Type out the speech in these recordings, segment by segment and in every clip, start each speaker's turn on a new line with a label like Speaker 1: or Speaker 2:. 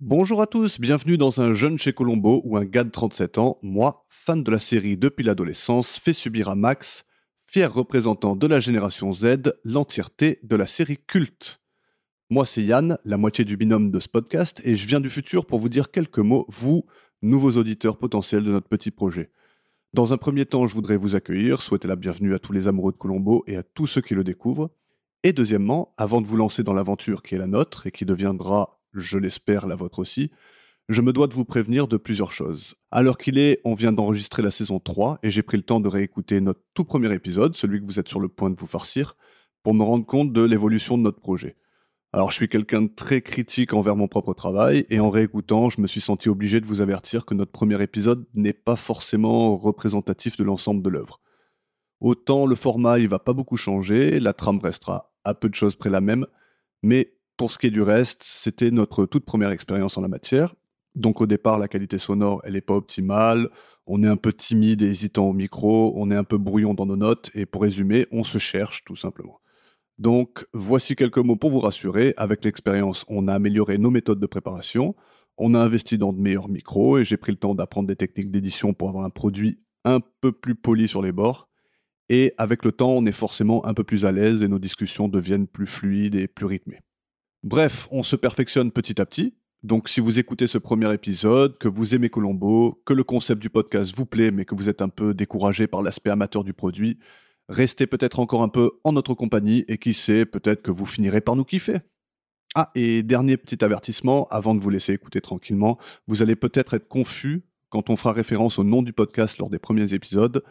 Speaker 1: Bonjour à tous, bienvenue dans un jeune chez Colombo où un gars de 37 ans, moi, fan de la série depuis l'adolescence, fait subir à Max, fier représentant de la génération Z, l'entièreté de la série culte. Moi, c'est Yann, la moitié du binôme de ce podcast, et je viens du futur pour vous dire quelques mots, vous, nouveaux auditeurs potentiels de notre petit projet. Dans un premier temps, je voudrais vous accueillir, souhaiter la bienvenue à tous les amoureux de Colombo et à tous ceux qui le découvrent. Et deuxièmement, avant de vous lancer dans l'aventure qui est la nôtre et qui deviendra je l'espère, la vôtre aussi, je me dois de vous prévenir de plusieurs choses. À l'heure qu'il est, on vient d'enregistrer la saison 3 et j'ai pris le temps de réécouter notre tout premier épisode, celui que vous êtes sur le point de vous farcir, pour me rendre compte de l'évolution de notre projet. Alors je suis quelqu'un de très critique envers mon propre travail et en réécoutant, je me suis senti obligé de vous avertir que notre premier épisode n'est pas forcément représentatif de l'ensemble de l'œuvre. Autant le format il va pas beaucoup changer, la trame restera à peu de choses près la même, mais pour ce qui est du reste, c'était notre toute première expérience en la matière. Donc au départ, la qualité sonore, elle n'est pas optimale. On est un peu timide et hésitant au micro, on est un peu brouillon dans nos notes, et pour résumer, on se cherche tout simplement. Donc voici quelques mots pour vous rassurer. Avec l'expérience, on a amélioré nos méthodes de préparation, on a investi dans de meilleurs micros, et j'ai pris le temps d'apprendre des techniques d'édition pour avoir un produit un peu plus poli sur les bords. Et avec le temps, on est forcément un peu plus à l'aise et nos discussions deviennent plus fluides et plus rythmées. Bref, on se perfectionne petit à petit. Donc si vous écoutez ce premier épisode, que vous aimez Colombo, que le concept du podcast vous plaît mais que vous êtes un peu découragé par l'aspect amateur du produit, restez peut-être encore un peu en notre compagnie et qui sait, peut-être que vous finirez par nous kiffer. Ah, et dernier petit avertissement, avant de vous laisser écouter tranquillement, vous allez peut-être être confus quand on fera référence au nom du podcast lors des premiers épisodes.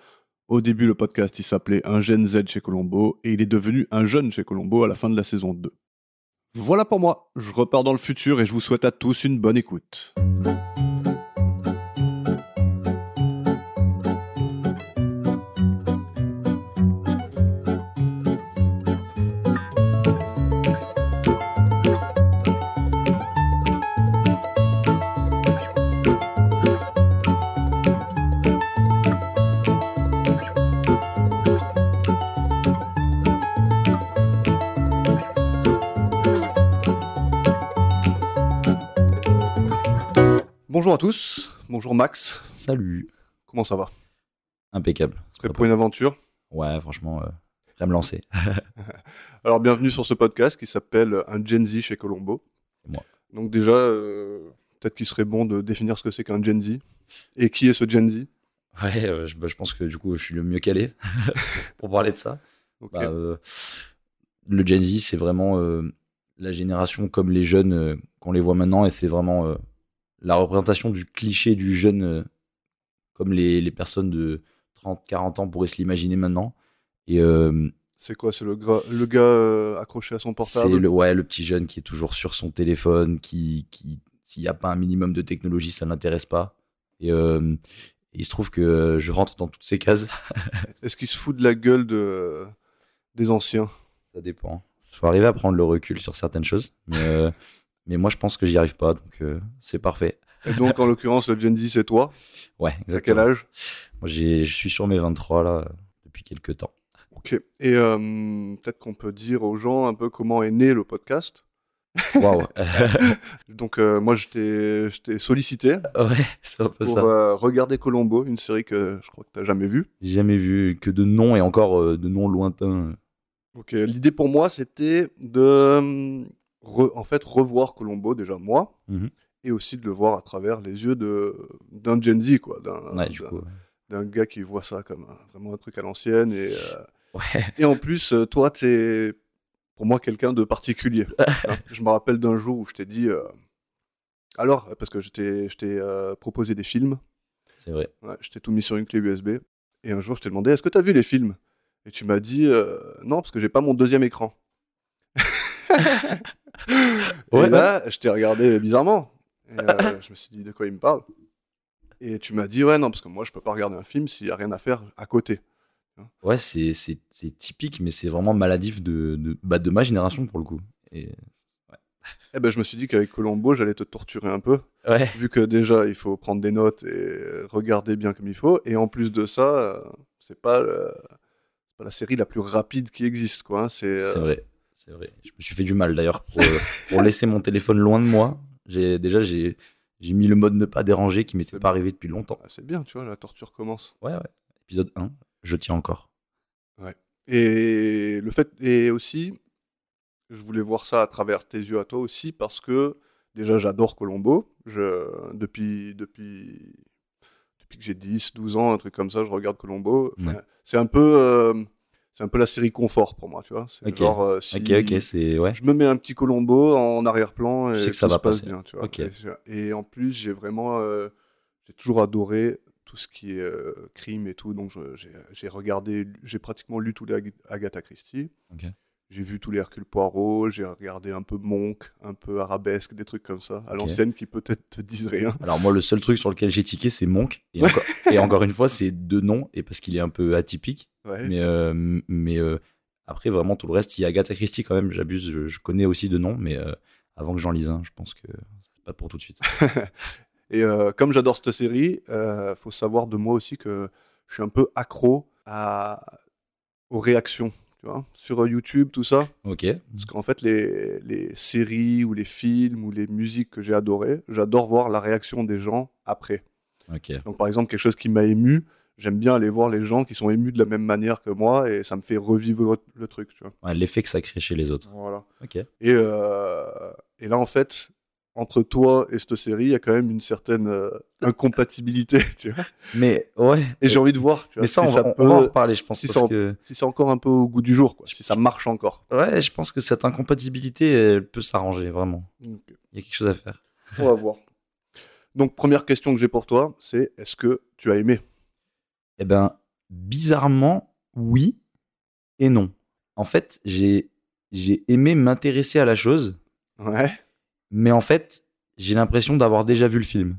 Speaker 1: Au début, le podcast, il s'appelait Un Gen Z chez Colombo, et il est devenu Un Jeune chez Colombo à la fin de la saison 2. Voilà pour moi, je repars dans le futur et je vous souhaite à tous une bonne écoute. Bonjour à tous, bonjour Max,
Speaker 2: Salut.
Speaker 1: comment ça va
Speaker 2: Impeccable.
Speaker 1: Prêt pour une aventure
Speaker 2: Ouais, franchement, euh, prêt à me lancer.
Speaker 1: Alors bienvenue sur ce podcast qui s'appelle Un Gen Z chez Colombo.
Speaker 2: C'est moi.
Speaker 1: Donc déjà, euh, peut-être qu'il serait bon de définir ce que c'est qu'un Gen Z et qui est ce Gen Z.
Speaker 2: Ouais, euh, je, bah, je pense que du coup, je suis le mieux calé pour parler de ça.
Speaker 1: Ok.
Speaker 2: Bah, euh, le Gen Z, c'est vraiment euh, la génération comme les jeunes euh, qu'on les voit maintenant, et c'est vraiment euh, la représentation du cliché du jeune euh, comme les, les personnes de 30, 40 ans pourraient se l'imaginer maintenant. Et euh,
Speaker 1: C'est quoi C'est le, gra- le gars euh, accroché à son portable
Speaker 2: C'est le, ouais, le petit jeune qui est toujours sur son téléphone, qui, qui s'il n'y a pas un minimum de technologie, ça ne l'intéresse pas. Et euh, il se trouve que euh, je rentre dans toutes ces cases.
Speaker 1: Est-ce qu'il se fout de la gueule de, des anciens
Speaker 2: Ça dépend. Il faut arriver à prendre le recul sur certaines choses. Mais, euh, mais moi, je pense que j'y arrive pas, donc euh, c'est parfait.
Speaker 1: Et donc en l'occurrence, le Gen Z c'est toi.
Speaker 2: Ouais,
Speaker 1: À quel
Speaker 2: exactement.
Speaker 1: âge
Speaker 2: Moi, j'ai- je suis sur mes 23 là, euh, depuis quelques temps.
Speaker 1: Ok. Et euh, peut-être qu'on peut dire aux gens un peu comment est né le podcast.
Speaker 2: Waouh!
Speaker 1: Donc euh, moi, je t'ai- je t'ai sollicité
Speaker 2: ouais, c'est un peu
Speaker 1: pour
Speaker 2: ça.
Speaker 1: euh, regarder Colombo, une série que je crois que tu n'as jamais vue.
Speaker 2: J'ai jamais vu que de noms et encore euh, de noms lointains.
Speaker 1: Donc euh, l'idée pour moi, c'était de euh, re- en fait revoir Colombo déjà moi.
Speaker 2: Mhm.
Speaker 1: Et aussi de le voir à travers les yeux de- d'un Gen Z, quoi, d'un
Speaker 2: Ouais, du
Speaker 1: d'un-
Speaker 2: coup. ouais.
Speaker 1: d'un gars qui voit ça comme un- vraiment un truc à l'ancienne. Et, euh,
Speaker 2: Ouais.
Speaker 1: et en plus, euh, toi, tu es pour moi quelqu'un de particulier. Hein, je me rappelle d'un jour où je t'ai dit. euh, alors, parce que je t'ai je t'ai, euh, proposé des films,
Speaker 2: C'est vrai.
Speaker 1: Ouais, je t'ai tout mis sur une clé USB. Et un jour, je t'ai demandé Est-ce que tu as vu les films Et tu m'as dit euh, Non, parce que j'ai pas mon deuxième écran.
Speaker 2: Ouais,
Speaker 1: et là, je t'ai regardé bizarrement. Et, euh, je me suis dit De quoi il me parle Et tu m'as dit Ouais, non, parce que moi, je peux pas regarder un film s'il y a rien à faire à côté.
Speaker 2: Ouais, c'est, c'est, c'est typique, mais c'est vraiment maladif de, de, bah, de ma génération pour le coup. Et...
Speaker 1: Eh ben, je me suis dit qu'avec Colombo, j'allais te torturer un peu,
Speaker 2: Ouais.
Speaker 1: vu que déjà, il faut prendre des notes et regarder bien comme il faut. Et en plus de ça, euh, c'est pas, euh, c'est pas la série la plus rapide qui existe, quoi. hein. C'est euh,
Speaker 2: C'est vrai, c'est vrai. Je me suis fait du mal d'ailleurs pour, euh, pour laisser mon téléphone loin de moi. J'ai déjà j'ai j'ai mis le mode ne pas déranger qui m'était
Speaker 1: C'est
Speaker 2: pas arrivé depuis longtemps.
Speaker 1: Ah, c'est bien, tu vois, la torture commence.
Speaker 2: Ouais ouais. Épisode 1, je tiens encore.
Speaker 1: Et le fait, et aussi, je voulais voir ça à travers tes yeux à toi aussi, parce que déjà j'adore Colombo. Je, depuis, depuis, depuis que j'ai 10, 12 ans, un truc comme ça, je regarde Colombo. Enfin,
Speaker 2: Ouais.
Speaker 1: C'est un peu, euh, c'est un peu la série confort pour moi, tu vois. C'est
Speaker 2: Ok.
Speaker 1: genre, euh, si
Speaker 2: Ok ok c'est ouais.
Speaker 1: je me mets un petit Colombo en arrière-plan et
Speaker 2: Tu sais que
Speaker 1: tout
Speaker 2: ça va
Speaker 1: se passe
Speaker 2: passer.
Speaker 1: bien, tu vois.
Speaker 2: Ok.
Speaker 1: Et, je- et en plus, j'ai vraiment, euh, j'ai toujours adoré tout ce qui est euh, crime et tout, donc je- j'ai- j'ai regardé, j'ai pratiquement lu tous les Ag- Agatha Christie.
Speaker 2: Ok.
Speaker 1: J'ai vu tous les Hercule Poirot, j'ai regardé un peu Monk, un peu Arabesque, des trucs comme ça, à
Speaker 2: Ok.
Speaker 1: l'ancienne qui peut-être te disent rien.
Speaker 2: Alors moi le seul truc sur lequel j'ai tiqué c'est Monk et, encore, et encore une fois c'est deux noms et parce qu'il est un peu atypique
Speaker 1: Ouais.
Speaker 2: mais euh, m- mais euh, après vraiment tout le reste il y a Agatha Christie quand même j'abuse je, je connais aussi deux noms mais euh, avant que j'en lise un je pense que c'est pas pour tout de suite.
Speaker 1: Et euh, comme j'adore cette série, euh, faut savoir de moi aussi que je suis un peu accro à... aux réactions, tu vois, sur euh, YouTube, tout ça.
Speaker 2: Ok.
Speaker 1: Parce qu'en fait, les, les séries ou les films ou les musiques que j'ai adorées, j'adore voir la réaction des gens après.
Speaker 2: Ok.
Speaker 1: Donc, par exemple, quelque chose qui m'a ému, j'aime bien aller voir les gens qui sont émus de la même manière que moi et ça me fait revivre le truc. Tu vois.
Speaker 2: Ouais, L'effet que ça crée chez les autres.
Speaker 1: Voilà.
Speaker 2: Ok.
Speaker 1: Et, euh, et là, en fait, entre toi et cette série, il y a quand même une certaine euh, incompatibilité. Tu vois
Speaker 2: Mais ouais.
Speaker 1: et j'ai envie de voir tu vois,
Speaker 2: mais ça, on,
Speaker 1: si
Speaker 2: va,
Speaker 1: ça
Speaker 2: on-
Speaker 1: peut-
Speaker 2: on va en reparler, je pense.
Speaker 1: si
Speaker 2: parce
Speaker 1: ça en-
Speaker 2: que-
Speaker 1: si c'est encore un peu au goût du jour, quoi, si ça marche encore.
Speaker 2: Ouais, je pense que cette incompatibilité elle peut s'arranger, vraiment.
Speaker 1: Donc,
Speaker 2: Il y a quelque chose à faire.
Speaker 1: On va voir. Donc, première question que j'ai pour toi, c'est est-ce que tu as aimé
Speaker 2: Eh ben, bizarrement, oui et non. En fait, j'ai j'ai aimé m'intéresser à la chose,
Speaker 1: Ouais.
Speaker 2: mais en fait, j'ai l'impression d'avoir déjà vu le film.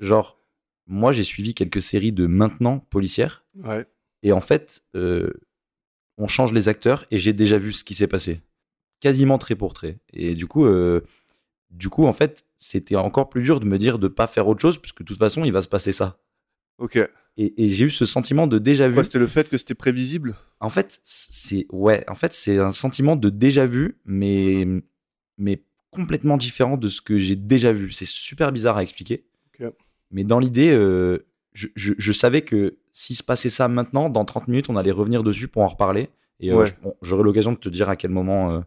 Speaker 2: Genre, moi, j'ai suivi quelques séries de maintenant policières,
Speaker 1: Ouais.
Speaker 2: et en fait, euh, on change les acteurs et j'ai déjà vu ce qui s'est passé. Quasiment trait pour trait. Et du coup, euh, du coup en fait, c'était encore plus dur de me dire de pas faire autre chose, puisque de toute façon, il va se passer ça.
Speaker 1: Ok.
Speaker 2: Et, et j'ai eu ce sentiment de déjà vu.
Speaker 1: Quoi, c'était le fait que c'était prévisible
Speaker 2: En fait, c'est ouais, en fait, c'est un sentiment de déjà vu, mais mais complètement différent de ce que j'ai déjà vu. C'est super bizarre à expliquer.
Speaker 1: Ok.
Speaker 2: Mais dans l'idée, euh, je, je- je savais que si se passait ça maintenant, dans 30 minutes, on allait revenir dessus pour en reparler. Et euh,
Speaker 1: Ouais.
Speaker 2: je- bon, j'aurai l'occasion de te dire à quel moment euh,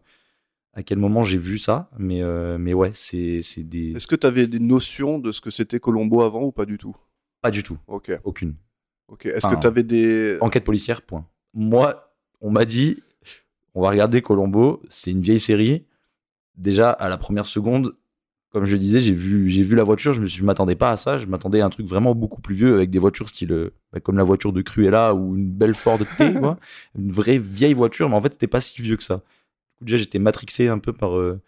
Speaker 2: à quel moment j'ai vu ça. Mais euh, mais ouais, c'est c'est des
Speaker 1: Est-ce que tu avais des notions de ce que c'était Colombo avant ou pas du tout
Speaker 2: pas du tout,
Speaker 1: Ok.
Speaker 2: aucune
Speaker 1: Ok. Est-ce
Speaker 2: Enfin,
Speaker 1: que tu avais des.
Speaker 2: enquête policière. Point. Moi, on m'a dit, on va regarder Colombo. C'est une vieille série. Déjà à la première seconde, comme je disais, j'ai vu, j'ai vu la voiture. Je me suis, je m'attendais pas à ça. Je m'attendais à un truc vraiment beaucoup plus vieux avec des voitures style euh, bah, comme la voiture de Cruella ou une belle Ford T, quoi. une vraie vieille voiture. Mais en fait, c'était pas si vieux que ça. Du coup, déjà, j'étais matrixé un peu par euh,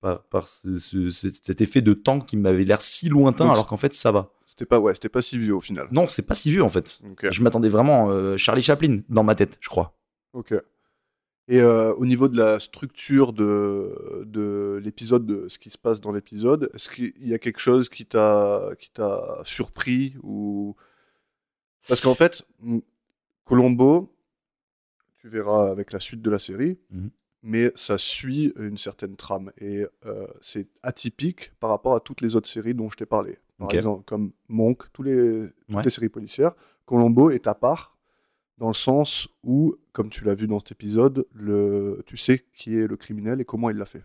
Speaker 2: par, par ce- ce- ce- cet effet de temps qui m'avait l'air si lointain,
Speaker 1: Donc,
Speaker 2: alors qu'en fait, ça va.
Speaker 1: C'était pas, ouais, c'était pas si vieux au final.
Speaker 2: Non, c'est pas si vieux en fait.
Speaker 1: Ok.
Speaker 2: Je m'attendais vraiment euh, Charlie Chaplin dans ma tête, je crois.
Speaker 1: Ok. Et euh, au niveau de la structure de, de l'épisode, de ce qui se passe dans l'épisode, est-ce qu'il y a quelque chose qui t'a qui t'a surpris ou parce qu'en fait, m- Colombo, tu verras avec la suite de la série,
Speaker 2: Mhm.
Speaker 1: mais ça suit une certaine trame et euh, c'est atypique par rapport à toutes les autres séries dont je t'ai parlé. Par
Speaker 2: Ok.
Speaker 1: exemple, comme Monk, tous les, toutes
Speaker 2: Ouais.
Speaker 1: les séries policières, Colombo est à part dans le sens où, comme tu l'as vu dans cet épisode, le... tu sais qui est le criminel et comment il l'a fait.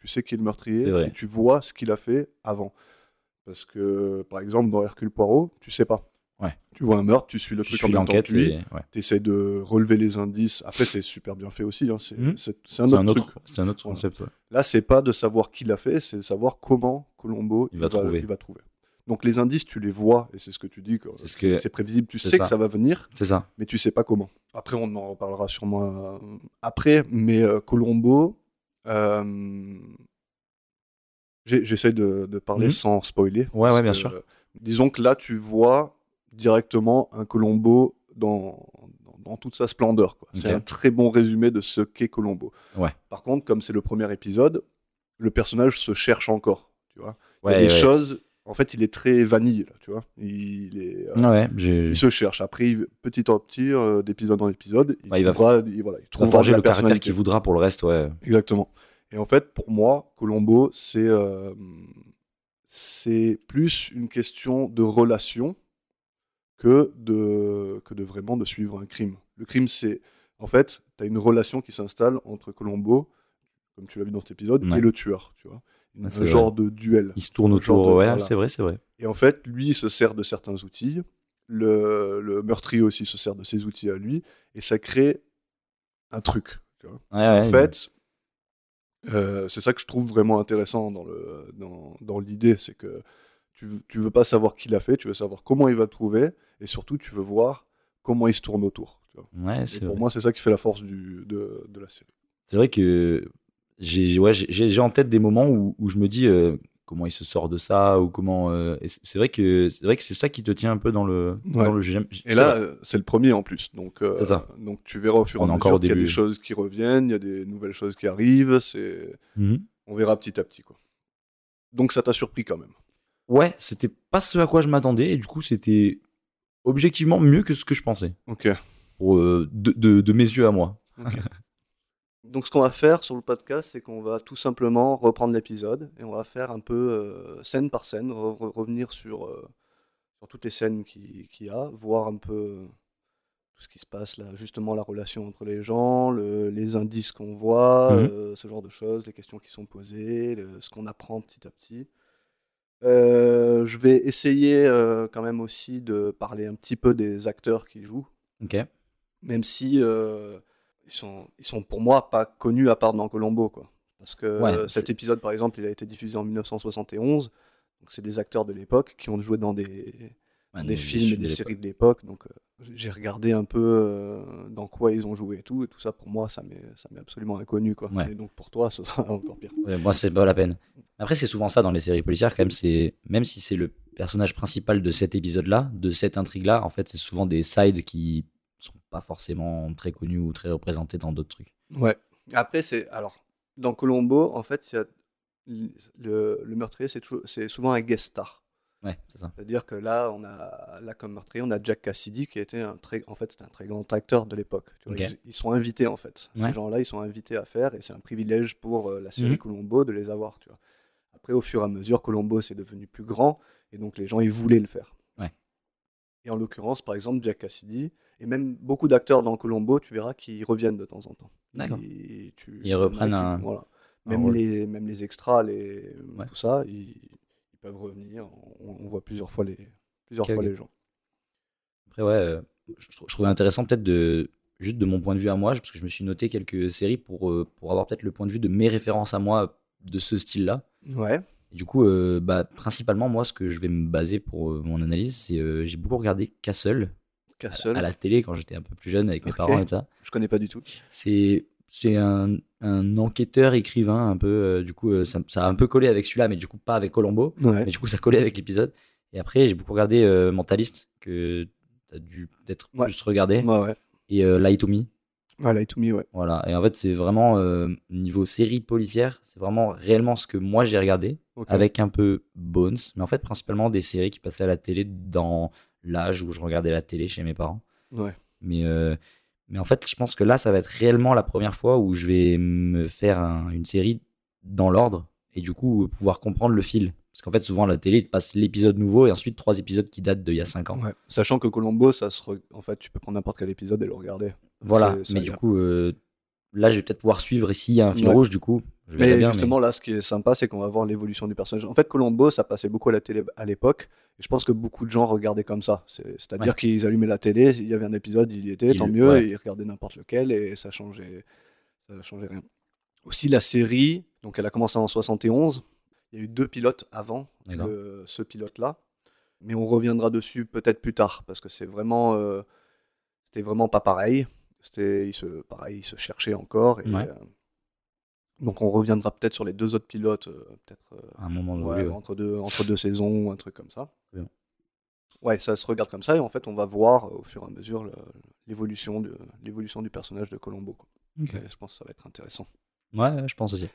Speaker 1: Tu sais qui est le meurtrier
Speaker 2: C'est vrai.
Speaker 1: et tu vois ce qu'il a fait avant. Parce que, par exemple, dans Hercule Poirot, tu sais pas.
Speaker 2: Ouais.
Speaker 1: Tu vois un meurtre, tu suis le
Speaker 2: Je
Speaker 1: truc
Speaker 2: suis
Speaker 1: en même temps
Speaker 2: l'enquête
Speaker 1: que lui,
Speaker 2: et- ouais.
Speaker 1: t'essaies de relever les indices. Après, c'est super bien fait aussi. hein, C'est
Speaker 2: Mhm.
Speaker 1: c'est- c'est
Speaker 2: C'est un
Speaker 1: truc.
Speaker 2: autre, c'est un autre concept. ouais.
Speaker 1: Là, c'est pas de savoir qui l'a fait, c'est de savoir comment Colombo
Speaker 2: Il va trouver.
Speaker 1: il va trouver. Donc les indices, tu les vois, et c'est ce que tu dis, que
Speaker 2: C'est ce
Speaker 1: c'est
Speaker 2: que-
Speaker 1: c'est prévisible, tu
Speaker 2: c'est
Speaker 1: sais que
Speaker 2: ça.
Speaker 1: ça va venir,
Speaker 2: C'est ça.
Speaker 1: mais tu sais pas comment. Après, on en reparlera sûrement euh, après, mais euh, Colombo, euh, j'ai- j'essaie de, de parler
Speaker 2: Mhm.
Speaker 1: sans spoiler.
Speaker 2: Ouais,
Speaker 1: parce
Speaker 2: ouais, bien
Speaker 1: que,
Speaker 2: sûr.
Speaker 1: euh, disons que là, tu vois directement un Colombo dans, dans, dans toute sa splendeur. quoi. C'est
Speaker 2: Ok.
Speaker 1: un très bon résumé de ce qu'est Colombo.
Speaker 2: Ouais.
Speaker 1: Par contre, comme c'est le premier épisode, le personnage se cherche encore. Tu vois Il y a
Speaker 2: Ouais,
Speaker 1: des
Speaker 2: ouais.
Speaker 1: choses. En fait, il est très vanille, là, tu vois. Il est. euh,
Speaker 2: Ouais, j'ai-
Speaker 1: il se cherche. Après, il- petit en petit, euh, d'épisode en épisode, il,
Speaker 2: Ouais, il va-
Speaker 1: trouvera, il, voilà, il
Speaker 2: on va
Speaker 1: trouvera de
Speaker 2: forger
Speaker 1: la
Speaker 2: le caractère
Speaker 1: personnalité.
Speaker 2: qu'il voudra pour le reste, ouais.
Speaker 1: Exactement. Et en fait, pour moi, Colombo, c'est euh, c'est plus une question de relation que de, que de vraiment de suivre un crime. Le crime, c'est en fait, tu as une relation qui s'installe entre Colombo, comme tu l'as vu dans cet épisode,
Speaker 2: Ouais.
Speaker 1: et le tueur, tu vois.
Speaker 2: Ah,
Speaker 1: un
Speaker 2: c'est
Speaker 1: genre de duel.
Speaker 2: Il se tourne
Speaker 1: Genre
Speaker 2: autour.
Speaker 1: de-
Speaker 2: ouais,
Speaker 1: voilà.
Speaker 2: c'est vrai, c'est vrai.
Speaker 1: Et en fait, lui, il se sert de certains outils. Le, le meurtrier aussi se sert de ses outils à lui. Et ça crée un truc. tu vois.
Speaker 2: Ouais, ouais,
Speaker 1: en fait, euh, c'est ça que je trouve vraiment intéressant dans le dans, dans l'idée, c'est que tu veux- tu veux pas savoir qui l'a fait, tu veux savoir comment il va le trouver, et surtout tu veux voir comment il se tourne autour. tu vois.
Speaker 2: il- ouais,
Speaker 1: Et
Speaker 2: c'est
Speaker 1: pour
Speaker 2: vrai.
Speaker 1: moi, c'est ça qui fait la force du, de, de la série.
Speaker 2: C'est vrai que j'ai ouais, j'ai- j'ai- j'ai en tête des moments où, où je me dis euh, comment il se sort de ça ou comment. euh, et c'est c'est vrai que c'est vrai que c'est ça qui te tient un peu dans le.
Speaker 1: Ouais.
Speaker 2: Dans le j'aime-
Speaker 1: Et
Speaker 2: c'est
Speaker 1: là,
Speaker 2: vrai.
Speaker 1: euh, c'est le premier en plus, donc euh,
Speaker 2: C'est ça.
Speaker 1: donc tu verras au fur et
Speaker 2: On
Speaker 1: à
Speaker 2: est encore
Speaker 1: mesure
Speaker 2: au
Speaker 1: qu'il y a des
Speaker 2: début.
Speaker 1: choses qui reviennent, il y a des nouvelles choses qui arrivent. C'est
Speaker 2: Mhm.
Speaker 1: on verra petit à petit quoi. Donc ça t'a surpris quand même.
Speaker 2: Ouais, c'était pas ce à quoi je m'attendais et du coup c'était objectivement mieux que ce que je pensais
Speaker 1: Ok.
Speaker 2: pour, euh, de, de- de mes yeux à moi.
Speaker 1: Donc ce qu'on va faire sur le podcast, c'est qu'on va tout simplement reprendre l'épisode et on va faire un peu euh, scène par scène, re- re- revenir sur, euh, sur toutes les scènes qui- qu'il y a, voir un peu euh, tout ce qui se passe là, justement la relation entre les gens, le- les indices qu'on voit,
Speaker 2: Mhm.
Speaker 1: euh, ce genre de choses, les questions qui sont posées, le- ce qu'on apprend petit à petit. Euh, je vais essayer euh, quand même aussi de parler un petit peu des acteurs qui jouent
Speaker 2: Ok.
Speaker 1: même si euh, ils sont ils sont pour moi pas connus à part dans Colombo quoi parce que
Speaker 2: Ouais,
Speaker 1: euh, cet
Speaker 2: c'est-
Speaker 1: épisode par exemple il a été diffusé en 1971 donc c'est des acteurs de l'époque qui ont joué dans des
Speaker 2: Ouais,
Speaker 1: des
Speaker 2: mais
Speaker 1: films et
Speaker 2: je-
Speaker 1: des séries de l'époque donc euh, j'ai regardé un peu euh, dans quoi ils ont joué et tout et tout ça pour moi ça m'est ça m'est absolument inconnu quoi
Speaker 2: Ouais.
Speaker 1: et donc pour toi ce sera encore pire
Speaker 2: Ouais, moi, c'est pas la peine. Après, c'est souvent ça dans les séries policières, quand même. C'est même si c'est le personnage principal de cet épisode-là, de cette intrigue-là, en fait, c'est souvent des sides qui sont pas forcément très connus ou très représentés dans d'autres trucs.
Speaker 1: Ouais. Après, c'est. Alors, dans Colombo, en fait, il y a- le, le meurtrier, c'est toujours- c'est souvent un guest star.
Speaker 2: Ouais, c'est ça.
Speaker 1: C'est-à-dire que là, on a, là, comme meurtrier, on a Jack Cassidy qui était un très, en fait, c'était un très grand acteur de l'époque. Tu vois,
Speaker 2: Ok.
Speaker 1: ils, ils sont invités, en fait. Ces
Speaker 2: Ouais.
Speaker 1: gens-là, ils sont invités à faire et c'est un privilège pour euh, la série
Speaker 2: Mhm.
Speaker 1: Colombo de les avoir. Tu vois. Après, au fur et à mesure, Colombo, c'est devenu plus grand et donc les gens, ils voulaient le faire.
Speaker 2: Ouais.
Speaker 1: Et en l'occurrence, par exemple, Jack Cassidy et même beaucoup d'acteurs dans Colombo, tu verras qu'ils reviennent de temps en temps.
Speaker 2: D'accord.
Speaker 1: Ils, tu-
Speaker 2: Ils reprennent
Speaker 1: il y en a
Speaker 2: un-
Speaker 1: voilà.
Speaker 2: un
Speaker 1: Même,
Speaker 2: rôle.
Speaker 1: les, même les extras, les,
Speaker 2: Ouais.
Speaker 1: tout ça, ils, ils peuvent revenir. On, on voit plusieurs fois les, plusieurs
Speaker 2: Ok,
Speaker 1: fois
Speaker 2: ok.
Speaker 1: les gens.
Speaker 2: Après, ouais, euh, je, trou- je trouvais intéressant peut-être de juste de mon point de vue à moi, parce que je me suis noté quelques séries pour euh, pour avoir peut-être le point de vue de mes références à moi de ce style-là.
Speaker 1: Ouais.
Speaker 2: Et Du coup, euh, bah, principalement, moi, ce que je vais me baser pour euh, mon analyse, c'est euh, j'ai beaucoup regardé Castle,
Speaker 1: Castle,
Speaker 2: à la télé quand j'étais un peu plus jeune avec mes
Speaker 1: Ok.
Speaker 2: parents et ça.
Speaker 1: je connais pas du tout.
Speaker 2: C'est c'est un, un enquêteur écrivain un peu. euh, du coup, euh, ça, ça a un peu collé avec celui-là, mais du coup pas avec Colombo.
Speaker 1: Ouais.
Speaker 2: Mais du coup, ça collait avec l'épisode. Et après, j'ai beaucoup regardé euh, Mentalist que t'as dû peut-être
Speaker 1: Ouais.
Speaker 2: plus regarder
Speaker 1: Ouais, ouais.
Speaker 2: et euh, Lie to Me.
Speaker 1: Ah, Lie to Me, ouais.
Speaker 2: Voilà. Et en fait, c'est vraiment euh, niveau série policière, c'est vraiment réellement ce que moi j'ai regardé
Speaker 1: Ok.
Speaker 2: avec un peu Bones, mais en fait principalement des séries qui passaient à la télé dans l'âge où je regardais la télé chez mes parents.
Speaker 1: Ouais.
Speaker 2: Mais, euh, mais en fait, je pense que là, ça va être réellement la première fois où je vais me faire un- une série dans l'ordre et du coup pouvoir comprendre le fil. Parce qu'en fait, souvent, la télé te passe l'épisode nouveau et ensuite trois épisodes qui datent d'il y a cinq ans.
Speaker 1: Ouais. Sachant que Colombo, ça se re- en fait, tu peux prendre n'importe quel épisode et le regarder.
Speaker 2: Voilà.
Speaker 1: C'est- ça
Speaker 2: Mais
Speaker 1: a
Speaker 2: du
Speaker 1: l'air.
Speaker 2: coup, euh, là, je vais peut-être pouvoir suivre et s'il y a un fil
Speaker 1: Ouais.
Speaker 2: rouge, du coup. Je verrai
Speaker 1: Mais
Speaker 2: bien,
Speaker 1: justement, là, ce qui est sympa, c'est qu'on va voir l'évolution du personnage. En fait, Colombo, ça passait beaucoup à la télé à l'époque. Et je pense que beaucoup de gens regardaient comme ça. C'est- C'est-à-dire
Speaker 2: Ouais.
Speaker 1: qu'ils allumaient la télé, il y avait un épisode, il y était,
Speaker 2: Il-
Speaker 1: tant mieux,
Speaker 2: ouais.
Speaker 1: et ils regardaient n'importe lequel et ça changeait, ça changeait rien. Aussi, la série, donc elle a commencé en 71. Il y a eu deux pilotes avant
Speaker 2: D'accord.
Speaker 1: le- ce pilote-là. Mais on reviendra dessus peut-être plus tard parce que c'est vraiment. euh, c'était vraiment pas pareil. C'était, il se, pareil, il se cherchait encore. Et,
Speaker 2: Ouais.
Speaker 1: euh, donc on reviendra peut-être sur les deux autres pilotes, euh, peut-être euh,
Speaker 2: À un moment donné.
Speaker 1: ouais,
Speaker 2: ouais.
Speaker 1: entre, deux, entre deux saisons, un truc comme ça.
Speaker 2: Très bien.
Speaker 1: Ouais, ça se regarde comme ça et en fait on va voir euh, au fur et à mesure le- l'évolution de l'évolution du personnage de Colombo. quoi.
Speaker 2: Ok.
Speaker 1: Et Je pense que ça va être intéressant.
Speaker 2: Ouais, ouais, je pense aussi.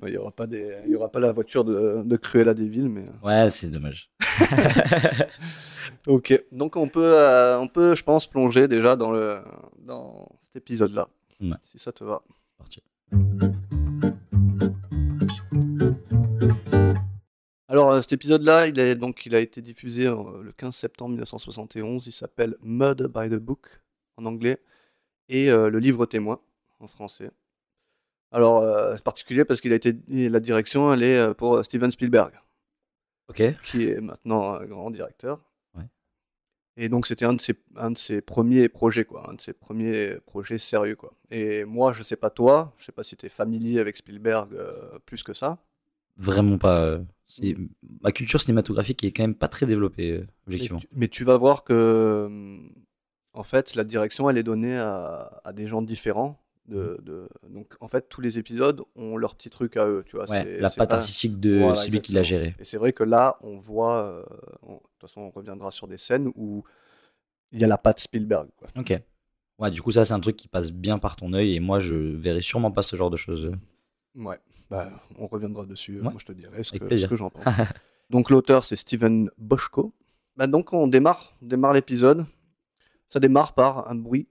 Speaker 1: Ouais, Il n'y aura pas des, il y aura pas la voiture de, de Cruella Deville, mais euh,
Speaker 2: ouais, c'est dommage.
Speaker 1: ok. Donc on peut, euh, on peut, je pense, plonger déjà dans le dans cet épisode là,
Speaker 2: Ouais.
Speaker 1: si ça te va.
Speaker 2: Parti.
Speaker 1: Alors euh, cet épisode-là, il, est- donc, il a été diffusé euh, le 15 septembre 1971. Il s'appelle Murder by the Book en anglais et euh, Le Livre témoin en français. Alors euh, c'est particulier parce qu'il a été la direction, elle est euh, pour euh, Steven Spielberg,
Speaker 2: Ok.
Speaker 1: qui est maintenant un grand directeur.
Speaker 2: Ouais.
Speaker 1: Et donc c'était un de ses un de ses premiers projets quoi, un de ses premiers projets sérieux quoi. Et moi je sais pas toi, je sais pas si t'es familier avec Spielberg euh, plus que ça.
Speaker 2: Vraiment pas. euh, c'est-
Speaker 1: Mm.
Speaker 2: Ma culture cinématographique est quand même pas très développée, euh,
Speaker 1: Mais
Speaker 2: objectivement.
Speaker 1: tu, mais tu vas voir que, hum, en fait, la direction, elle est donnée à, à des gens différents. De,
Speaker 2: Mmh.
Speaker 1: de- donc, en fait, tous les épisodes ont leur petit truc à eux, tu vois.
Speaker 2: Ouais,
Speaker 1: c'est-
Speaker 2: la
Speaker 1: c'est
Speaker 2: patte
Speaker 1: pas-
Speaker 2: artistique de
Speaker 1: Voilà,
Speaker 2: celui qui l'a
Speaker 1: exactement.
Speaker 2: géré.
Speaker 1: Et c'est vrai que là, on voit. euh, on- de toute façon, on reviendra sur des scènes où il y a la patte Spielberg. Quoi.
Speaker 2: Ok. Ouais, du coup, ça, c'est un truc qui passe bien par ton œil et moi, je verrai sûrement pas ce genre de choses. euh,
Speaker 1: Ouais. Bah, on reviendra dessus. euh,
Speaker 2: Ouais.
Speaker 1: Moi, je te dirai ce
Speaker 2: Avec
Speaker 1: que, ce
Speaker 2: plaisir.
Speaker 1: que j'en pense. donc, l'auteur, c'est Steven Boschko. Bah, donc, on démarre, on démarre l'épisode. Ça démarre par un bruit,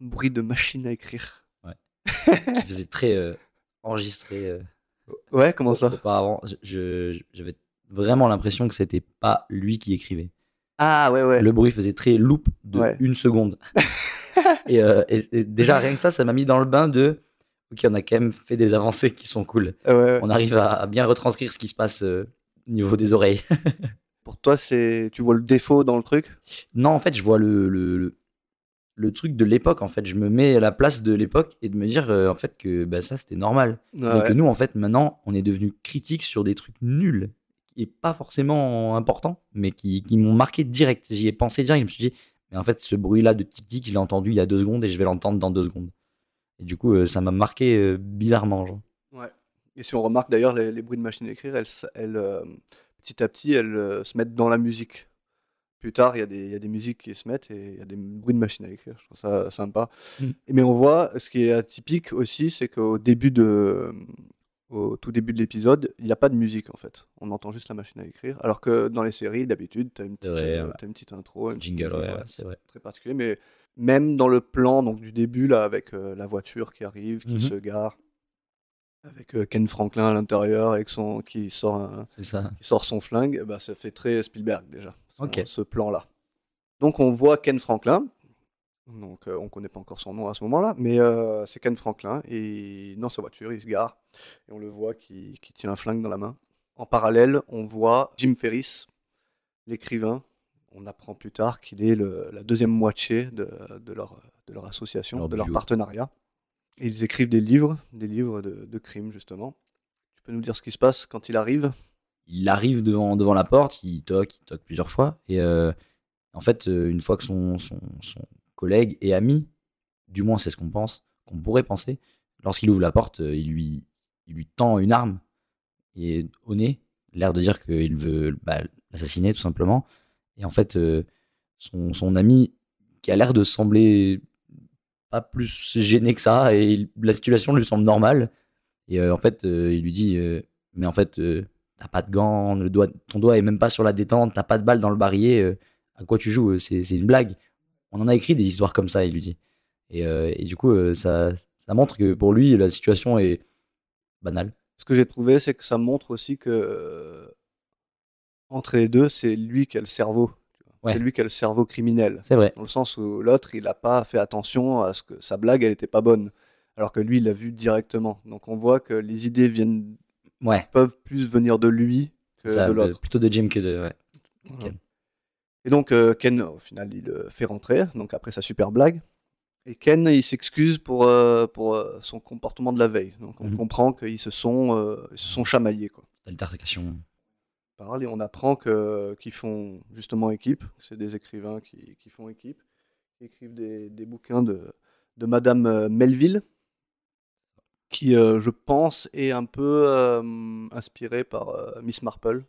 Speaker 1: un bruit de machine à écrire.
Speaker 2: qui faisait très euh, enregistré. euh,
Speaker 1: Ouais, comment ça
Speaker 2: Auparavant, Je- je- j'avais vraiment l'impression que c'était pas lui qui écrivait.
Speaker 1: Ah ouais, ouais.
Speaker 2: Le bruit faisait très loop de
Speaker 1: Ouais.
Speaker 2: une seconde. et, euh, et- et déjà, rien que ça, ça m'a mis dans le bain de. Ok, on a quand même fait des avancées qui sont cool.
Speaker 1: Ah ouais, ouais.
Speaker 2: On arrive à, à bien retranscrire ce qui se passe euh, au niveau des oreilles.
Speaker 1: Pour toi, c'est tu vois le défaut dans le truc
Speaker 2: Non, en fait, je vois le, le, le- le truc de l'époque. En fait, je me mets à la place de l'époque et de me dire euh, en fait que bah, ça c'était normal. Mais que nous, en fait, maintenant, on est devenu critique sur des trucs nuls et pas forcément importants, mais qui, qui m'ont marqué direct. J'y ai pensé direct. Je me suis dit, mais en fait, ce bruit-là de tic-tic, je l'ai entendu il y a deux secondes et je vais l'entendre dans deux secondes. Et du coup, euh, ça m'a marqué euh, bizarrement. Genre.
Speaker 1: Et si on remarque d'ailleurs, les, les bruits de machine à écrire, elles, s- elles, euh, petit à petit, elles euh, se mettent dans la musique. Plus tard, il y, a des- il y a des musiques qui se mettent et il y a des bruits de machine à écrire. Je trouve ça euh, sympa.
Speaker 2: Mm.
Speaker 1: Et- Mais on voit, ce qui est atypique aussi, c'est qu'au début de, au tout début de l'épisode, il n'y a pas de musique en fait. On entend juste la machine à écrire. Alors que dans les séries, d'habitude, tu as une
Speaker 2: C'est
Speaker 1: petite,
Speaker 2: vrai,
Speaker 1: euh,
Speaker 2: ouais.
Speaker 1: t'as une petite intro. une petite-
Speaker 2: Jingle, ouais,
Speaker 1: voilà,
Speaker 2: ouais, c'est vrai.
Speaker 1: Très particulier, mais même dans le plan donc du début là avec euh, la voiture qui arrive, qui
Speaker 2: Mhm.
Speaker 1: se gare, avec euh, Ken Franklin à l'intérieur, avec son qui sort un-
Speaker 2: C'est ça.
Speaker 1: qui sort son flingue, eh ben, ça fait très Spielberg déjà. son-
Speaker 2: Ok.
Speaker 1: Ce plan là. Donc on voit Ken Franklin. Donc euh, on connaît pas encore son nom à ce moment-là, mais euh, c'est Ken Franklin et dans sa voiture il se gare et on le voit qui, qui tient un flingue dans la main. En parallèle, on voit Jim Ferris, l'écrivain. On apprend plus tard qu'il est le- la deuxième moitié de, de leur, de leur association,
Speaker 2: Leur
Speaker 1: de leur
Speaker 2: duo.
Speaker 1: partenariat. Et ils écrivent des livres, des livres de, de crimes justement. Tu peux nous dire ce qui se passe quand il arrive
Speaker 2: il arrive devant, devant la porte, il toque, il toque plusieurs fois. Et euh, en fait, euh, une fois que son, son, son collègue et ami, du moins c'est ce qu'on pense, qu'on pourrait penser, lorsqu'il ouvre la porte, euh, il lui, il lui tend une arme et au nez, l'air de dire qu'il veut bah, l'assassiner tout simplement. Et en fait, euh, son, son ami, qui a l'air de sembler pas plus gêné que ça, et il- la situation lui semble normale. Et euh, en fait, euh, il lui dit, euh, mais en fait, euh, t'as pas de gants, le doigt, ton doigt est même pas sur la détente, t'as pas de balle dans le barillet, euh, à quoi tu joues euh, C'est c'est une blague. On en a écrit des histoires comme ça, il lui dit. Et, euh, et du coup, euh, ça, ça montre que pour lui, la situation est banale.
Speaker 1: Ce que j'ai trouvé, c'est que ça montre aussi que euh, entre les deux, c'est lui qui a le cerveau. tu vois.
Speaker 2: Ouais.
Speaker 1: C'est lui qui a le cerveau criminel.
Speaker 2: C'est vrai.
Speaker 1: Dans le sens où l'autre, il n'a pas fait attention à ce que sa blague, elle n'était pas bonne. Alors que lui, il l'a vu directement. Donc on voit que les idées viennent,
Speaker 2: Ouais.
Speaker 1: peuvent plus venir de lui que
Speaker 2: Ça,
Speaker 1: de
Speaker 2: de-
Speaker 1: l'autre.
Speaker 2: plutôt de Jim que de. ouais.
Speaker 1: Voilà. Et donc euh, Ken, au final, il le fait rentrer, donc après sa super blague. Et Ken, il s'excuse pour, euh, pour euh, son comportement de la veille. Donc on
Speaker 2: Mhm.
Speaker 1: comprend qu'ils se sont, euh, ils se sont chamaillés. Quoi.
Speaker 2: Altercation.
Speaker 1: parle et on apprend que- qu'ils font justement équipe, que c'est des écrivains qui, qui font équipe, qui écrivent des, des bouquins de, de Madame euh, Melville, qui, euh, je pense, est un peu euh, inspirée par euh, Miss Marple,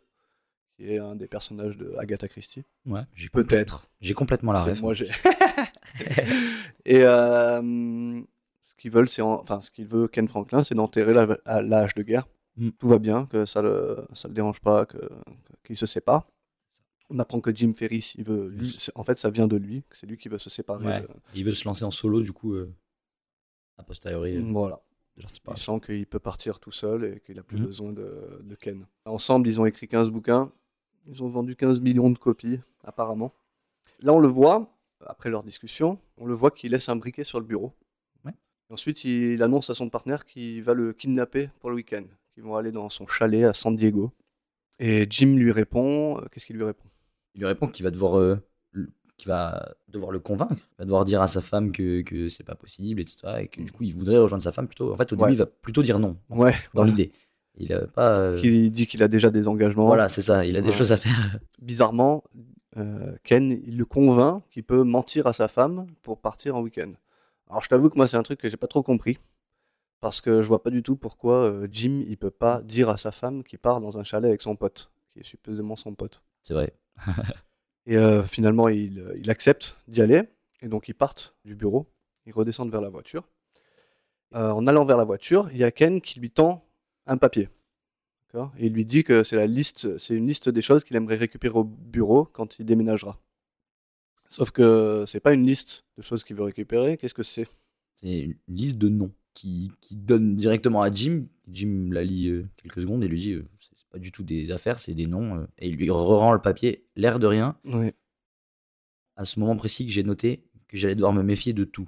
Speaker 1: qui est un des personnages de Agatha Christie.
Speaker 2: Ouais. j'ai compl-
Speaker 1: Peut-être.
Speaker 2: J'ai complètement la
Speaker 1: C'est-
Speaker 2: ref.
Speaker 1: moi, j'ai. et euh, ce qu'ils veulent, c'est en- enfin ce qu'il veut Ken Franklin, c'est d'enterrer la- à l'âge de guerre.
Speaker 2: Mm.
Speaker 1: Tout va bien, que ça le ça le dérange pas, que que- qu'il se sépare. On apprend que Jim Ferris, il veut, lui-
Speaker 2: Yes.
Speaker 1: c'est- en fait, ça vient de lui, que c'est lui qui veut se séparer.
Speaker 2: Mm. Ouais.
Speaker 1: de-
Speaker 2: Il veut se lancer en solo, du coup, euh, a posteriori. euh.
Speaker 1: Voilà.
Speaker 2: Je sais pas.
Speaker 1: Il sent qu'il peut partir tout seul et qu'il n'a plus
Speaker 2: Mhm.
Speaker 1: besoin de, de Ken. Ensemble, ils ont écrit 15 bouquins. Ils ont vendu 15 millions de copies, apparemment. Là, on le voit, après leur discussion, on le voit qu'il laisse un briquet sur le bureau.
Speaker 2: Ouais.
Speaker 1: Et Ensuite, il annonce à son partenaire qu'il va le kidnapper pour le week-end. Ils vont aller dans son chalet à San Diego. Et Jim lui répond, euh, qu'est-ce qu'il lui répond
Speaker 2: Il lui répond qu'il va devoir, euh, le- qu'il va devoir le convaincre. Il va devoir dire à sa femme que, que c'est pas possible, etc. Et que du coup, il voudrait rejoindre sa femme plutôt. En fait, au début,
Speaker 1: Mmh. Ouais.
Speaker 2: il va plutôt dire non, en fait,
Speaker 1: Ouais,
Speaker 2: dans
Speaker 1: voilà.
Speaker 2: l'idée. Il a pas. euh,
Speaker 1: Il dit qu'il a déjà des engagements.
Speaker 2: Voilà, c'est ça. Il a des
Speaker 1: Ouais.
Speaker 2: choses à faire.
Speaker 1: bizarrement, euh, Ken, il le convainc qu'il peut mentir à sa femme pour partir en week-end. Alors je t'avoue que moi c'est un truc que j'ai pas trop compris parce que je vois pas du tout pourquoi euh, Jim il peut pas dire à sa femme qu'il part dans un chalet avec son pote, qui est supposément son pote.
Speaker 2: C'est vrai.
Speaker 1: Et euh, finalement il, euh, il accepte d'y aller et donc ils partent du bureau, ils redescendent vers la voiture. Euh, en allant vers la voiture, il y a Ken qui lui tend un papier. D'accord Et il lui dit que c'est la liste, c'est une liste des choses qu'il aimerait récupérer au bureau quand il déménagera. Sauf que c'est pas une liste de choses qu'il veut récupérer. Qu'est-ce que c'est
Speaker 2: C'est une liste de noms qui, qui donne directement à Jim. Jim la lit euh, quelques secondes et lui dit euh, c'est c'est pas du tout des affaires, c'est des noms. euh. et il lui rend le papier, l'air de rien. à ce moment précis que j'ai noté que j'allais devoir me méfier de tout.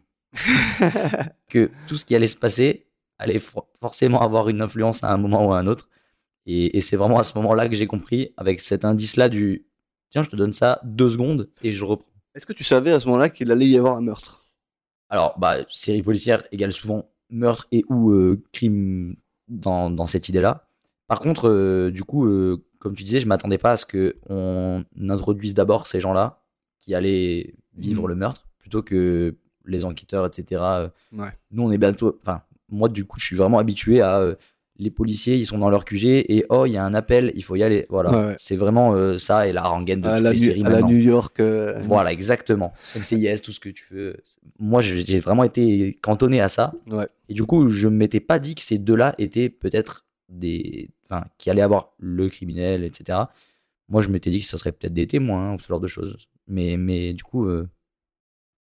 Speaker 2: que tout ce qui allait se passer allait for- forcément avoir une influence à un moment ou à un autre. Et, et c'est vraiment à ce moment-là que j'ai compris, avec cet indice-là du tiens, je te donne ça deux secondes et je reprends.
Speaker 1: Est-ce que tu savais à ce moment-là qu'il allait y avoir un meurtre
Speaker 2: Alors, bah, série policière égale souvent meurtre et ou euh, crime dans, dans cette idée-là. Par contre, euh, du coup, euh, comme tu disais, je m'attendais pas à ce que on introduise d'abord ces gens-là qui allaient vivre
Speaker 1: Mhm.
Speaker 2: le meurtre plutôt que les enquêteurs, etc. Euh,
Speaker 1: Ouais.
Speaker 2: Nous, on est bientôt. Enfin, moi, du coup, je suis vraiment habitué à euh, les policiers, ils sont dans leur QG et oh, il y a un appel, il faut y aller. Voilà.
Speaker 1: Ouais, ouais.
Speaker 2: C'est vraiment euh, ça et la rengaine de
Speaker 1: à
Speaker 2: toutes
Speaker 1: la,
Speaker 2: les
Speaker 1: Nu-
Speaker 2: séries
Speaker 1: à la
Speaker 2: maintenant.
Speaker 1: New York euh,
Speaker 2: Voilà, exactement. NCIS, tout ce que tu veux. Moi, je- j'ai vraiment été cantonné à ça.
Speaker 1: Ouais.
Speaker 2: Et du coup, je m'étais pas dit que ces deux-là étaient peut-être des. Enfin, qui allaient avoir le criminel, etc. Moi, je m'étais dit que ce serait peut-être des témoins hein, ou ce genre de choses. Mais, mais du coup, euh,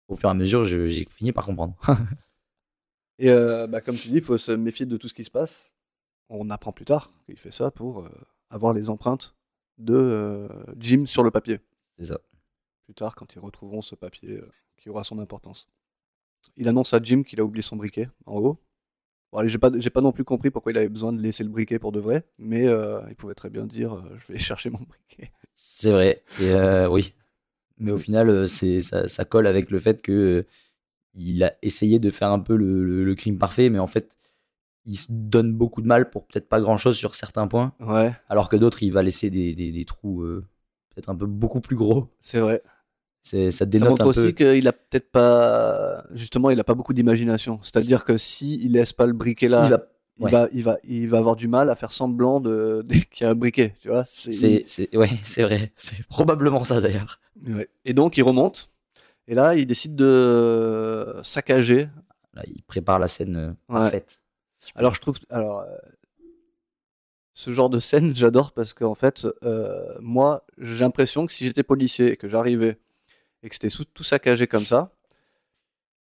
Speaker 2: au fur et à mesure, je- j'ai fini par comprendre.
Speaker 1: Et euh, bah, comme tu dis, il faut se méfier de tout ce qui se passe. On apprend plus tard qu'il fait ça pour euh, avoir les empreintes de euh, Jim sur le papier.
Speaker 2: C'est ça.
Speaker 1: Plus tard, quand ils retrouveront ce papier euh, qui aura son importance. Il annonce à Jim qu'il a oublié son briquet en haut. Bon, allez, j'ai pas, j'ai pas non plus compris pourquoi il avait besoin de laisser le briquet pour de vrai, mais euh, il pouvait très bien dire euh, Je vais chercher mon briquet.
Speaker 2: C'est vrai. Et euh, oui. Mais au final, euh, c'est ça, ça colle avec le fait que euh, il a essayé de faire un peu le, le- le crime parfait, mais en fait, il se donne beaucoup de mal pour peut-être pas grand-chose sur certains points,
Speaker 1: Ouais,
Speaker 2: alors que d'autres, il va laisser des, des- des trous euh, peut-être un peu beaucoup plus gros.
Speaker 1: c'est vrai.
Speaker 2: C'est, ça
Speaker 1: Ça
Speaker 2: dénote
Speaker 1: montre
Speaker 2: un peu.
Speaker 1: aussi qu'il a peut-être pas. Justement, il a pas beaucoup d'imagination. C'est-à-dire que si il laisse pas le briquet là.
Speaker 2: Il va-
Speaker 1: il,
Speaker 2: Ouais.
Speaker 1: va, il, va, il va avoir du mal à faire semblant de, de- qu'il y a un briquet, tu vois. c'est-
Speaker 2: c'est, c'est- ouais, c'est vrai. C'est probablement ça d'ailleurs.
Speaker 1: Ouais. Et donc, il remonte. Et là, il décide de saccager.
Speaker 2: Là, il prépare la scène euh,
Speaker 1: Ouais.
Speaker 2: parfaite.
Speaker 1: Alors, je trouve... Alors, euh, ce genre de scène, j'adore parce qu'en fait, euh, moi, j'ai l'impression que si j'étais policier et que j'arrivais et que c'était sous- tout saccagé comme ça,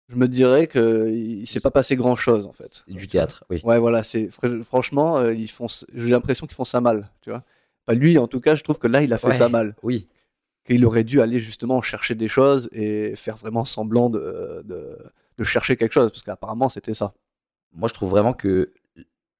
Speaker 1: je me dirais qu'il ne s'est pas passé grand-chose, en fait.
Speaker 2: Du théâtre, oui.
Speaker 1: Ouais, voilà, c'est fr- franchement, euh, ils font, j'ai l'impression qu'ils font ça mal, tu vois. Enfin, lui, en tout cas, je trouve que là, il a fait
Speaker 2: Ouais.
Speaker 1: ça mal.
Speaker 2: Oui.
Speaker 1: qu'il aurait dû aller justement chercher des choses et faire vraiment semblant de, de, de chercher quelque chose, parce qu'apparemment c'était ça.
Speaker 2: moi je trouve vraiment que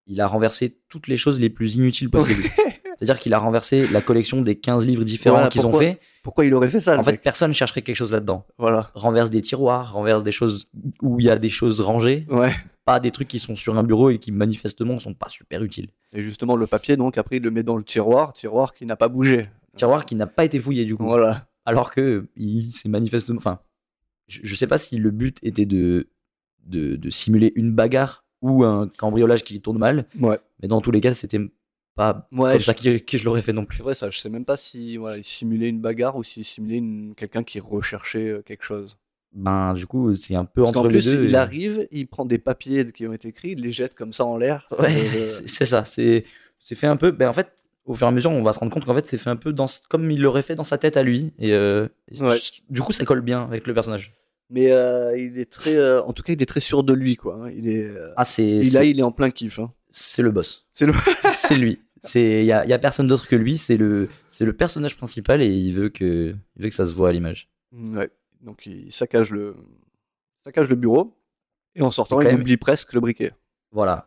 Speaker 2: il a renversé toutes les choses les plus inutiles possibles. C'est-à-dire qu'il a renversé la collection des 15 livres différents
Speaker 1: Voilà,
Speaker 2: qu'ils ont
Speaker 1: pourquoi- Ah,
Speaker 2: fait.
Speaker 1: Pourquoi il aurait fait ça le
Speaker 2: En fait,
Speaker 1: mec
Speaker 2: personne chercherait quelque chose là-dedans.
Speaker 1: voilà.
Speaker 2: Renverse des tiroirs, renverse des choses où il y a des choses rangées,
Speaker 1: Ouais.
Speaker 2: pas des trucs qui sont sur un bureau et qui manifestement sont pas super utiles.
Speaker 1: Et justement, le papier, donc après, il le met dans le tiroir, tiroir qui n'a pas bougé.
Speaker 2: Tiroir qui n'a pas été fouillé du coup.
Speaker 1: Voilà.
Speaker 2: alors que euh, il s'est manifestement. Enfin, je, je sais pas si le but était de, de, de simuler une bagarre ou un cambriolage qui tourne mal,
Speaker 1: Ouais.
Speaker 2: mais dans tous les cas, c'était pas
Speaker 1: Ouais,
Speaker 2: comme
Speaker 1: je-
Speaker 2: ça que, que je l'aurais fait non plus.
Speaker 1: C'est vrai, ça, je sais même pas si voilà, il simulait une bagarre ou s'il simulait une- quelqu'un qui recherchait euh, quelque chose.
Speaker 2: Ben, du coup, c'est un peu
Speaker 1: Parce qu'en
Speaker 2: entre les
Speaker 1: plus,
Speaker 2: deux.
Speaker 1: il
Speaker 2: et-
Speaker 1: arrive, il prend des papiers qui ont été écrits, il les jette comme ça en l'air.
Speaker 2: Ouais,
Speaker 1: Euh,
Speaker 2: c'est- c'est ça. C'est c'est fait un peu. Ben, en fait, au fur et à mesure, on va se rendre compte qu'en fait, c'est fait un peu dans, comme il l'aurait fait dans sa tête à lui. Et, euh,
Speaker 1: Ouais.
Speaker 2: je- du coup, ça colle bien avec le personnage.
Speaker 1: Mais euh, il est très, euh, en tout cas, il est très sûr de lui, quoi. hein. Il est, euh,
Speaker 2: Ah, c'est
Speaker 1: et
Speaker 2: c'est-
Speaker 1: là, il est en plein kiff. hein.
Speaker 2: c'est le boss.
Speaker 1: C'est le-
Speaker 2: c'est lui. C'est il y a, y a personne d'autre que lui. C'est le c'est le personnage principal et il veut que il veut que ça se voit à l'image.
Speaker 1: Mm, Ouais. Donc, il saccage le, saccage le bureau. Et en sortant,
Speaker 2: Quand
Speaker 1: il
Speaker 2: même-
Speaker 1: oublie presque le briquet.
Speaker 2: Voilà.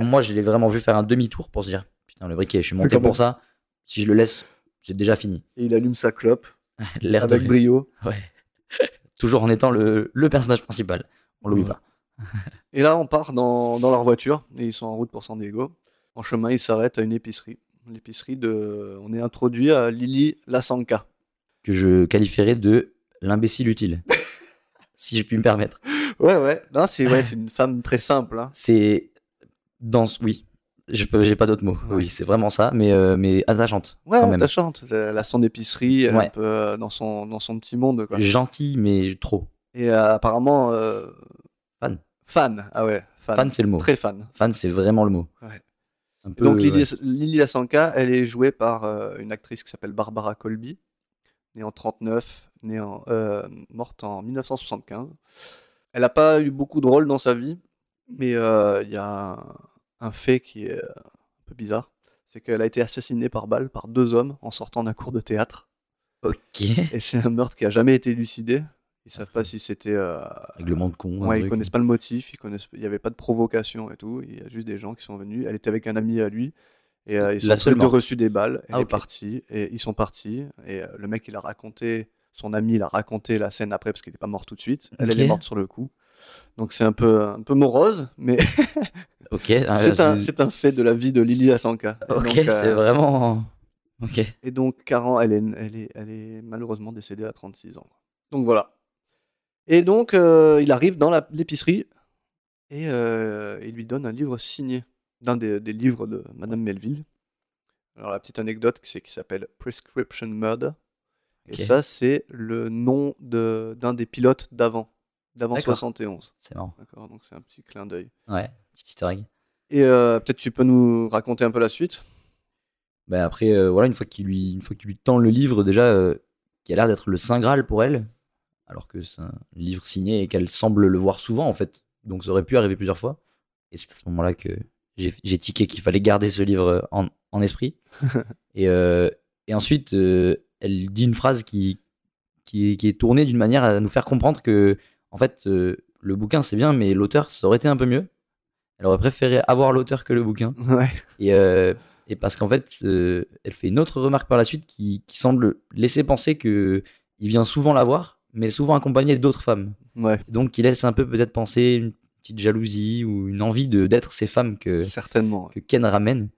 Speaker 2: Moi, je l'ai vraiment vu faire un demi-tour pour se dire putain le briquet, je suis monté
Speaker 1: Quand même.
Speaker 2: pour ça. Si je le laisse, c'est déjà fini.
Speaker 1: Et il allume sa clope
Speaker 2: L'air de
Speaker 1: avec
Speaker 2: rien.
Speaker 1: brio.
Speaker 2: Ouais. Toujours en étant le, le personnage principal. On l'oublie pas.
Speaker 1: Mm. Et là, on part dans, dans leur voiture et ils sont en route pour San Diego. En chemin, ils s'arrêtent à une épicerie. L'épicerie de. On est introduit à Lily Lasanka.
Speaker 2: Que je qualifierais de l'imbécile utile. si je puis me permettre.
Speaker 1: Ouais, ouais. Non, c'est ouais, c'est une femme très simple. hein.
Speaker 2: c'est dense, oui. Je peux, j'ai pas d'autres mots.
Speaker 1: Ouais.
Speaker 2: Oui, c'est vraiment ça, mais euh, mais attachante
Speaker 1: Ouais,
Speaker 2: quand même.
Speaker 1: attachante. Elle a son épicerie, elle est
Speaker 2: Ouais.
Speaker 1: un peu euh, dans son, dans son petit monde. Quoi.
Speaker 2: Gentille, mais trop.
Speaker 1: Et euh, apparemment. euh,
Speaker 2: Fan.
Speaker 1: Fan, ah ouais. Fan.
Speaker 2: Hmm. Fan, c'est le mot.
Speaker 1: Très fan.
Speaker 2: Fan, c'est vraiment le mot.
Speaker 1: Ouais.
Speaker 2: Un
Speaker 1: Et donc,
Speaker 2: peu,
Speaker 1: Lily,
Speaker 2: Euh, ouais.
Speaker 1: Lily Lasanka, elle est jouée par euh, une actrice qui s'appelle Barbara Colby, née en 39, née en, euh, morte en 1975. Elle n'a pas eu beaucoup de rôles dans sa vie, mais euh, il y a un, un fait qui est euh, un peu bizarre. C'est qu'elle a été assassinée par balle par deux hommes en sortant d'un cours de théâtre.
Speaker 2: Ok.
Speaker 1: Et c'est un meurtre qui a jamais été élucidé. Ils savent pas si c'était. euh,
Speaker 2: Règlement de con. un
Speaker 1: Ouais, ils
Speaker 2: truc.
Speaker 1: connaissent pas le motif, ils connaissent, il n'y avait pas de provocation et tout. Il y a juste des gens qui sont venus. Elle était avec un ami à lui et euh, ils sont
Speaker 2: La
Speaker 1: tous
Speaker 2: seule
Speaker 1: les deux
Speaker 2: mort.
Speaker 1: reçu des balles. Elle
Speaker 2: Ah,
Speaker 1: est
Speaker 2: ok.
Speaker 1: partie et ils sont partis et euh, le mec il a raconté, son ami il a raconté la scène après parce qu'il n'est pas mort tout de suite. Elle, elle est
Speaker 2: Ok.
Speaker 1: morte sur le coup. Donc c'est un peu un peu morose, mais
Speaker 2: Ok. ah,
Speaker 1: c'est un,
Speaker 2: c'est-
Speaker 1: c'est un fait de la vie de Lily Asanka. Et
Speaker 2: Ok,
Speaker 1: donc,
Speaker 2: c'est
Speaker 1: euh,
Speaker 2: vraiment. Ok.
Speaker 1: et donc, 40, elle est, elle, est, elle est malheureusement décédée à 36 ans. Donc voilà. Et donc, euh, il arrive dans la- l'épicerie et euh, il lui donne un livre signé d'un des, des livres de Madame Melville. Alors, la petite anecdote, c'est qu'il s'appelle Prescription Murder. Et
Speaker 2: Ok.
Speaker 1: ça, c'est le nom de- d'un des pilotes d'avant, d'avant
Speaker 2: D'accord.
Speaker 1: 71.
Speaker 2: C'est marrant.
Speaker 1: D'accord, donc c'est un petit clin d'œil.
Speaker 2: Ouais. Petit Easter egg.
Speaker 1: Et euh, peut-être tu peux nous raconter un peu la suite
Speaker 2: Bah, après, euh, voilà, une fois qu'il lui, une fois qu'il lui tend le livre, déjà, euh, qui a l'air d'être le saint graal pour elle, alors que c'est un livre signé et qu'elle semble le voir souvent en fait. Donc ça aurait pu arriver plusieurs fois. Et c'est à ce moment-là que j'ai j'ai tiqué qu'il fallait garder ce livre euh, en, en esprit. et, euh, et ensuite, euh, elle dit une phrase qui, qui, est- qui est tournée d'une manière à nous faire comprendre que, en fait, euh, le bouquin c'est bien, mais l'auteur, ça aurait été un peu mieux. Elle aurait préféré avoir l'auteur que le bouquin.
Speaker 1: Ouais.
Speaker 2: Et, euh, et parce qu'en fait, euh, elle fait une autre remarque par la suite qui, qui semble laisser penser que il vient souvent la voir, mais souvent accompagné d'autres femmes.
Speaker 1: Ouais,
Speaker 2: Donc, qui laisse un peu peut-être penser une petite jalousie ou une envie de d'être ces femmes que,
Speaker 1: certainement.
Speaker 2: que Ken ramène.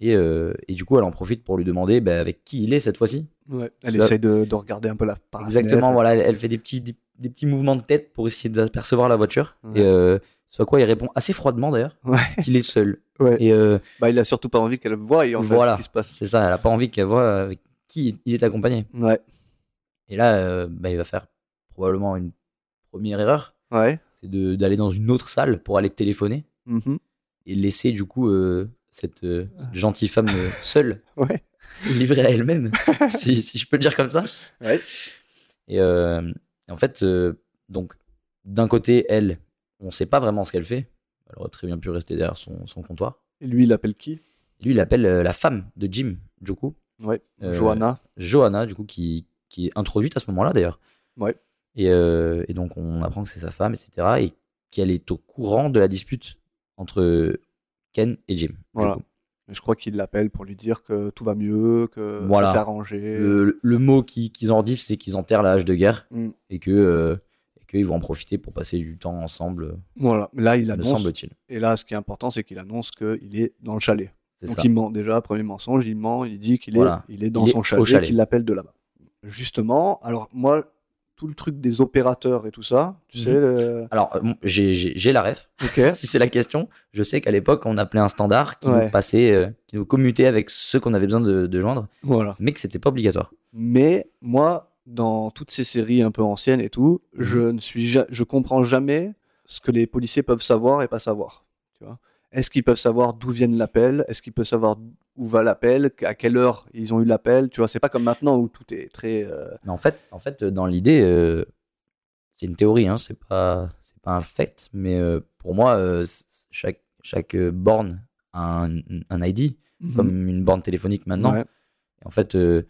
Speaker 2: Et, euh, et du coup, elle en profite pour lui demander bah, avec qui il est cette fois-ci.
Speaker 1: Ouais, elle
Speaker 2: Tu vois-
Speaker 1: essaye de, de regarder un peu la par la
Speaker 2: Exactement,
Speaker 1: fenêtre.
Speaker 2: voilà, elle, elle fait des petits, des, des petits mouvements de tête pour essayer d'apercevoir la voiture.
Speaker 1: Ouais.
Speaker 2: Et euh, ce à quoi il répond assez froidement d'ailleurs
Speaker 1: Ouais.
Speaker 2: qu'il est seul.
Speaker 1: Ouais.
Speaker 2: Et euh,
Speaker 1: Bah, il a surtout pas envie qu'elle voie en fait,
Speaker 2: Voilà.
Speaker 1: ce qui se passe.
Speaker 2: c'est ça, elle a pas envie qu'elle voit avec qui il est accompagné.
Speaker 1: Ouais,
Speaker 2: Et là, euh, bah, il va faire probablement une première erreur,
Speaker 1: ouais.
Speaker 2: c'est de- d'aller dans une autre salle pour aller téléphoner
Speaker 1: mhm,
Speaker 2: et laisser du coup euh, cette, euh, cette gentille femme euh, seule,
Speaker 1: Ah. Ouais.
Speaker 2: livrée à elle-même, si, si je peux le dire comme ça.
Speaker 1: Ouais.
Speaker 2: Et, euh, et en fait, euh, donc, d'un côté, elle, on sait pas vraiment ce qu'elle fait. Elle aurait très bien pu rester derrière son, son comptoir.
Speaker 1: Et lui, il appelle qui
Speaker 2: Lui, il appelle euh, la femme de Jim, du coup.
Speaker 1: Ouais,
Speaker 2: Euh,
Speaker 1: Johanna.
Speaker 2: Johanna, du coup, qui, qui est introduite à ce moment-là, d'ailleurs.
Speaker 1: Ouais.
Speaker 2: Et, euh, et donc, on apprend que c'est sa femme, etc. Et qu'elle est au courant de la dispute entre Ken et Jim. du
Speaker 1: Voilà.
Speaker 2: coup.
Speaker 1: Je crois qu'il l'appelle pour lui dire que tout va mieux, que
Speaker 2: Voilà.
Speaker 1: ça s'est arrangé.
Speaker 2: Le, le mot qui- qu'ils en disent, c'est qu'ils enterrent la hache de guerre
Speaker 1: Mm.
Speaker 2: et que euh, et qu'ils vont en profiter pour passer du temps ensemble,
Speaker 1: Voilà. Là, il
Speaker 2: me
Speaker 1: annonce.
Speaker 2: semble-t-il.
Speaker 1: Et là, ce qui est important, c'est qu'il annonce qu'il est dans le chalet.
Speaker 2: C'est
Speaker 1: Donc
Speaker 2: ça.
Speaker 1: il ment déjà, premier mensonge, il ment, il dit qu'il
Speaker 2: Voilà.
Speaker 1: est, il est dans
Speaker 2: Il est
Speaker 1: son
Speaker 2: au
Speaker 1: chalet,
Speaker 2: chalet.
Speaker 1: qu'il l'appelle de là-bas. Justement, alors moi, tout le truc des opérateurs et tout ça, tu
Speaker 2: Mhm.
Speaker 1: sais, le-
Speaker 2: Alors, euh, bon, j'ai- j'ai j'ai la ref.
Speaker 1: ok,
Speaker 2: Si c'est la question, je sais qu'à l'époque, on appelait un standard qui
Speaker 1: Ouais.
Speaker 2: nous passait, euh, qui nous commutait avec ceux qu'on avait besoin de, de joindre,
Speaker 1: voilà.
Speaker 2: mais que c'était pas obligatoire.
Speaker 1: Mais moi, dans toutes ces séries un peu anciennes et tout,
Speaker 2: Mhm.
Speaker 1: je ne suis ja- je comprends jamais ce que les policiers peuvent savoir et pas savoir. Tu vois Est-ce qu'ils peuvent savoir d'où viennent l'appel Est-ce qu'ils peuvent savoir où va l'appel À quelle heure ils ont eu l'appel Tu vois, c'est pas comme maintenant où tout est très. euh,
Speaker 2: Mais en fait, en fait dans l'idée, euh, c'est une théorie, hein, c'est pas, c'est pas un fait, mais euh, pour moi, euh, c- chaque, chaque euh, borne a un, un ID, comme une borne téléphonique Mhm. maintenant.
Speaker 1: Mhm. Ouais.
Speaker 2: En fait, euh,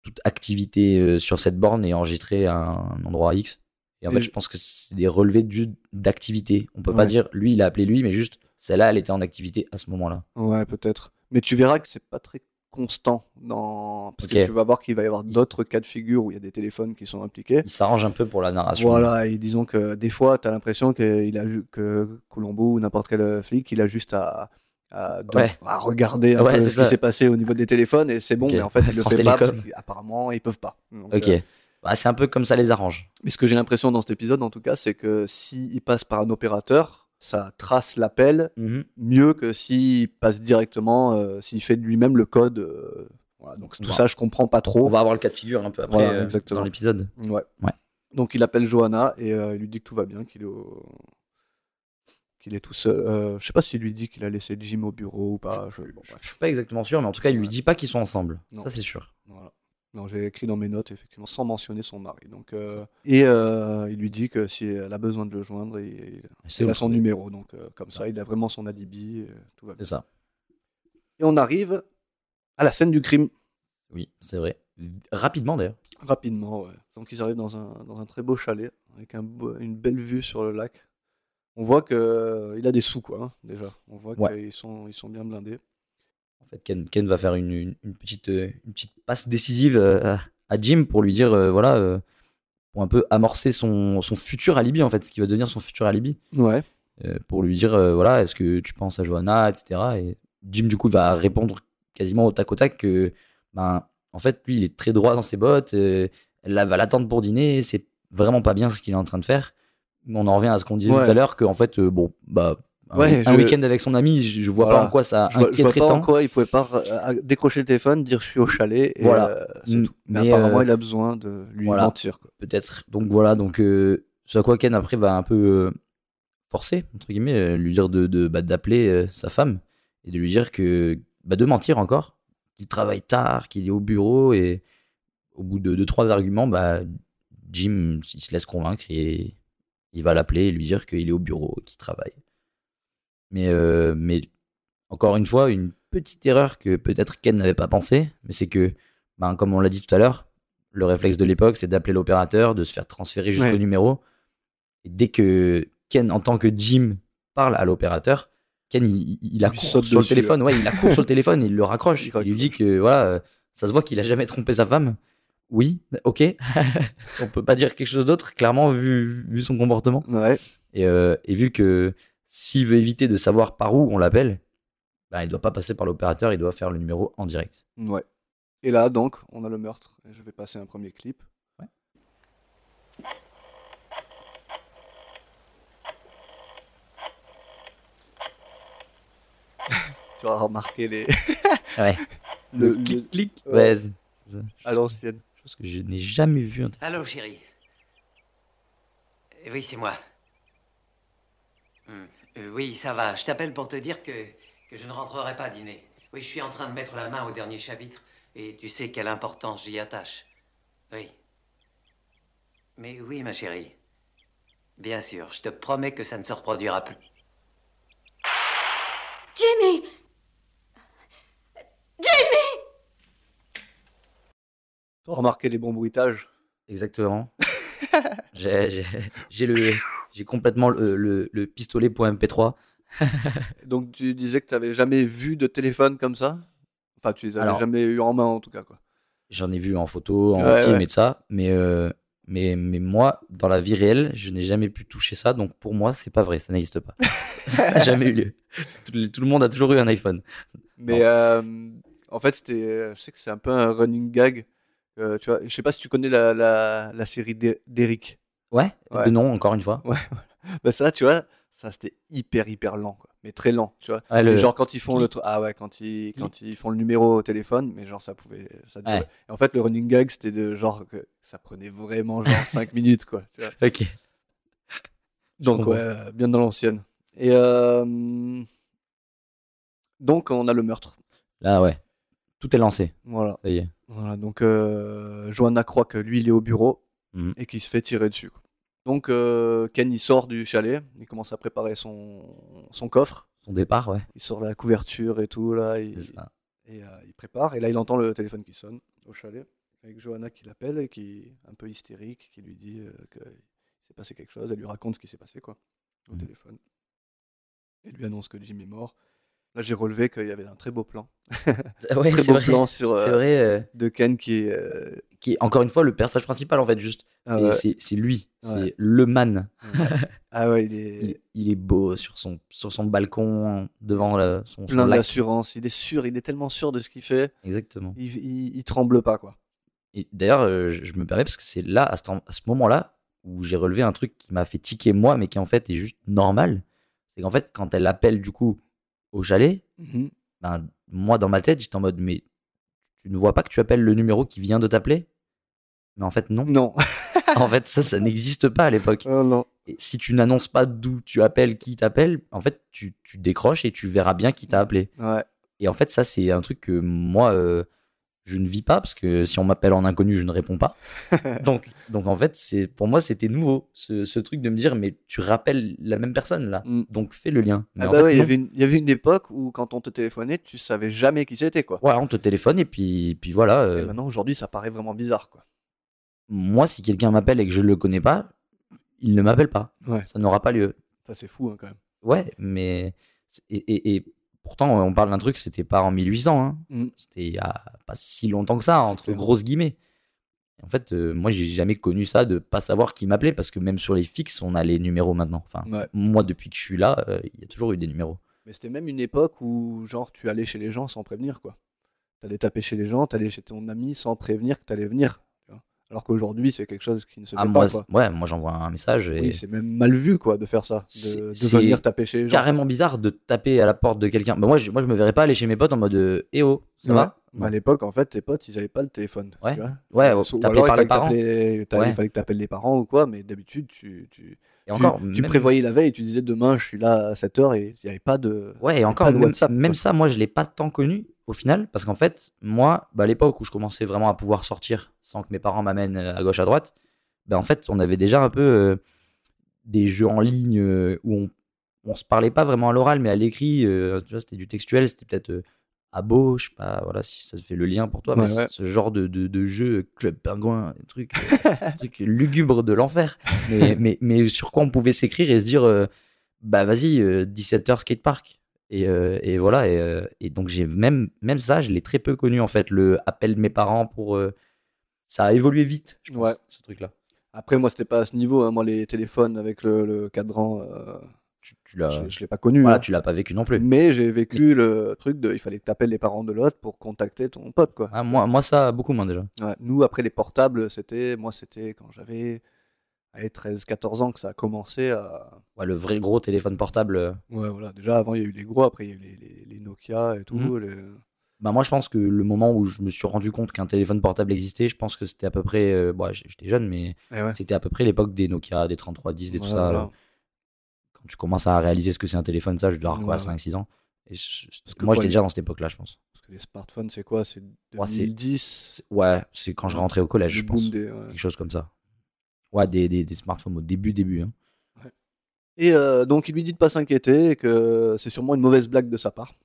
Speaker 2: toute activité euh, sur cette borne est enregistrée à un endroit X. Et en
Speaker 1: Et
Speaker 2: fait,
Speaker 1: je-
Speaker 2: je pense que c'est des relevés du- d'activité. On peut pas
Speaker 1: Ouais.
Speaker 2: dire lui, il a appelé lui, mais juste celle-là, elle était en activité à ce moment-là.
Speaker 1: Ouais, peut-être. Mais tu verras que c'est pas très constant dans parce que
Speaker 2: Ok.
Speaker 1: tu vas voir qu'il va y avoir
Speaker 2: Il-
Speaker 1: d'autres cas de figure où il y a des téléphones qui sont impliqués.
Speaker 2: Il s'arrange un peu pour la narration.
Speaker 1: Voilà, et disons que des fois, tu as l'impression que, il a ju- que Colombo ou n'importe quel euh, flic, il a juste à, à, don-
Speaker 2: Ouais.
Speaker 1: à regarder un
Speaker 2: Ouais,
Speaker 1: peu
Speaker 2: c'est
Speaker 1: ce
Speaker 2: ça.
Speaker 1: qui s'est passé au niveau des téléphones, et c'est bon,
Speaker 2: Ok.
Speaker 1: mais en fait, il le
Speaker 2: France
Speaker 1: fait pas parce
Speaker 2: Télécom.
Speaker 1: qu'apparemment, ils peuvent pas. Donc,
Speaker 2: Ok.
Speaker 1: euh,
Speaker 2: Bah, c'est un peu comme ça les arrange.
Speaker 1: mais ce que j'ai l'impression dans cet épisode, en tout cas, c'est que s'il passe par un opérateur, ça trace l'appel mieux que s'il passe directement, euh, s'il fait de lui-même le code. euh, voilà, donc tout
Speaker 2: Voilà.
Speaker 1: ça, je comprends pas trop.
Speaker 2: On va avoir le cas de figure un peu après
Speaker 1: Voilà,
Speaker 2: euh,
Speaker 1: exactement.
Speaker 2: dans l'épisode.
Speaker 1: Ouais.
Speaker 2: Ouais.
Speaker 1: Donc il appelle Johanna et euh, il lui dit que tout va bien, qu'il est, au- qu'il est tout seul. Euh, je sais pas s'il lui dit qu'il a laissé Jim au bureau ou pas. Bah, je- bon,
Speaker 2: Je
Speaker 1: bref.
Speaker 2: suis pas exactement sûr, mais en tout cas, il
Speaker 1: Ouais.
Speaker 2: lui dit pas qu'ils sont ensemble.
Speaker 1: Non.
Speaker 2: Ça, c'est sûr.
Speaker 1: Voilà. Non, j'ai écrit dans mes notes, effectivement, sans mentionner son mari. Donc, euh, et euh, il lui dit que si elle a besoin de le joindre, il,
Speaker 2: C'est
Speaker 1: il a
Speaker 2: où
Speaker 1: son
Speaker 2: trouver
Speaker 1: numéro. Donc, euh, comme
Speaker 2: Ça.
Speaker 1: ça. il a vraiment son alibi. euh, tout va bien.
Speaker 2: C'est ça.
Speaker 1: Et on arrive à la scène du crime.
Speaker 2: Oui, c'est vrai. Rapidement d'ailleurs.
Speaker 1: Rapidement, ouais. Donc ils arrivent dans un, dans un très beau chalet, avec un beau- une belle vue sur le lac. On voit qu'il a des sous, quoi, hein, déjà. On voit
Speaker 2: Ouais.
Speaker 1: qu'ils sont, ils sont bien blindés.
Speaker 2: En fait, Ken, Ken va faire une, une- une petite, euh, une petite passe décisive euh, à à Jim pour lui dire, euh, voilà, euh, pour un peu amorcer son, son futur alibi, en fait, ce qui va devenir son futur alibi,
Speaker 1: Ouais.
Speaker 2: euh, pour lui dire, euh, voilà, est-ce que tu penses à Johanna, etc. Et Jim, du coup, va répondre quasiment au tac au tac que, ben, en fait, lui, il est très droit dans ses bottes, euh, elle la- va l'attendre pour dîner, c'est vraiment pas bien ce qu'il est en train de faire. Mais on en revient à ce qu'on disait
Speaker 1: Ouais.
Speaker 2: tout à l'heure, qu'en fait, euh, bon, bah, un,
Speaker 1: Ouais,
Speaker 2: un
Speaker 1: je-
Speaker 2: week-end avec son ami, je, je vois
Speaker 1: Voilà.
Speaker 2: pas en quoi ça
Speaker 1: Je vois, je vois
Speaker 2: inquiéterait
Speaker 1: pas en
Speaker 2: tant.
Speaker 1: quoi il pouvait pas euh, décrocher le téléphone, dire je suis au chalet, et
Speaker 2: Voilà.
Speaker 1: euh, c'est
Speaker 2: Mm,
Speaker 1: tout. Mais,
Speaker 2: mais,
Speaker 1: apparemment,
Speaker 2: euh,
Speaker 1: il a besoin de lui
Speaker 2: voilà.
Speaker 1: mentir. quoi.
Speaker 2: peut-être. Donc voilà, donc euh, ce à quoi Ken après va un peu euh, forcer, entre guillemets, euh, lui dire de, de- bah, d'appeler euh, sa femme et de lui dire que bah, de mentir encore, qu'il travaille tard, qu'il est au bureau et au bout de, de trois arguments, bah, Jim il se laisse convaincre et il va l'appeler et lui dire qu'il est au bureau, qu'il travaille. Mais, euh, mais encore une fois, une petite erreur que peut-être Ken n'avait pas pensé, mais c'est que, ben, comme on l'a dit tout à l'heure, le réflexe de l'époque, c'est d'appeler l'opérateur, de se faire transférer jusqu'au
Speaker 1: Ouais.
Speaker 2: numéro. Et dès que Ken, en tant que Jim, parle à l'opérateur, Ken, il, il- il
Speaker 1: lui
Speaker 2: accourt sur
Speaker 1: saute
Speaker 2: le
Speaker 1: dessus, euh.
Speaker 2: téléphone. Ouais, il accourt sur le téléphone, il le raccroche.
Speaker 1: Il
Speaker 2: Il,
Speaker 1: raccroche.
Speaker 2: lui dit que, voilà, euh, ça se voit qu'il a jamais trompé sa femme. Oui, ok. on peut pas dire quelque chose d'autre, clairement, vu- vu son comportement.
Speaker 1: Ouais.
Speaker 2: Et, euh, et vu que s'il veut éviter de savoir par où on l'appelle, ben, il doit pas passer par l'opérateur, il doit faire le numéro en direct.
Speaker 1: ouais. Et là, donc, on a le meurtre. Et Je vais passer un premier clip. tu vas remarquer les...
Speaker 2: Ouais.
Speaker 1: le, le-
Speaker 2: clic.
Speaker 1: ouais.
Speaker 2: Ouais, c'est- c'est ça.
Speaker 1: à l'ancienne.
Speaker 2: Chose que je n'ai jamais vu.
Speaker 3: Allô, chérie. Euh, Oui, c'est moi. Hmm. Euh, oui, ça va. Je t'appelle pour te dire que, que je ne rentrerai pas dîner. Oui, je suis en train de mettre la main au dernier chapitre et tu sais quelle importance j'y attache. Oui. Mais oui, ma chérie. Bien sûr, je te promets que ça ne se reproduira plus.
Speaker 4: Jimmy
Speaker 1: Tu vas remarquer les bons bruitages.
Speaker 2: Exactement. j'ai j'ai- j'ai le, j'ai complètement le, le, le pistolet pour MP3.
Speaker 1: Donc, tu disais que tu n'avais jamais vu de téléphone comme ça Enfin, tu les avais
Speaker 2: Alors-
Speaker 1: jamais eu en main, en tout cas. Quoi.
Speaker 2: J'en ai vu en photo, en
Speaker 1: Ouais,
Speaker 2: film
Speaker 1: ouais.
Speaker 2: et tout ça, mais, euh, mais, mais moi, dans la vie réelle, je n'ai jamais pu toucher ça, donc pour moi, c'est pas vrai, ça n'existe pas. ça n'a jamais eu lieu. Tout le- tout le monde a toujours eu un iPhone.
Speaker 1: Mais euh, en fait, c'était, euh, je sais que c'est un peu un running gag. Euh, tu vois, je sais pas si tu connais la, la, la série d'E- d'Eric.
Speaker 2: Ouais,
Speaker 1: Ouais.
Speaker 2: de non, encore une fois.
Speaker 1: Bah ça, tu vois, ça c'était hyper hyper lent, quoi. mais très lent, tu vois.
Speaker 2: Ouais,
Speaker 1: Et
Speaker 2: le-
Speaker 1: Genre quand ils font le tr- ah ouais, quand ils quand ils font le numéro au téléphone, mais genre ça pouvait, ça durait.
Speaker 2: Ouais.
Speaker 1: Et en fait, le running gag c'était de genre que ça prenait vraiment genre 5 minutes, quoi. tu vois.
Speaker 2: Ok.
Speaker 1: Donc
Speaker 2: comprends.
Speaker 1: ouais, euh, bien dans l'ancienne. Et euh, donc on a le meurtre.
Speaker 2: Là, ouais. Tout est lancé.
Speaker 1: Voilà.
Speaker 2: Ça y est.
Speaker 1: Voilà, donc euh, Johanna croit que lui, il est au bureau
Speaker 2: Mhm.
Speaker 1: et qu'il se fait tirer dessus. quoi. Donc, euh, Ken, il sort du chalet, il commence à préparer son, son coffre,
Speaker 2: Son départ, ouais.
Speaker 1: il sort la couverture et tout, là, il,
Speaker 2: C'est ça.
Speaker 1: et euh, il prépare. Et là, il entend le téléphone qui sonne au chalet, avec Johanna qui l'appelle et qui est un peu hystérique, qui lui dit euh, que qu'il s'est passé quelque chose. Elle lui raconte ce qui s'est passé, quoi, au
Speaker 2: Mhm.
Speaker 1: téléphone. Elle lui annonce que Jim est mort. Là, j'ai relevé qu'il y avait un très beau plan.
Speaker 2: Ouais,
Speaker 1: très
Speaker 2: c'est
Speaker 1: beau
Speaker 2: vrai.
Speaker 1: plan sur,
Speaker 2: C'est
Speaker 1: euh,
Speaker 2: vrai. euh,
Speaker 1: de Ken qui est. euh,
Speaker 2: qui est encore une fois le personnage principal en fait juste
Speaker 1: Ah
Speaker 2: C'est-
Speaker 1: ouais.
Speaker 2: c'est c'est lui
Speaker 1: Ouais.
Speaker 2: c'est le man
Speaker 1: Ah ouais, il est
Speaker 2: il, il est beau sur son sur son balcon devant la- son, son
Speaker 1: plein
Speaker 2: lac
Speaker 1: d'assurance. Il est sûr, il est tellement sûr de ce qu'il fait.
Speaker 2: exactement
Speaker 1: Il, il, il tremble pas, quoi.
Speaker 2: et d'ailleurs euh, je, je me permets parce que c'est là à ce, temps- à ce moment là où j'ai relevé un truc qui m'a fait tiquer moi mais qui en fait est juste normal c'est qu'en fait quand elle appelle du coup au chalet ben, moi dans ma tête j'étais en mode mais tu ne vois pas que tu appelles le numéro qui vient de t'appeler mais en fait non
Speaker 1: Non.
Speaker 2: en fait ça ça n'existe pas à l'époque
Speaker 1: Oh non.
Speaker 2: Et si tu n'annonces pas d'où tu appelles, qui t'appelle, en fait, tu, tu décroches et tu verras bien qui t'a appelé.
Speaker 1: Ouais.
Speaker 2: Et en fait, ça, c'est un truc que moi, euh, je ne vis pas parce que si on m'appelle en inconnu, je ne réponds pas. donc, donc en fait, c'est pour moi, c'était nouveau ce, ce truc de me dire, mais tu rappelles la même personne là,
Speaker 1: Mm.
Speaker 2: donc fais le lien. Mais
Speaker 1: Ah
Speaker 2: en
Speaker 1: bah
Speaker 2: fait,
Speaker 1: ouais, il y
Speaker 2: non.
Speaker 1: avait une- il y avait une époque où quand on te téléphonait, tu savais jamais qui c'était, quoi.
Speaker 2: Ouais, on te téléphone et puis, puis voilà.
Speaker 1: Et
Speaker 2: euh,
Speaker 1: maintenant, aujourd'hui, ça paraît vraiment bizarre, quoi.
Speaker 2: moi, si quelqu'un m'appelle et que je ne le connais pas, il ne m'appelle pas.
Speaker 1: Ouais.
Speaker 2: Ça n'aura pas lieu.
Speaker 1: Ça, c'est fou, hein, quand même.
Speaker 2: Ouais, mais. c'est- Et, et- et pourtant, on parle d'un truc, c'était pas en 1800. hein.
Speaker 1: Mm.
Speaker 2: C'était il y a pas si longtemps que ça,
Speaker 1: C'est
Speaker 2: entre
Speaker 1: clair.
Speaker 2: grosses guillemets. En fait, euh, moi, j'ai jamais connu ça de pas savoir qui m'appelait, parce que même sur les fixes, on a les numéros maintenant. Enfin,
Speaker 1: Ouais.
Speaker 2: moi, depuis que je suis là, euh, il y a toujours eu des numéros.
Speaker 1: Mais c'était même une époque où, genre, tu allais chez les gens sans prévenir, quoi. T'allais taper chez les gens, t'allais chez ton ami sans prévenir que t'allais venir. tu vois. Alors qu'aujourd'hui, c'est quelque chose qui ne se fait
Speaker 2: Ah,
Speaker 1: pas,
Speaker 2: moi,
Speaker 1: quoi.
Speaker 2: c'est- ouais, moi, j'envoie un message et
Speaker 1: Oui, c'est même mal vu, quoi, de faire ça.
Speaker 2: C'est-
Speaker 1: De, de
Speaker 2: c'est
Speaker 1: venir taper chez les gens.
Speaker 2: carrément bizarre de taper à la porte de quelqu'un. Bah, moi, je, moi, je me verrais pas aller chez mes potes en mode euh, Eh oh, ça
Speaker 1: Ouais. Bah,
Speaker 2: va
Speaker 1: Mais à l'époque, en fait, tes potes, ils n'avaient pas le téléphone.
Speaker 2: Ouais.
Speaker 1: tu vois.
Speaker 2: Ouais, ouais,
Speaker 1: Sauf- ou
Speaker 2: tapé
Speaker 1: alors, il
Speaker 2: par
Speaker 1: fallait
Speaker 2: les
Speaker 1: que
Speaker 2: parents.
Speaker 1: t'appelais- t'as-
Speaker 2: Ouais.
Speaker 1: Il fallait que tu appelles les parents ou quoi, mais d'habitude, tu, tu,
Speaker 2: Et
Speaker 1: tu-
Speaker 2: encore,
Speaker 1: tu
Speaker 2: même-
Speaker 1: prévoyais la veille, tu disais demain, je suis là à 7h et il n'y avait pas de.
Speaker 2: Ouais, et encore,
Speaker 1: euh, pas de
Speaker 2: même,
Speaker 1: WhatsApp,
Speaker 2: même
Speaker 1: quoi.
Speaker 2: ça, moi, je l'ai pas tant connu au final, parce qu'en fait, moi, bah, à l'époque où je commençais vraiment à pouvoir sortir sans que mes parents m'amènent euh, à gauche, à droite, bah, en fait, on avait déjà un peu euh, des jeux en ligne euh, où on, on se parlait pas vraiment à l'oral, mais à l'écrit, euh, tu vois, c'était du textuel, c'était peut-être euh, à beau, je sais pas, voilà, si ça te fait le lien pour toi,
Speaker 1: Ouais,
Speaker 2: mais ce-
Speaker 1: ouais.
Speaker 2: ce genre de, de, de jeu, euh, Club Pingouin, truc, euh, truc lugubre de l'enfer, mais, mais, mais sur quoi on pouvait s'écrire et se dire, euh, bah vas-y, 17h skatepark. Et, euh, et voilà, et, euh, et donc j'ai même, même ça, je l'ai très peu connu en fait, le appel de mes parents pour... euh, ça a évolué vite, je pense,
Speaker 1: Ouais.
Speaker 2: ce truc-là.
Speaker 1: Après, moi, c'était pas à ce niveau. hein. Moi, les téléphones avec le, le cadran, euh,
Speaker 2: Tu, tu l'as...
Speaker 1: je, je l'ai pas connu.
Speaker 2: Voilà,
Speaker 1: hein.
Speaker 2: tu l'as pas vécu non plus.
Speaker 1: Mais j'ai vécu le truc de. Il fallait que tu appelles les parents de l'autre pour contacter ton pote, quoi.
Speaker 2: Ah, moi, moi, ça, beaucoup moins déjà.
Speaker 1: Ouais. Nous, après les portables, c'était. Moi, c'était quand j'avais 13-14 ans que ça a commencé à.
Speaker 2: Ouais, le vrai gros téléphone portable. euh,
Speaker 1: Ouais, voilà. Déjà, avant, il y a eu les gros, après, il y a eu les, les- les Nokia et tout.
Speaker 2: Mhm.
Speaker 1: les-
Speaker 2: Bah, moi, je pense que le moment où je me suis rendu compte qu'un téléphone portable existait, je pense que c'était à peu près. euh, bon, j- j'étais jeune, mais
Speaker 1: Eh ouais.
Speaker 2: c'était à peu près l'époque des Nokia, des 3310, des tout
Speaker 1: Voilà,
Speaker 2: ça.
Speaker 1: voilà.
Speaker 2: euh, Quand tu commences à réaliser ce que c'est un téléphone, ça, je dois avoir quoi,
Speaker 1: Ouais.
Speaker 2: 5-6 ans. Et je- je-
Speaker 1: Parce que quoi,
Speaker 2: moi, j'étais
Speaker 1: les-
Speaker 2: déjà dans cette époque-là, je pense.
Speaker 1: Parce que les smartphones, c'est quoi C'est
Speaker 2: Ouais, c'est-
Speaker 1: 2010
Speaker 2: C'est- Ouais, c'est quand je rentrais au collège,
Speaker 1: le
Speaker 2: je pense.
Speaker 1: boom des- ouais.
Speaker 2: Quelque chose comme ça. Ouais, des, des, des smartphones au début, début. hein.
Speaker 1: Et euh, donc, il lui dit de pas s'inquiéter et que c'est sûrement une mauvaise blague de sa part,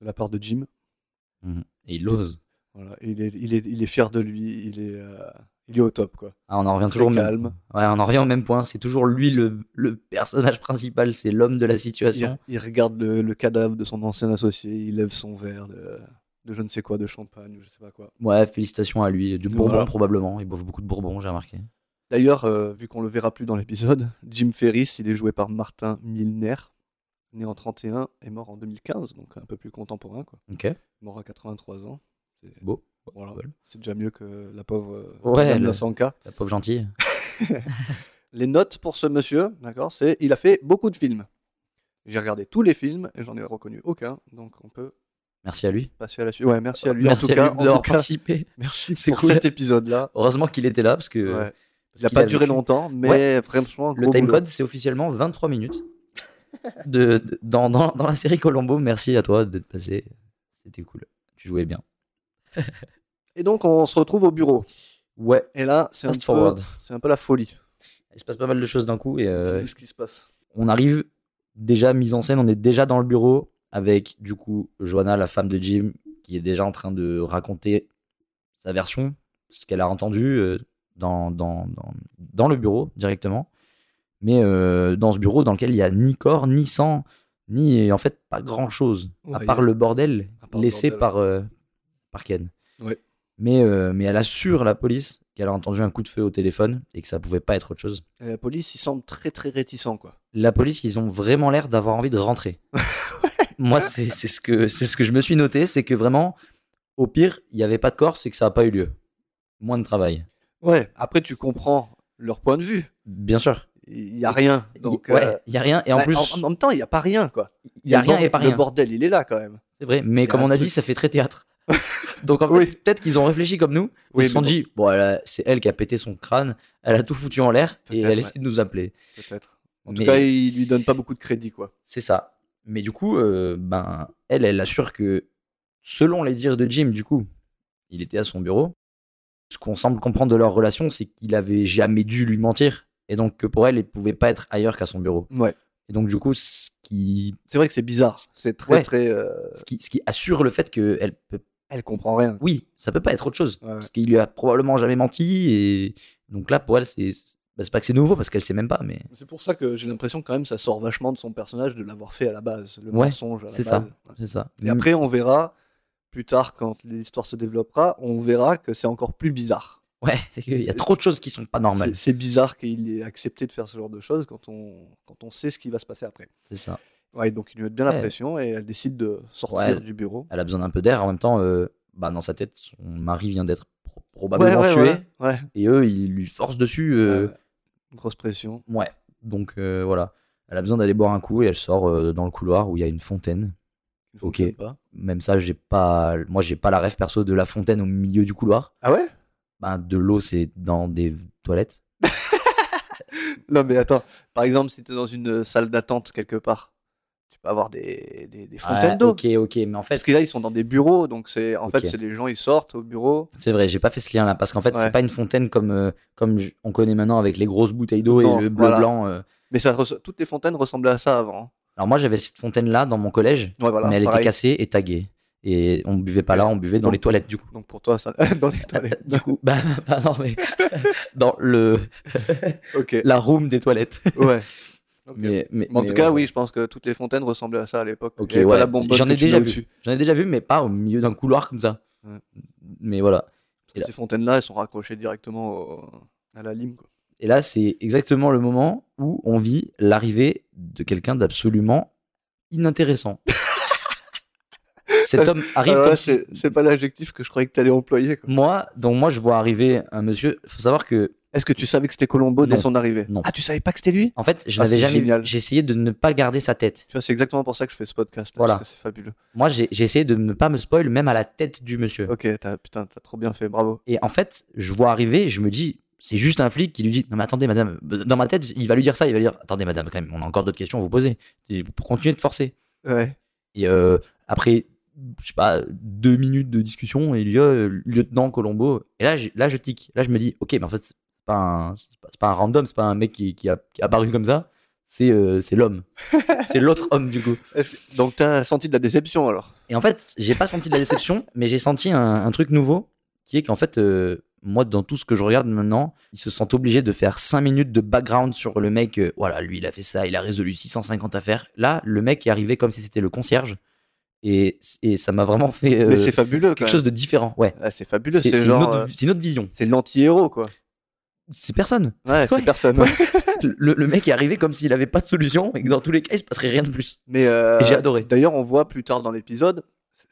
Speaker 1: de la part de Jim. Mmh.
Speaker 2: Mhm. Et il ose.
Speaker 1: Voilà. Et il, est, il, est, il est fier de lui, il est, euh, il est au top. quoi.
Speaker 2: Ah, on en revient
Speaker 1: Très
Speaker 2: toujours au même
Speaker 1: calme.
Speaker 2: point. Ouais, on en revient au même point. C'est toujours lui le, le personnage principal. C'est l'homme de la
Speaker 1: Il,
Speaker 2: situation.
Speaker 1: il regarde le, le cadavre de son ancien associé, il lève son verre de, de je ne sais quoi, de champagne ou je sais pas quoi.
Speaker 2: Ouais, félicitations à lui. Du bourbon,
Speaker 1: Voilà.
Speaker 2: probablement. Il boive beaucoup de bourbon, j'ai remarqué.
Speaker 1: D'ailleurs, euh, vu qu'on le verra plus dans l'épisode, Jim Ferris, il est joué par Martin Milner, né en 31 et mort en 2015, donc un peu plus contemporain. Quoi.
Speaker 2: Ok.
Speaker 1: Mort à 83 ans. C'est-
Speaker 2: Beau.
Speaker 1: Voilà.
Speaker 2: Voilà.
Speaker 1: C'est déjà mieux que la pauvre euh,
Speaker 2: Ouais,
Speaker 1: Madame
Speaker 2: le-
Speaker 1: Lassanka.
Speaker 2: La pauvre gentille.
Speaker 1: Les notes pour ce monsieur, d'accord, c'est il a fait beaucoup de films. J'ai regardé tous les films et j'en ai reconnu aucun, donc on peut
Speaker 2: Merci à lui.
Speaker 1: passer à la suite. Ouais, merci à lui.
Speaker 2: Merci
Speaker 1: en tout
Speaker 2: à
Speaker 1: cas,
Speaker 2: lui
Speaker 1: en tout
Speaker 2: d'avoir
Speaker 1: cas,
Speaker 2: participé.
Speaker 1: merci
Speaker 2: C'est
Speaker 1: pour
Speaker 2: cool.
Speaker 1: cet épisode-là.
Speaker 2: Heureusement qu'il était là parce que.
Speaker 1: Ouais.
Speaker 2: parce
Speaker 1: Il n'a
Speaker 2: qu'il
Speaker 1: pas
Speaker 2: a
Speaker 1: duré
Speaker 2: vécu.
Speaker 1: longtemps, mais
Speaker 2: Ouais,
Speaker 1: franchement,
Speaker 2: Le
Speaker 1: gros boulot.
Speaker 2: timecode, c'est officiellement 23 minutes de, de- dans, dans, dans la série Colombo. Merci à toi d'être passé. C'était cool. Tu jouais bien.
Speaker 1: Et donc, on se retrouve au bureau.
Speaker 2: Ouais.
Speaker 1: Et là, c'est un,
Speaker 2: Fast
Speaker 1: peu-
Speaker 2: forward.
Speaker 1: c'est un peu la folie.
Speaker 2: Il se passe pas mal de choses d'un coup et euh,
Speaker 1: ce qui se passe.
Speaker 2: on arrive déjà mise en scène, on est déjà dans le bureau avec du coup Joanna, la femme de Jim, qui est déjà en train de raconter sa version, ce qu'elle a entendu euh, dans, dans, dans, dans le bureau directement. Mais euh, dans ce bureau dans lequel il n'y a ni corps, ni sang, ni en fait pas grand chose, à
Speaker 1: Ouais,
Speaker 2: part
Speaker 1: il y a-
Speaker 2: le bordel
Speaker 1: à part le
Speaker 2: laissé
Speaker 1: bordel.
Speaker 2: par, euh, par Ken.
Speaker 5: Ouais.
Speaker 2: Mais, euh, mais elle assure la police qu'elle a entendu un coup de feu au téléphone et que ça pouvait pas être autre chose.
Speaker 1: Et la police, ils semblent très très réticents quoi.
Speaker 2: la police, ils ont vraiment l'air d'avoir envie de rentrer. Moi, c'est c'est ce, que- c'est ce que je me suis noté, c'est que vraiment, au pire, il n'y avait pas de corps, c'est que ça n'a pas eu lieu. Moins de travail.
Speaker 1: Ouais. Après, tu comprends leur point de vue.
Speaker 2: Bien sûr.
Speaker 1: Il y a rien. Donc,
Speaker 2: il n'y
Speaker 1: euh,
Speaker 2: a rien, et en
Speaker 1: bah,
Speaker 2: plus,
Speaker 1: en, en même temps, il y a pas rien quoi.
Speaker 2: il n'y a
Speaker 1: Le
Speaker 2: rien
Speaker 1: bord-
Speaker 2: et pas rien.
Speaker 1: Le bordel, il est là quand même.
Speaker 2: C'est vrai, mais
Speaker 1: a
Speaker 2: comme
Speaker 1: un
Speaker 2: on a
Speaker 1: truc.
Speaker 2: dit, ça fait très théâtre. Donc en fait,
Speaker 1: Oui.
Speaker 2: peut-être qu'ils ont réfléchi comme nous,
Speaker 1: Oui,
Speaker 2: ils se sont
Speaker 1: mais bon.
Speaker 2: dit, bon, elle a- c'est elle qui a pété son crâne, elle a tout foutu en l'air, et
Speaker 1: Peut-être,
Speaker 2: elle
Speaker 1: ouais.
Speaker 2: essaie de nous appeler.
Speaker 1: Peut-être. En tout
Speaker 2: Mais-
Speaker 1: cas, il lui donne pas beaucoup de crédit quoi.
Speaker 2: C'est ça. Mais du coup, euh, ben, elle, elle assure que, selon les dires de Jim, du coup, il était à son bureau. Ce qu'on semble comprendre de leur relation, c'est qu'il avait jamais dû lui mentir. Et donc, que pour elle, il pouvait pas être ailleurs qu'à son bureau.
Speaker 1: Ouais.
Speaker 2: Et donc, du coup, ce qui,
Speaker 1: C'est vrai que c'est bizarre. C'est très
Speaker 2: Ouais.
Speaker 1: très. euh,
Speaker 2: ce qui, ce qui assure le fait que elle peut.
Speaker 1: Elle comprend rien.
Speaker 2: Oui, ça peut pas être autre chose.
Speaker 1: Ouais, ouais.
Speaker 2: Parce qu'il lui a probablement jamais menti. Et donc là, pour elle, c'est. bah, c'est pas que c'est nouveau parce qu'elle sait même pas, mais
Speaker 1: C'est pour ça que j'ai l'impression que quand même ça sort vachement de son personnage de l'avoir fait à la base, le
Speaker 2: Ouais,
Speaker 1: mensonge. à la
Speaker 2: c'est ça.
Speaker 1: base.
Speaker 2: c'est ça.
Speaker 1: Et après, on verra plus tard quand l'histoire se développera, on verra que c'est encore plus bizarre.
Speaker 2: Ouais, il y a trop de choses qui sont pas normales.
Speaker 1: C'est- C'est bizarre qu'il ait accepté de faire ce genre de choses quand on, quand on sait ce qui va se passer après.
Speaker 2: C'est ça.
Speaker 1: Ouais, donc ils lui mettent bien la
Speaker 2: Ouais.
Speaker 1: pression et elle décide de sortir
Speaker 2: Ouais.
Speaker 1: du bureau.
Speaker 2: elle a besoin d'un peu d'air. En même temps, euh, bah, dans sa tête, son mari vient d'être pro- probablement tué.
Speaker 1: voilà. Ouais.
Speaker 2: Et eux, ils lui forcent dessus. euh,
Speaker 1: Ouais, Grosse pression.
Speaker 2: ouais. Donc euh, voilà. Elle a besoin d'aller boire un coup et elle sort euh, dans le couloir où il y a une fontaine.
Speaker 1: Il faut
Speaker 2: Ok.
Speaker 1: qu'elle pas.
Speaker 2: Même ça, j'ai pas. Moi, j'ai pas la rêve perso de la fontaine au milieu du couloir.
Speaker 1: Ah ouais
Speaker 2: Ben, de l'eau, c'est dans des toilettes.
Speaker 1: Non mais attends, par exemple si t'es dans une salle d'attente quelque part, tu peux avoir des, des, des fontaines
Speaker 2: Ah,
Speaker 1: d'eau.
Speaker 2: ok, ok. Mais en fait,
Speaker 1: Parce que là ils sont dans des bureaux, donc c'est en
Speaker 2: Ok.
Speaker 1: fait c'est les gens ils sortent au bureau.
Speaker 2: C'est vrai, j'ai pas fait ce lien-là parce qu'en fait,
Speaker 1: Ouais.
Speaker 2: c'est pas une fontaine comme euh, comme j- on connaît maintenant avec les grosses bouteilles d'eau
Speaker 1: Non,
Speaker 2: et le bleu
Speaker 1: voilà.
Speaker 2: blanc. euh.
Speaker 1: Mais ça res- toutes les fontaines ressemblaient à ça avant. hein.
Speaker 2: Alors moi, j'avais cette fontaine-là dans mon collège.
Speaker 1: Ouais, voilà,
Speaker 2: mais elle
Speaker 1: pareil.
Speaker 2: était cassée et taguée. Et on buvait pas là, on buvait dans
Speaker 1: Donc-
Speaker 2: les toilettes du coup.
Speaker 1: Donc pour toi ça dans les toilettes.
Speaker 2: Du coup, bah, bah non, mais dans le,
Speaker 1: ok.
Speaker 2: la room des toilettes.
Speaker 1: Ouais. Ok.
Speaker 2: Mais, mais,
Speaker 1: Mais en
Speaker 2: mais
Speaker 1: tout cas,
Speaker 2: ouais.
Speaker 1: oui, je pense que toutes les fontaines ressemblaient à ça à l'époque.
Speaker 2: Ok,
Speaker 1: Il y avait pas
Speaker 2: ouais.
Speaker 1: la bonbonne
Speaker 2: J'en ai
Speaker 1: que tu
Speaker 2: déjà
Speaker 1: mets
Speaker 2: vu.
Speaker 1: au-dessus.
Speaker 2: J'en ai déjà vu, mais pas au milieu d'un couloir comme ça.
Speaker 1: Ouais.
Speaker 2: Mais voilà. Et là-
Speaker 1: Ces fontaines-là, elles sont raccrochées directement au- à la lime. Quoi.
Speaker 2: Et là, c'est exactement le moment où on vit l'arrivée de quelqu'un d'absolument inintéressant. Cet homme arrive
Speaker 1: Alors là,
Speaker 2: comme si
Speaker 1: Ah c'est c'est pas l'adjectif que je croyais que tu allais employer. quoi.
Speaker 2: moi, donc moi, je vois arriver un monsieur. Faut savoir que
Speaker 1: Est-ce que tu savais que c'était Colombo dès
Speaker 2: Non.
Speaker 1: son arrivée
Speaker 2: Non.
Speaker 1: Ah, tu savais pas que c'était lui
Speaker 2: En fait, je
Speaker 1: Ah,
Speaker 2: n'avais
Speaker 1: c'est
Speaker 2: jamais.
Speaker 1: génial.
Speaker 2: J'ai essayé de ne pas garder sa tête.
Speaker 1: Tu vois, c'est exactement pour ça que je fais ce podcast. là,
Speaker 2: Voilà.
Speaker 1: Parce que c'est fabuleux.
Speaker 2: Moi, j'ai j'ai essayé de ne pas me spoil, même à la tête du monsieur.
Speaker 1: Ok, t'as- putain, t'as trop bien fait, bravo.
Speaker 2: Et en fait, je vois arriver, je me dis, c'est juste un flic qui lui dit Non, mais attendez, madame. Dans ma tête, il va lui dire ça. Il va lui dire Attendez, madame, quand même, on a encore d'autres questions à vous poser. Et Pour continuer de forcer.
Speaker 1: Ouais.
Speaker 2: Et euh, après, je sais pas, deux minutes de discussion, il y a euh, lieutenant Colombo. Et là, je, là, je tique. Là, je me dis Ok, mais en fait, c'est pas un, c'est pas, c'est pas un random, c'est pas un mec qui, qui, a, qui est apparu comme ça. C'est euh, c'est l'homme. C'est- C'est l'autre homme, du coup.
Speaker 1: Est-ce que- Donc t'as senti de la déception alors
Speaker 2: Et en fait, j'ai pas senti de la déception, mais j'ai senti un, un truc nouveau qui est qu'en fait, euh, moi, dans tout ce que je regarde maintenant, ils se sentent obligés de faire 5 minutes de background sur le mec. euh, voilà, lui, il a fait ça, il a résolu 650 affaires. Là, le mec est arrivé comme si c'était le concierge. Et, et ça m'a vraiment fait euh,
Speaker 1: Mais c'est fabuleux quand
Speaker 2: quelque
Speaker 1: même.
Speaker 2: chose de différent. Ouais.
Speaker 1: Ah, c'est fabuleux,
Speaker 2: C'est
Speaker 1: c'est
Speaker 2: c'est une,
Speaker 1: genre.
Speaker 2: autre-
Speaker 1: euh,
Speaker 2: c'est une autre vision.
Speaker 1: C'est l'anti-héros quoi.
Speaker 2: C'est personne.
Speaker 1: Ouais, c'est
Speaker 2: Ouais.
Speaker 1: personne.
Speaker 2: Ouais. Le, le mec est arrivé comme s'il avait pas de solution et que dans tous les cas, il se passerait rien de plus.
Speaker 1: Mais euh,
Speaker 2: Et j'ai adoré.
Speaker 1: D'ailleurs, on voit plus tard dans l'épisode,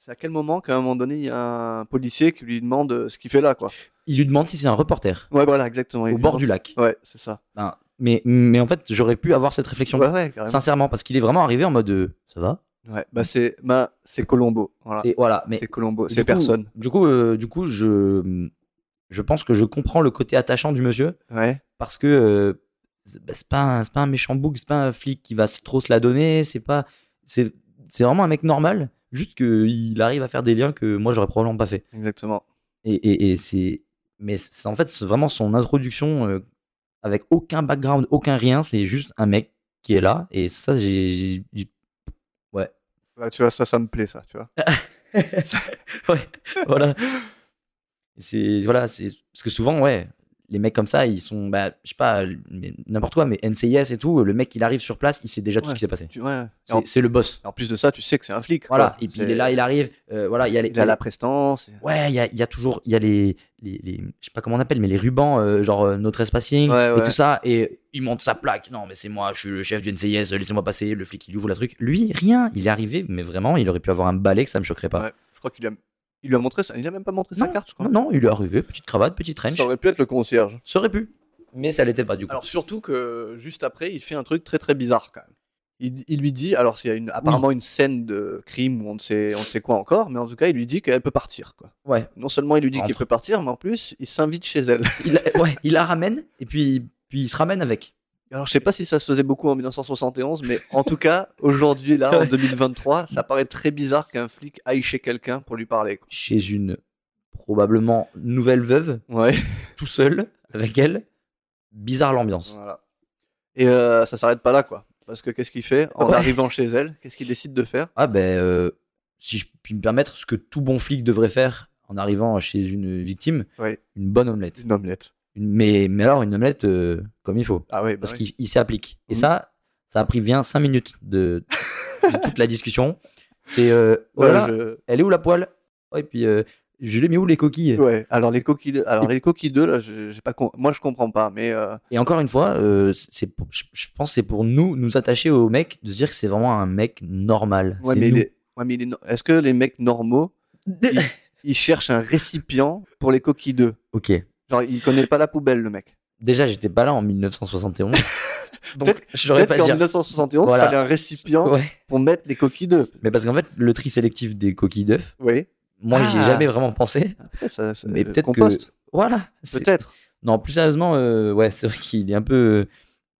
Speaker 1: c'est à quel moment qu'à un moment donné, il y a un policier qui lui demande euh, ce qu'il fait là, quoi.
Speaker 2: Il lui demande si c'est un reporter
Speaker 1: Ouais, voilà, exactement. il
Speaker 2: au
Speaker 1: lui
Speaker 2: bord
Speaker 1: demande-
Speaker 2: du lac.
Speaker 1: Ouais, c'est ça.
Speaker 2: Ben, mais, mais en fait, j'aurais pu avoir cette réflexion.
Speaker 1: Ouais, ouais, carrément.
Speaker 2: Sincèrement, parce qu'il est vraiment arrivé en mode euh, ça va.
Speaker 1: Ouais, bah c'est, bah, c'est Colombo. Voilà.
Speaker 2: C'est voilà, mais
Speaker 1: C'est Colombo,
Speaker 2: du
Speaker 1: c'est
Speaker 2: coup-
Speaker 1: personne.
Speaker 2: Du coup, euh, du coup, je je pense que je comprends le côté attachant du monsieur
Speaker 1: Ouais.
Speaker 2: parce que euh, c'est bah, c'est pas un- c'est pas un méchant bouc, c'est pas un flic qui va se- trop se la donner, c'est pas c'est c'est vraiment un mec normal, juste qu'il arrive à faire des liens que moi j'aurais probablement pas fait.
Speaker 1: Exactement.
Speaker 2: Et, et- et c'est mais c'est en fait c'est vraiment son introduction euh, avec aucun background, aucun rien. C'est juste un mec qui est là. Et ça, j'ai. j'ai- j'ai-
Speaker 1: Bah, tu vois, ça, ça me plaît, ça, tu vois.
Speaker 2: ouais, voilà. C'est. Voilà. c'est- Parce que souvent, ouais, les mecs comme ça, ils sont. Bah, je sais pas, mais n'importe quoi, mais NCIS et tout. Le mec, il arrive sur place, il sait déjà tout
Speaker 1: Ouais.
Speaker 2: ce qui s'est passé.
Speaker 1: Tu- ouais. Et en,
Speaker 2: C'est c'est le boss.
Speaker 1: et en plus de ça, tu sais que c'est un flic.
Speaker 2: Voilà.
Speaker 1: quoi.
Speaker 2: Et puis
Speaker 1: C'est-
Speaker 2: il est là, il arrive. euh, voilà, il y a les.
Speaker 1: il a la prestance. et-
Speaker 2: Ouais, il y a, il y a toujours, il y a les, les, les- je sais pas comment on appelle, mais les rubans, euh, genre euh, notre espacing
Speaker 1: Ouais,
Speaker 2: et
Speaker 1: ouais.
Speaker 2: tout ça, et il monte sa plaque. Non, mais c'est moi, je suis le chef du NCIS, euh, laissez-moi passer, le flic il ouvre la truc. Lui, rien, il est arrivé, mais vraiment, il aurait pu avoir un balai que ça me choquerait pas.
Speaker 1: Ouais, je crois qu'il lui a, il lui a montré ça. Il a même pas montré sa carte, je crois.
Speaker 2: Non, non, il est arrivé, petite cravate, petite trench,
Speaker 1: ça aurait pu être le concierge.
Speaker 2: ça aurait pu, mais ça l'était pas du coup.
Speaker 1: Alors surtout que juste après, il fait un truc très très bizarre quand même. Il, il lui dit, alors s'il y a une, apparemment une scène de crime ou on ne sait, on ne sait quoi encore, mais en tout cas, il lui dit qu'elle peut partir. Quoi.
Speaker 2: Ouais.
Speaker 1: Non seulement il lui dit
Speaker 2: Rentre.
Speaker 1: qu'il peut partir, mais en plus, il s'invite chez elle.
Speaker 2: il, la- ouais, il la ramène et puis, puis il se ramène avec.
Speaker 1: Alors je sais pas si ça se faisait beaucoup en 1971, mais en tout cas, aujourd'hui, là, en
Speaker 2: Ouais.
Speaker 1: 2023, ça paraît très bizarre qu'un flic aille chez quelqu'un pour lui parler. Quoi.
Speaker 2: Chez une probablement nouvelle veuve,
Speaker 1: Ouais.
Speaker 2: tout seul avec elle, bizarre l'ambiance.
Speaker 1: Voilà. Et euh, ça s'arrête pas là, quoi. Parce que qu'est-ce qu'il fait en
Speaker 2: Ouais.
Speaker 1: arrivant chez elle Qu'est-ce qu'il décide de faire
Speaker 2: Ah ben, euh, si je puis me permettre, ce que tout bon flic devrait faire en arrivant chez une victime,
Speaker 1: Ouais.
Speaker 2: une bonne omelette.
Speaker 1: Une omelette.
Speaker 2: Une- mais, mais alors une omelette euh, comme il faut,
Speaker 1: Ah ouais, bah
Speaker 2: parce
Speaker 1: oui.
Speaker 2: qu'il il s'applique. Et
Speaker 1: Mhm.
Speaker 2: ça, ça a pris bien 5 minutes de, de toute la discussion. C'est, euh, oh là
Speaker 1: Ouais,
Speaker 2: là,
Speaker 1: je-
Speaker 2: elle est où la poêle Oh, Et puis, euh, je l'ai mis où les coquilles
Speaker 1: Ouais, alors les coquilles, alors les coquilles 2, là, je- j'ai pas com- moi je comprends pas, mais euh,
Speaker 2: Et encore une fois, euh, c'est pour- je je pense que c'est pour nous, nous attacher au mec, de se dire que c'est vraiment un mec normal.
Speaker 1: ouais,
Speaker 2: C'est
Speaker 1: mais il
Speaker 2: nous.
Speaker 1: est- ouais, mais il est no- est-ce que les mecs normaux, ils cherchent un récipient pour les coquilles 2
Speaker 2: Ok.
Speaker 1: Genre, il connaît pas la poubelle, le mec.
Speaker 2: Déjà, j'étais pas là en 1971. donc,
Speaker 1: Peut-être-
Speaker 2: je saurais
Speaker 1: Peut-être
Speaker 2: pas
Speaker 1: qu'en
Speaker 2: dire.
Speaker 1: 1971,
Speaker 2: Voilà.
Speaker 1: il fallait un récipient
Speaker 2: Ouais.
Speaker 1: pour mettre les coquilles 2.
Speaker 2: Mais parce qu'en fait, le tri sélectif des coquilles d'œufs,
Speaker 1: Oui,
Speaker 2: moi, j'y ai
Speaker 1: Ah.
Speaker 2: jamais vraiment pensé.
Speaker 1: après, ça, ça-
Speaker 2: Mais
Speaker 1: le
Speaker 2: peut-être que-
Speaker 1: compost,
Speaker 2: Voilà. c'est-
Speaker 1: Peut-être.
Speaker 2: Non, plus sérieusement, euh, ouais, c'est vrai qu'il est un peu. euh,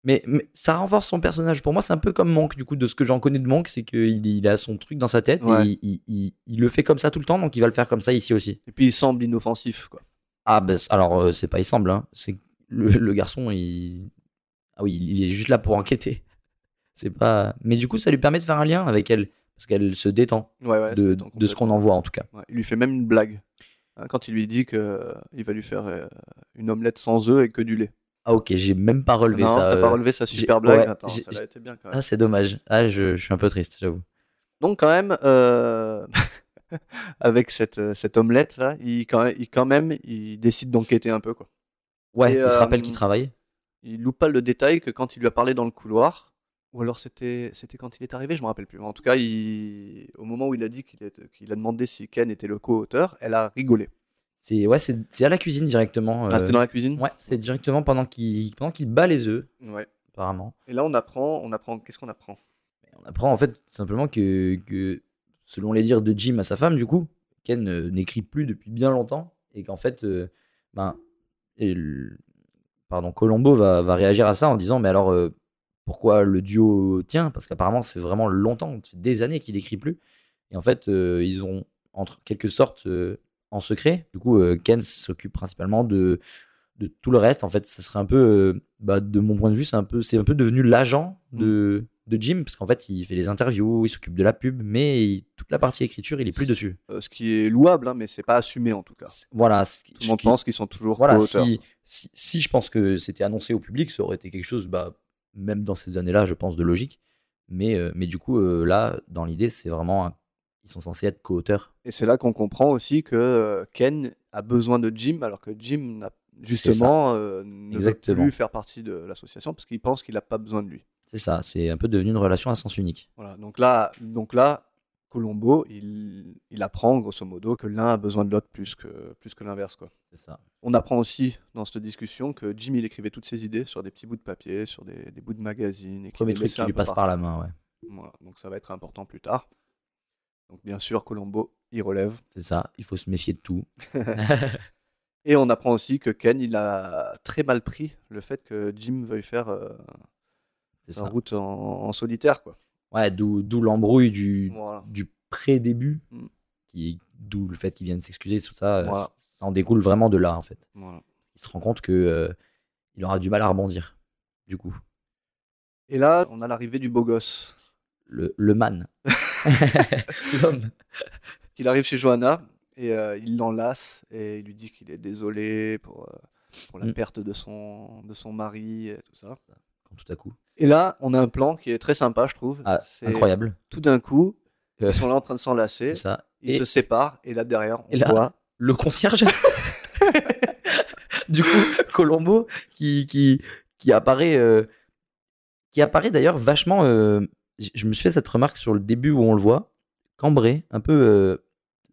Speaker 2: Mais, mais ça renforce son personnage. Pour moi, c'est un peu comme Monk, du coup, de ce que j'en connais de Monk, c'est qu'il il a son truc dans sa tête
Speaker 1: Ouais.
Speaker 2: et il, il- il- il le fait comme ça tout le temps, donc il va le faire comme ça ici aussi.
Speaker 1: Et puis il semble inoffensif, quoi.
Speaker 2: Ah, ben, c'est- alors, euh, c'est pas il semble, hein. C'est le, le garçon, il. Ah oui, il est juste là pour enquêter. C'est pas. Mais du coup, ça lui permet de faire un lien avec elle, parce qu'elle se détend.
Speaker 1: Ouais, ouais, ça
Speaker 2: de,
Speaker 1: m'étonne
Speaker 2: de ce qu'on en voit en tout cas.
Speaker 1: Ouais, il lui fait même une blague hein, quand il lui dit que euh, il va lui faire euh, une omelette sans œufs et que du lait.
Speaker 2: Ah ok, j'ai même pas relevé
Speaker 1: non,
Speaker 2: ça.
Speaker 1: t'as
Speaker 2: euh.
Speaker 1: pas relevé sa
Speaker 2: j'ai-
Speaker 1: super blague.
Speaker 2: ouais,
Speaker 1: Attends,
Speaker 2: j'ai-
Speaker 1: ça a été bien quand même.
Speaker 2: Ah c'est dommage. Ah je, je suis un peu triste, j'avoue.
Speaker 1: Donc quand même, euh, avec cette, euh, cette omelette là, il quand même, il, quand même, il décide d'enquêter un peu quoi.
Speaker 2: Ouais,
Speaker 1: Et,
Speaker 2: il se
Speaker 1: euh,
Speaker 2: rappelle qu'il travaille.
Speaker 1: Il loupe pas le détail que quand il lui a parlé dans le couloir, ou alors c'était c'était quand il est arrivé, je me rappelle plus. Mais En tout cas, il, au moment où il a dit qu'il est- qu'il a demandé si Ken était le co-auteur, elle a rigolé.
Speaker 2: C'est ouais, c'est c'est à la cuisine directement.
Speaker 1: Ah,
Speaker 2: euh,
Speaker 1: c'était dans la cuisine.
Speaker 2: Ouais, c'est directement pendant qu'il pendant qu'il bat les œufs
Speaker 1: Ouais.
Speaker 2: apparemment.
Speaker 1: Et là, on apprend, on apprend, qu'est-ce qu'on apprend
Speaker 2: On apprend en fait tout simplement que, que selon les dires de Jim à sa femme du coup, Ken euh, n'écrit plus depuis bien longtemps et qu'en fait euh, ben et le- pardon Colombo va, va réagir à ça en disant mais alors euh, pourquoi le duo tient parce qu'apparemment c'est vraiment longtemps ça fait des années qu'il écrit plus et en fait euh, ils ont entre quelque sorte euh, en secret du coup euh, Ken s'occupe principalement de de tout le reste en fait ça serait un peu euh, bah, de mon point de vue c'est un peu c'est un peu devenu l'agent de de Jim parce qu'en fait il fait les interviews il s'occupe de la pub mais il- toute la partie écriture il est plus dessus
Speaker 1: Euh, Ce qui est louable, hein, mais c'est pas assumé en tout cas.
Speaker 2: C'est- voilà ce qui-
Speaker 1: Tout le monde
Speaker 2: ce qui-
Speaker 1: pense qu'ils sont toujours
Speaker 2: voilà,
Speaker 1: co-auteurs.
Speaker 2: si, si, si je pense que c'était annoncé au public, ça aurait été quelque chose, bah, même dans ces années-là, je pense, de logique. Mais, euh, mais du coup, euh, là, dans l'idée, c'est vraiment. un- Ils sont censés être co-auteurs.
Speaker 1: Et c'est là qu'on comprend aussi que euh, Ken a besoin de Jim, alors que Jim, n'a-
Speaker 2: C'est
Speaker 1: justement, euh, ne
Speaker 2: Exactement.
Speaker 1: veut plus faire partie de l'association parce qu'il pense qu'il n'a pas besoin de lui.
Speaker 2: C'est ça, c'est un peu devenu une relation à sens unique.
Speaker 1: Voilà, donc là, donc là Colombo, il, il apprend grosso modo que l'un a besoin de l'autre plus que, plus que l'inverse. quoi.
Speaker 2: C'est ça.
Speaker 1: On apprend aussi dans cette discussion que Jim, il écrivait toutes ses idées sur des petits bouts de papier, sur des, des bouts de magazines. Et qu'il
Speaker 2: Premier
Speaker 1: les
Speaker 2: truc
Speaker 1: laissait
Speaker 2: qui
Speaker 1: un
Speaker 2: lui
Speaker 1: peu
Speaker 2: passe
Speaker 1: partout.
Speaker 2: par la main, ouais.
Speaker 1: Voilà, donc ça va être important plus tard. Donc bien sûr, Colombo, il relève.
Speaker 2: C'est ça, il faut se méfier de tout.
Speaker 1: Et on apprend aussi que Ken, il a très mal pris le fait que Jim veuille faire euh,
Speaker 2: C'est
Speaker 1: sa
Speaker 2: ça.
Speaker 1: route en, en solitaire. Quoi.
Speaker 2: Ouais, d'où d'où l'embrouille du,
Speaker 1: Voilà.
Speaker 2: du pré-début,
Speaker 1: Mm.
Speaker 2: qui- d'où le fait qu'il vienne s'excuser, tout ça. euh,
Speaker 1: Voilà.
Speaker 2: Ça en découle vraiment de là, en fait.
Speaker 1: voilà.
Speaker 2: il se rend compte que euh, il aura du mal à rebondir, du coup.
Speaker 1: Et là, on a l'arrivée du beau gosse.
Speaker 2: Le, le man. L'homme.
Speaker 1: Il arrive chez Johanna et euh, il l'enlace et il lui dit qu'il est désolé pour, euh, pour la
Speaker 2: Mm.
Speaker 1: perte de son, de son mari et tout ça.
Speaker 2: Quand tout à coup.
Speaker 1: Et là, on a un plan qui est très sympa, je trouve.
Speaker 2: Ah,
Speaker 1: C'est
Speaker 2: incroyable.
Speaker 1: Tout d'un coup,
Speaker 2: Euh,
Speaker 1: ils sont là en train de s'enlacer,
Speaker 2: C'est ça.
Speaker 1: ils
Speaker 2: Et
Speaker 1: se séparent et là derrière, on
Speaker 2: et là-
Speaker 1: voit.
Speaker 2: le concierge. du coup, Colombo qui, qui, qui apparaît, euh, qui apparaît d'ailleurs vachement. euh, j- je me suis fait cette remarque sur le début où on le voit, cambré, un peu euh,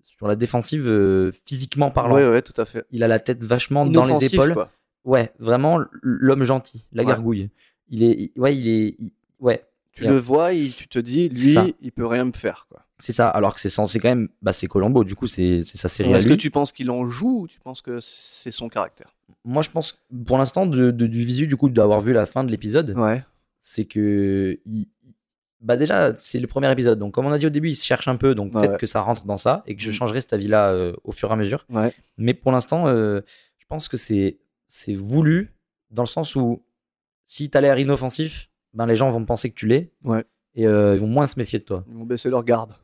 Speaker 2: sur la défensive euh, physiquement parlant.
Speaker 1: Ouais, ouais, tout à fait.
Speaker 2: Il a la tête vachement dans les
Speaker 1: Inoffensif,
Speaker 2: épaules.
Speaker 1: quoi.
Speaker 2: Ouais, vraiment l- l'homme gentil, la
Speaker 1: Ouais.
Speaker 2: gargouille. Il est, il- ouais, il est, il- ouais,
Speaker 1: Tu
Speaker 2: Yeah.
Speaker 1: le vois, et tu te dis,
Speaker 2: C'est ça.
Speaker 1: lui, il peut rien me faire. Quoi.
Speaker 2: c'est ça. Alors que c'est censé quand même, bah c'est Colombo. Du coup, c'est c'est sa série à
Speaker 1: Est-ce que
Speaker 2: lui.
Speaker 1: tu penses qu'il en joue ou tu penses que c'est son caractère
Speaker 2: Moi, je pense pour l'instant de- de- du visu, du coup, d'avoir vu la fin de l'épisode,
Speaker 1: Ouais.
Speaker 2: c'est que il- il- bah déjà c'est le premier épisode donc comme on a dit au début il se cherche un peu donc
Speaker 1: Ouais,
Speaker 2: peut-être
Speaker 1: ouais.
Speaker 2: que ça rentre dans ça et que je
Speaker 1: Mm.
Speaker 2: changerai cet avis là au fur et à mesure
Speaker 1: Ouais.
Speaker 2: mais pour l'instant euh, je pense que c'est c'est voulu dans le sens où si t'as l'air inoffensif ben les gens vont penser que tu l'es
Speaker 1: Ouais.
Speaker 2: et euh, ils vont moins se méfier de toi
Speaker 1: Ils vont baisser ben, leur garde.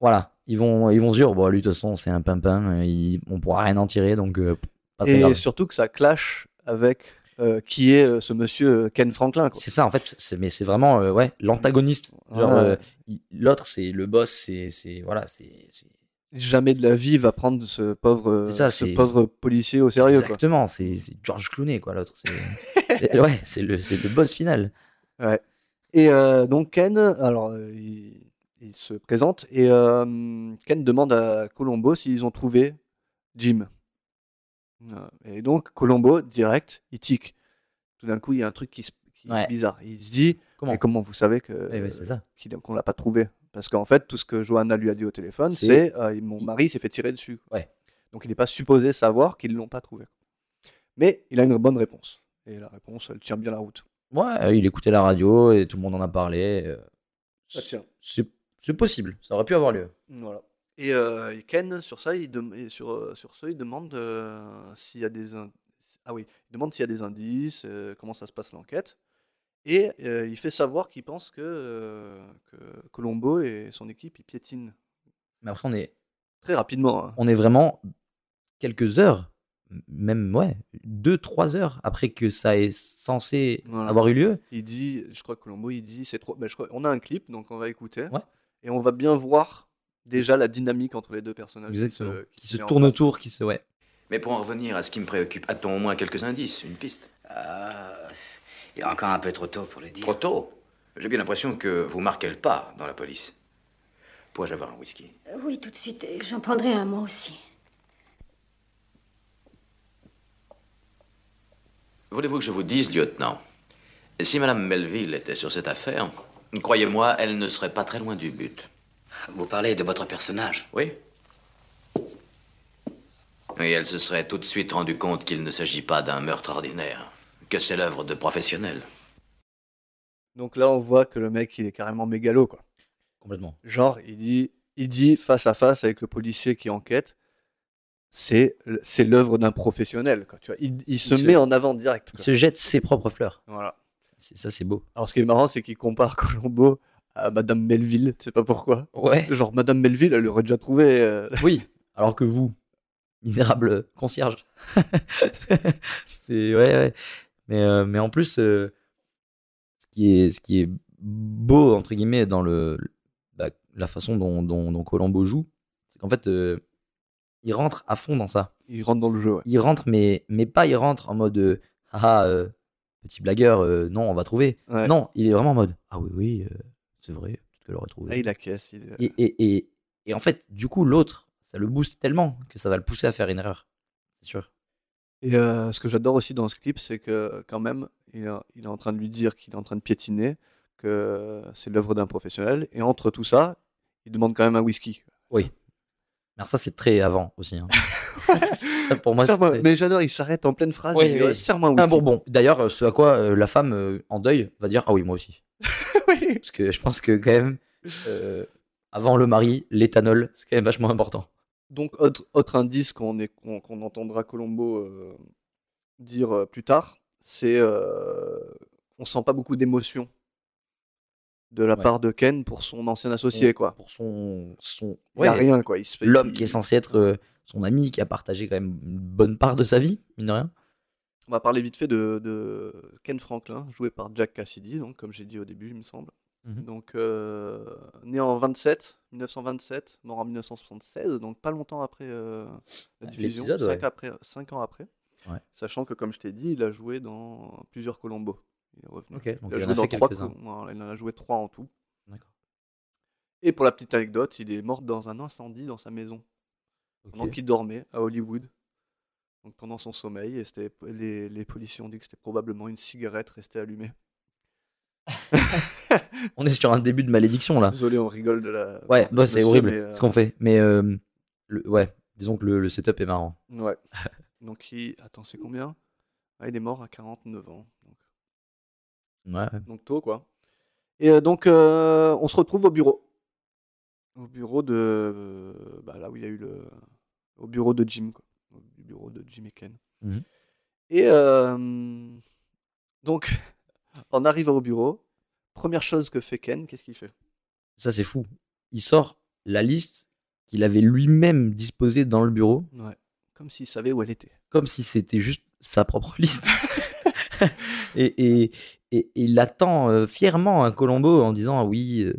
Speaker 2: voilà ils vont ils vont se dire bon lui de toute façon c'est un pimpin il- on pourra rien en tirer donc euh, pas très
Speaker 1: Et
Speaker 2: grave.
Speaker 1: surtout que ça clash avec euh, qui est euh, ce monsieur euh, Ken Franklin. quoi.
Speaker 2: C'est ça, en fait, c'est- c'est- mais c'est vraiment euh, ouais, l'antagoniste. Genre,
Speaker 1: Ouais.
Speaker 2: euh, il- L'autre, c'est le boss, c'est. c'est- Voilà, c'est. c'est-
Speaker 1: Jamais de la vie il va prendre ce pauvre,
Speaker 2: C'est ça,
Speaker 1: ce
Speaker 2: c'est-
Speaker 1: pauvre policier au sérieux. quoi.
Speaker 2: Exactement, c'est c'est George Clooney, quoi, l'autre. c'est- c'est- ouais, c'est le, c'est le boss final.
Speaker 1: Et euh, donc Ken, alors euh, il, il se présente et euh, Ken demande à Colombo s'ils ont trouvé Jim. Euh, Et donc Colombo direct, il tique. Tout d'un coup, il y a un truc qui, se- qui
Speaker 2: Ouais.
Speaker 1: est bizarre. Il se dit
Speaker 2: Comment Eh
Speaker 1: mais comment vous savez que
Speaker 2: Ouais, ouais, c'est ça.
Speaker 1: qu'il- qu'on l'a pas trouvé Parce qu'en fait, tout ce que Johanna lui a dit au téléphone,
Speaker 2: C'est-
Speaker 1: c'est euh, mon
Speaker 2: il-
Speaker 1: mari s'est fait tirer dessus.
Speaker 2: Ouais.
Speaker 1: Donc il n'est pas supposé savoir qu'ils l'ont pas trouvé. Mais il a une bonne réponse. Et la réponse, elle tient bien la route.
Speaker 2: Ouais, euh, il écoutait la radio et tout le monde en a parlé. euh,
Speaker 1: Ça tient.
Speaker 2: c'est c'est possible, ça aurait pu avoir lieu.
Speaker 1: Voilà. Et euh, Ken, sur ça, il dem- et sur, euh, sur ce, il demande euh, s'il y a des in- ah oui, il demande s'il y a des indices, euh, comment ça se passe l'enquête, et euh, il fait savoir qu'il pense que, euh, que Colombo et son équipe ils piétinent
Speaker 2: Mais après, on est,
Speaker 1: très rapidement. hein.
Speaker 2: on est vraiment quelques heures, m- même, ouais, deux, trois heures après que ça est censé
Speaker 1: Voilà.
Speaker 2: avoir eu lieu.
Speaker 1: Il dit, je crois que Colombo, il dit c'est trop. ben, je crois, on a un clip, donc on va écouter,
Speaker 2: Ouais.
Speaker 1: et on va bien voir déjà la dynamique entre les deux personnages. qui se-
Speaker 2: Qui se
Speaker 1: met en
Speaker 2: tourne
Speaker 1: place.
Speaker 2: autour, qui se. Ouais.
Speaker 6: Mais pour en revenir à ce qui me préoccupe, a-t-on au moins quelques indices, une piste
Speaker 3: Ah, il est encore un peu trop tôt pour le dire.
Speaker 6: Trop tôt J'ai bien l'impression que vous marquez le pas dans la police. Pourrais-je avoir un whisky
Speaker 7: Oui, tout de suite. euh, J'en prendrai un, moi aussi.
Speaker 6: Voulez-vous que je vous dise, lieutenant Si Madame Melville était sur cette affaire, croyez-moi, elle ne serait pas très loin du but.
Speaker 3: Vous parlez de votre personnage.
Speaker 6: Oui Oui, elle se serait tout de suite rendue compte qu'il ne s'agit pas d'un meurtre ordinaire, que c'est l'œuvre de professionnels.
Speaker 1: Donc là, on voit que le mec, il est carrément mégalo, quoi.
Speaker 2: Complètement.
Speaker 1: Genre, il dit, il dit face à face avec le policier qui enquête, c'est c'est l'œuvre d'un professionnel. Quoi, tu vois. Il, il se
Speaker 2: Il se-
Speaker 1: met en avant direct.
Speaker 2: Il
Speaker 1: quoi.
Speaker 2: se jette ses propres fleurs.
Speaker 1: Voilà.
Speaker 2: C'est- Ça, c'est beau.
Speaker 1: Alors, ce qui est marrant, c'est qu'il compare Colombo à Madame Melville. Tu sais pas pourquoi.
Speaker 2: Ouais.
Speaker 1: Genre, Madame Melville, elle l'aurait déjà trouvé. euh,
Speaker 2: Oui. Alors que vous, misérable concierge. c'est ouais, ouais. Mais, euh, mais en plus, euh, ce, qui est, ce qui est beau, entre guillemets, dans le, la, la façon dont, dont, dont Colombo joue, c'est qu'en fait, euh, il rentre à fond dans ça.
Speaker 1: Il rentre dans le jeu. ouais.
Speaker 2: Il rentre, mais, mais pas il rentre en mode euh, ah, ah, euh, petit blagueur, euh, non, on va trouver.
Speaker 1: Ouais.
Speaker 2: Non, il est vraiment en mode ah oui, oui, euh, c'est vrai, peut-être que l'aurait trouvé.
Speaker 1: Ah, il acquiesce. il-
Speaker 2: Et, et, et, et en fait, du coup, l'autre, ça le booste tellement que ça va le pousser à faire une erreur. C'est sûr.
Speaker 1: Et euh, ce que j'adore aussi dans ce clip, c'est que quand même, il, est- il est en train de lui dire qu'il est en train de piétiner, que euh, c'est l'œuvre d'un professionnel. Et entre tout ça, il demande quand même un whisky.
Speaker 2: Alors ça, c'est très avant aussi. hein. ça, pour moi, c'est
Speaker 1: Serre-moi-
Speaker 2: très-
Speaker 1: mais j'adore, il s'arrête en pleine phrase.
Speaker 2: Oui,
Speaker 1: il dit,
Speaker 2: oui.
Speaker 1: Ouais, Serre-moi un whisky.
Speaker 2: un bourbon. D'ailleurs, euh, ce à quoi euh, la femme euh, en deuil va dire Ah oui, moi aussi.
Speaker 1: Oui.
Speaker 2: Parce que je pense que quand même, euh, avant le mari, l'éthanol, c'est quand même vachement important.
Speaker 1: Donc, autre, autre indice qu'on est- qu'on qu'on entendra Colombo euh, dire euh, plus tard, c'est euh, on sent pas beaucoup d'émotion de la
Speaker 2: Ouais.
Speaker 1: part de Ken pour son ancien associé quoi.
Speaker 2: Pour son. son...
Speaker 1: Il y a
Speaker 2: ouais,
Speaker 1: rien quoi. Il se fait-
Speaker 2: L'homme
Speaker 1: il-
Speaker 2: qui est censé être euh, son ami, qui a partagé quand même une bonne part de sa vie, mine de rien.
Speaker 1: On va parler vite fait de, de Ken Franklin, joué par Jack Cassidy, donc comme j'ai dit au début, il me semble.
Speaker 2: Mhm.
Speaker 1: Donc euh, né en 27, 1927, mort en 1976, donc pas longtemps après euh, la
Speaker 2: Ah,
Speaker 1: division,
Speaker 2: l'épisode,
Speaker 1: 5,
Speaker 2: ouais.
Speaker 1: ans après.
Speaker 2: Ouais.
Speaker 1: Sachant que comme je t'ai dit, il a joué dans plusieurs Colombo. Il est revenu.
Speaker 2: Ok,
Speaker 1: il a
Speaker 2: donc il en
Speaker 1: joué
Speaker 2: a
Speaker 1: dans
Speaker 2: fait
Speaker 1: trois
Speaker 2: quelques-uns.
Speaker 1: Col- voilà, il en a joué trois en tout.
Speaker 2: D'accord.
Speaker 1: Et pour la petite anecdote, il est mort dans un incendie dans sa maison
Speaker 2: Ok.
Speaker 1: pendant qu'il dormait à Hollywood. Donc pendant son sommeil, et c'était- les, les policiers ont dit que c'était probablement une cigarette restée allumée.
Speaker 2: On est sur un début de malédiction là.
Speaker 1: Désolé, on rigole de la.
Speaker 2: Ah. Ouais,
Speaker 1: du
Speaker 2: bah, c'est
Speaker 1: monsieur,
Speaker 2: horrible
Speaker 1: mais, euh,
Speaker 2: ce qu'on fait. Mais euh, le- ouais, disons que le, le setup est marrant.
Speaker 1: Ouais. Donc il. Attends, c'est combien Ah, Il est mort à 49 ans. Donc,
Speaker 2: Ouais.
Speaker 1: donc tôt, quoi. Et euh, donc, euh, on se retrouve au bureau. Au bureau de. euh, bah, là où il y a eu le. Au bureau de Jim, quoi. Au bureau de Jim et Ken.
Speaker 2: Mhm.
Speaker 1: Et. euh, donc, en arrivant au bureau, première chose que fait Ken, qu'est-ce qu'il fait
Speaker 2: Ça c'est fou. Il sort la liste qu'il avait lui-même disposée dans le bureau,
Speaker 1: Ouais. Comme s'il savait où elle était.
Speaker 2: comme si c'était juste sa propre liste. et, et, et- et il attend euh, fièrement un Colombo en disant ah oui, euh,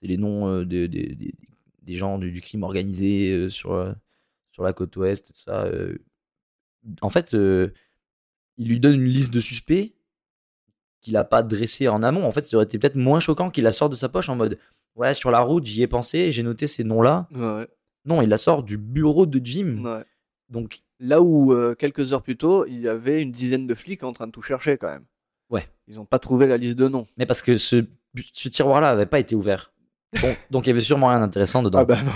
Speaker 2: c'est les noms euh, de- de- de- des gens du, du crime organisé euh, sur, euh, sur la côte ouest, tout ça. euh. En fait, euh, il lui donne une liste de suspects qu'il n'a pas dressée en amont. En fait, ça aurait été peut-être moins choquant qu'il la sorte de sa poche en mode ouais, sur la route, j'y ai pensé, j'ai noté ces noms-là.
Speaker 1: Ouais.
Speaker 2: Non, il la sort du bureau de Jim.
Speaker 1: ouais.
Speaker 2: Donc,
Speaker 1: Là où euh, quelques heures plus tôt, il y avait une dizaine de flics en train de tout chercher quand même.
Speaker 2: Ouais.
Speaker 1: Ils n'ont pas trouvé la liste de noms.
Speaker 2: Mais parce que ce, ce tiroir-là n'avait pas été ouvert. Bon, donc il y avait sûrement rien d'intéressant dedans.
Speaker 1: bah non.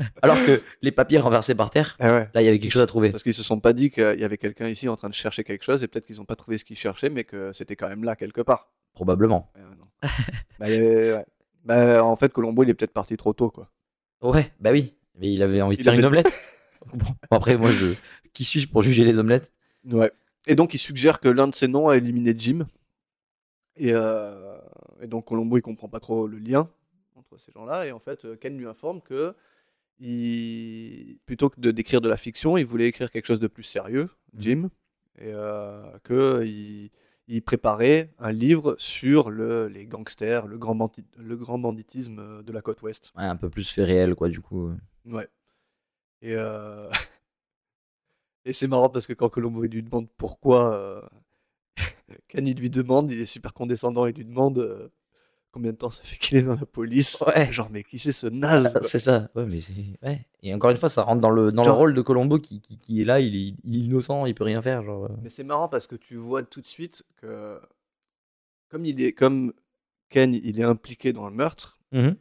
Speaker 1: Ah
Speaker 2: Alors que les papiers renversés par terre, là il y avait quelque chose à trouver.
Speaker 1: Parce qu'ils se sont pas dit qu'il y avait quelqu'un ici en train de chercher quelque chose et peut-être qu'ils n'ont pas trouvé ce qu'ils cherchaient, mais que c'était quand même là quelque part.
Speaker 2: Probablement.
Speaker 1: Euh, non. Bah, euh, ouais. Bah, en fait, Colombo, il est peut-être parti trop tôt. quoi.
Speaker 2: Ouais, bah oui. Mais il avait envie de
Speaker 1: Il
Speaker 2: faire une
Speaker 1: avait-
Speaker 2: omelette. Bon, après, moi, je... qui suis-je pour juger les omelettes
Speaker 1: Ouais. Et donc, il suggère que l'un de ses noms a éliminé Jim. Et, euh, et donc, Colombo, il comprend pas trop le lien entre ces gens-là. Et en fait, euh, Ken lui informe que il... plutôt que de décrire de la fiction, il voulait écrire quelque chose de plus sérieux, Jim. Et euh, que il... il préparait un livre sur le... les gangsters, le grand, bandi- le grand banditisme euh, de la côte ouest.
Speaker 2: Ouais, un peu plus fait réel, quoi, du coup.
Speaker 1: Ouais. Et, euh, et c'est marrant parce que quand Colombo il lui demande pourquoi, euh... Ken, il lui demande, il est super condescendant, il lui demande euh, combien de temps ça fait qu'il est dans la police.
Speaker 2: Ouais.
Speaker 1: Genre, mais qui c'est ce naze
Speaker 2: Ah,
Speaker 1: quoi
Speaker 2: C'est ça. Ouais, mais c'est- ouais. Et encore une fois, ça rentre dans le, dans le
Speaker 1: Genre-
Speaker 2: rôle de Colombo qui, qui, qui est là, il est, il est innocent, il peut rien faire. Genre... euh.
Speaker 1: Mais c'est marrant parce que tu vois tout de suite que, comme, il est, comme Ken, il est impliqué dans le meurtre,
Speaker 2: Mhm.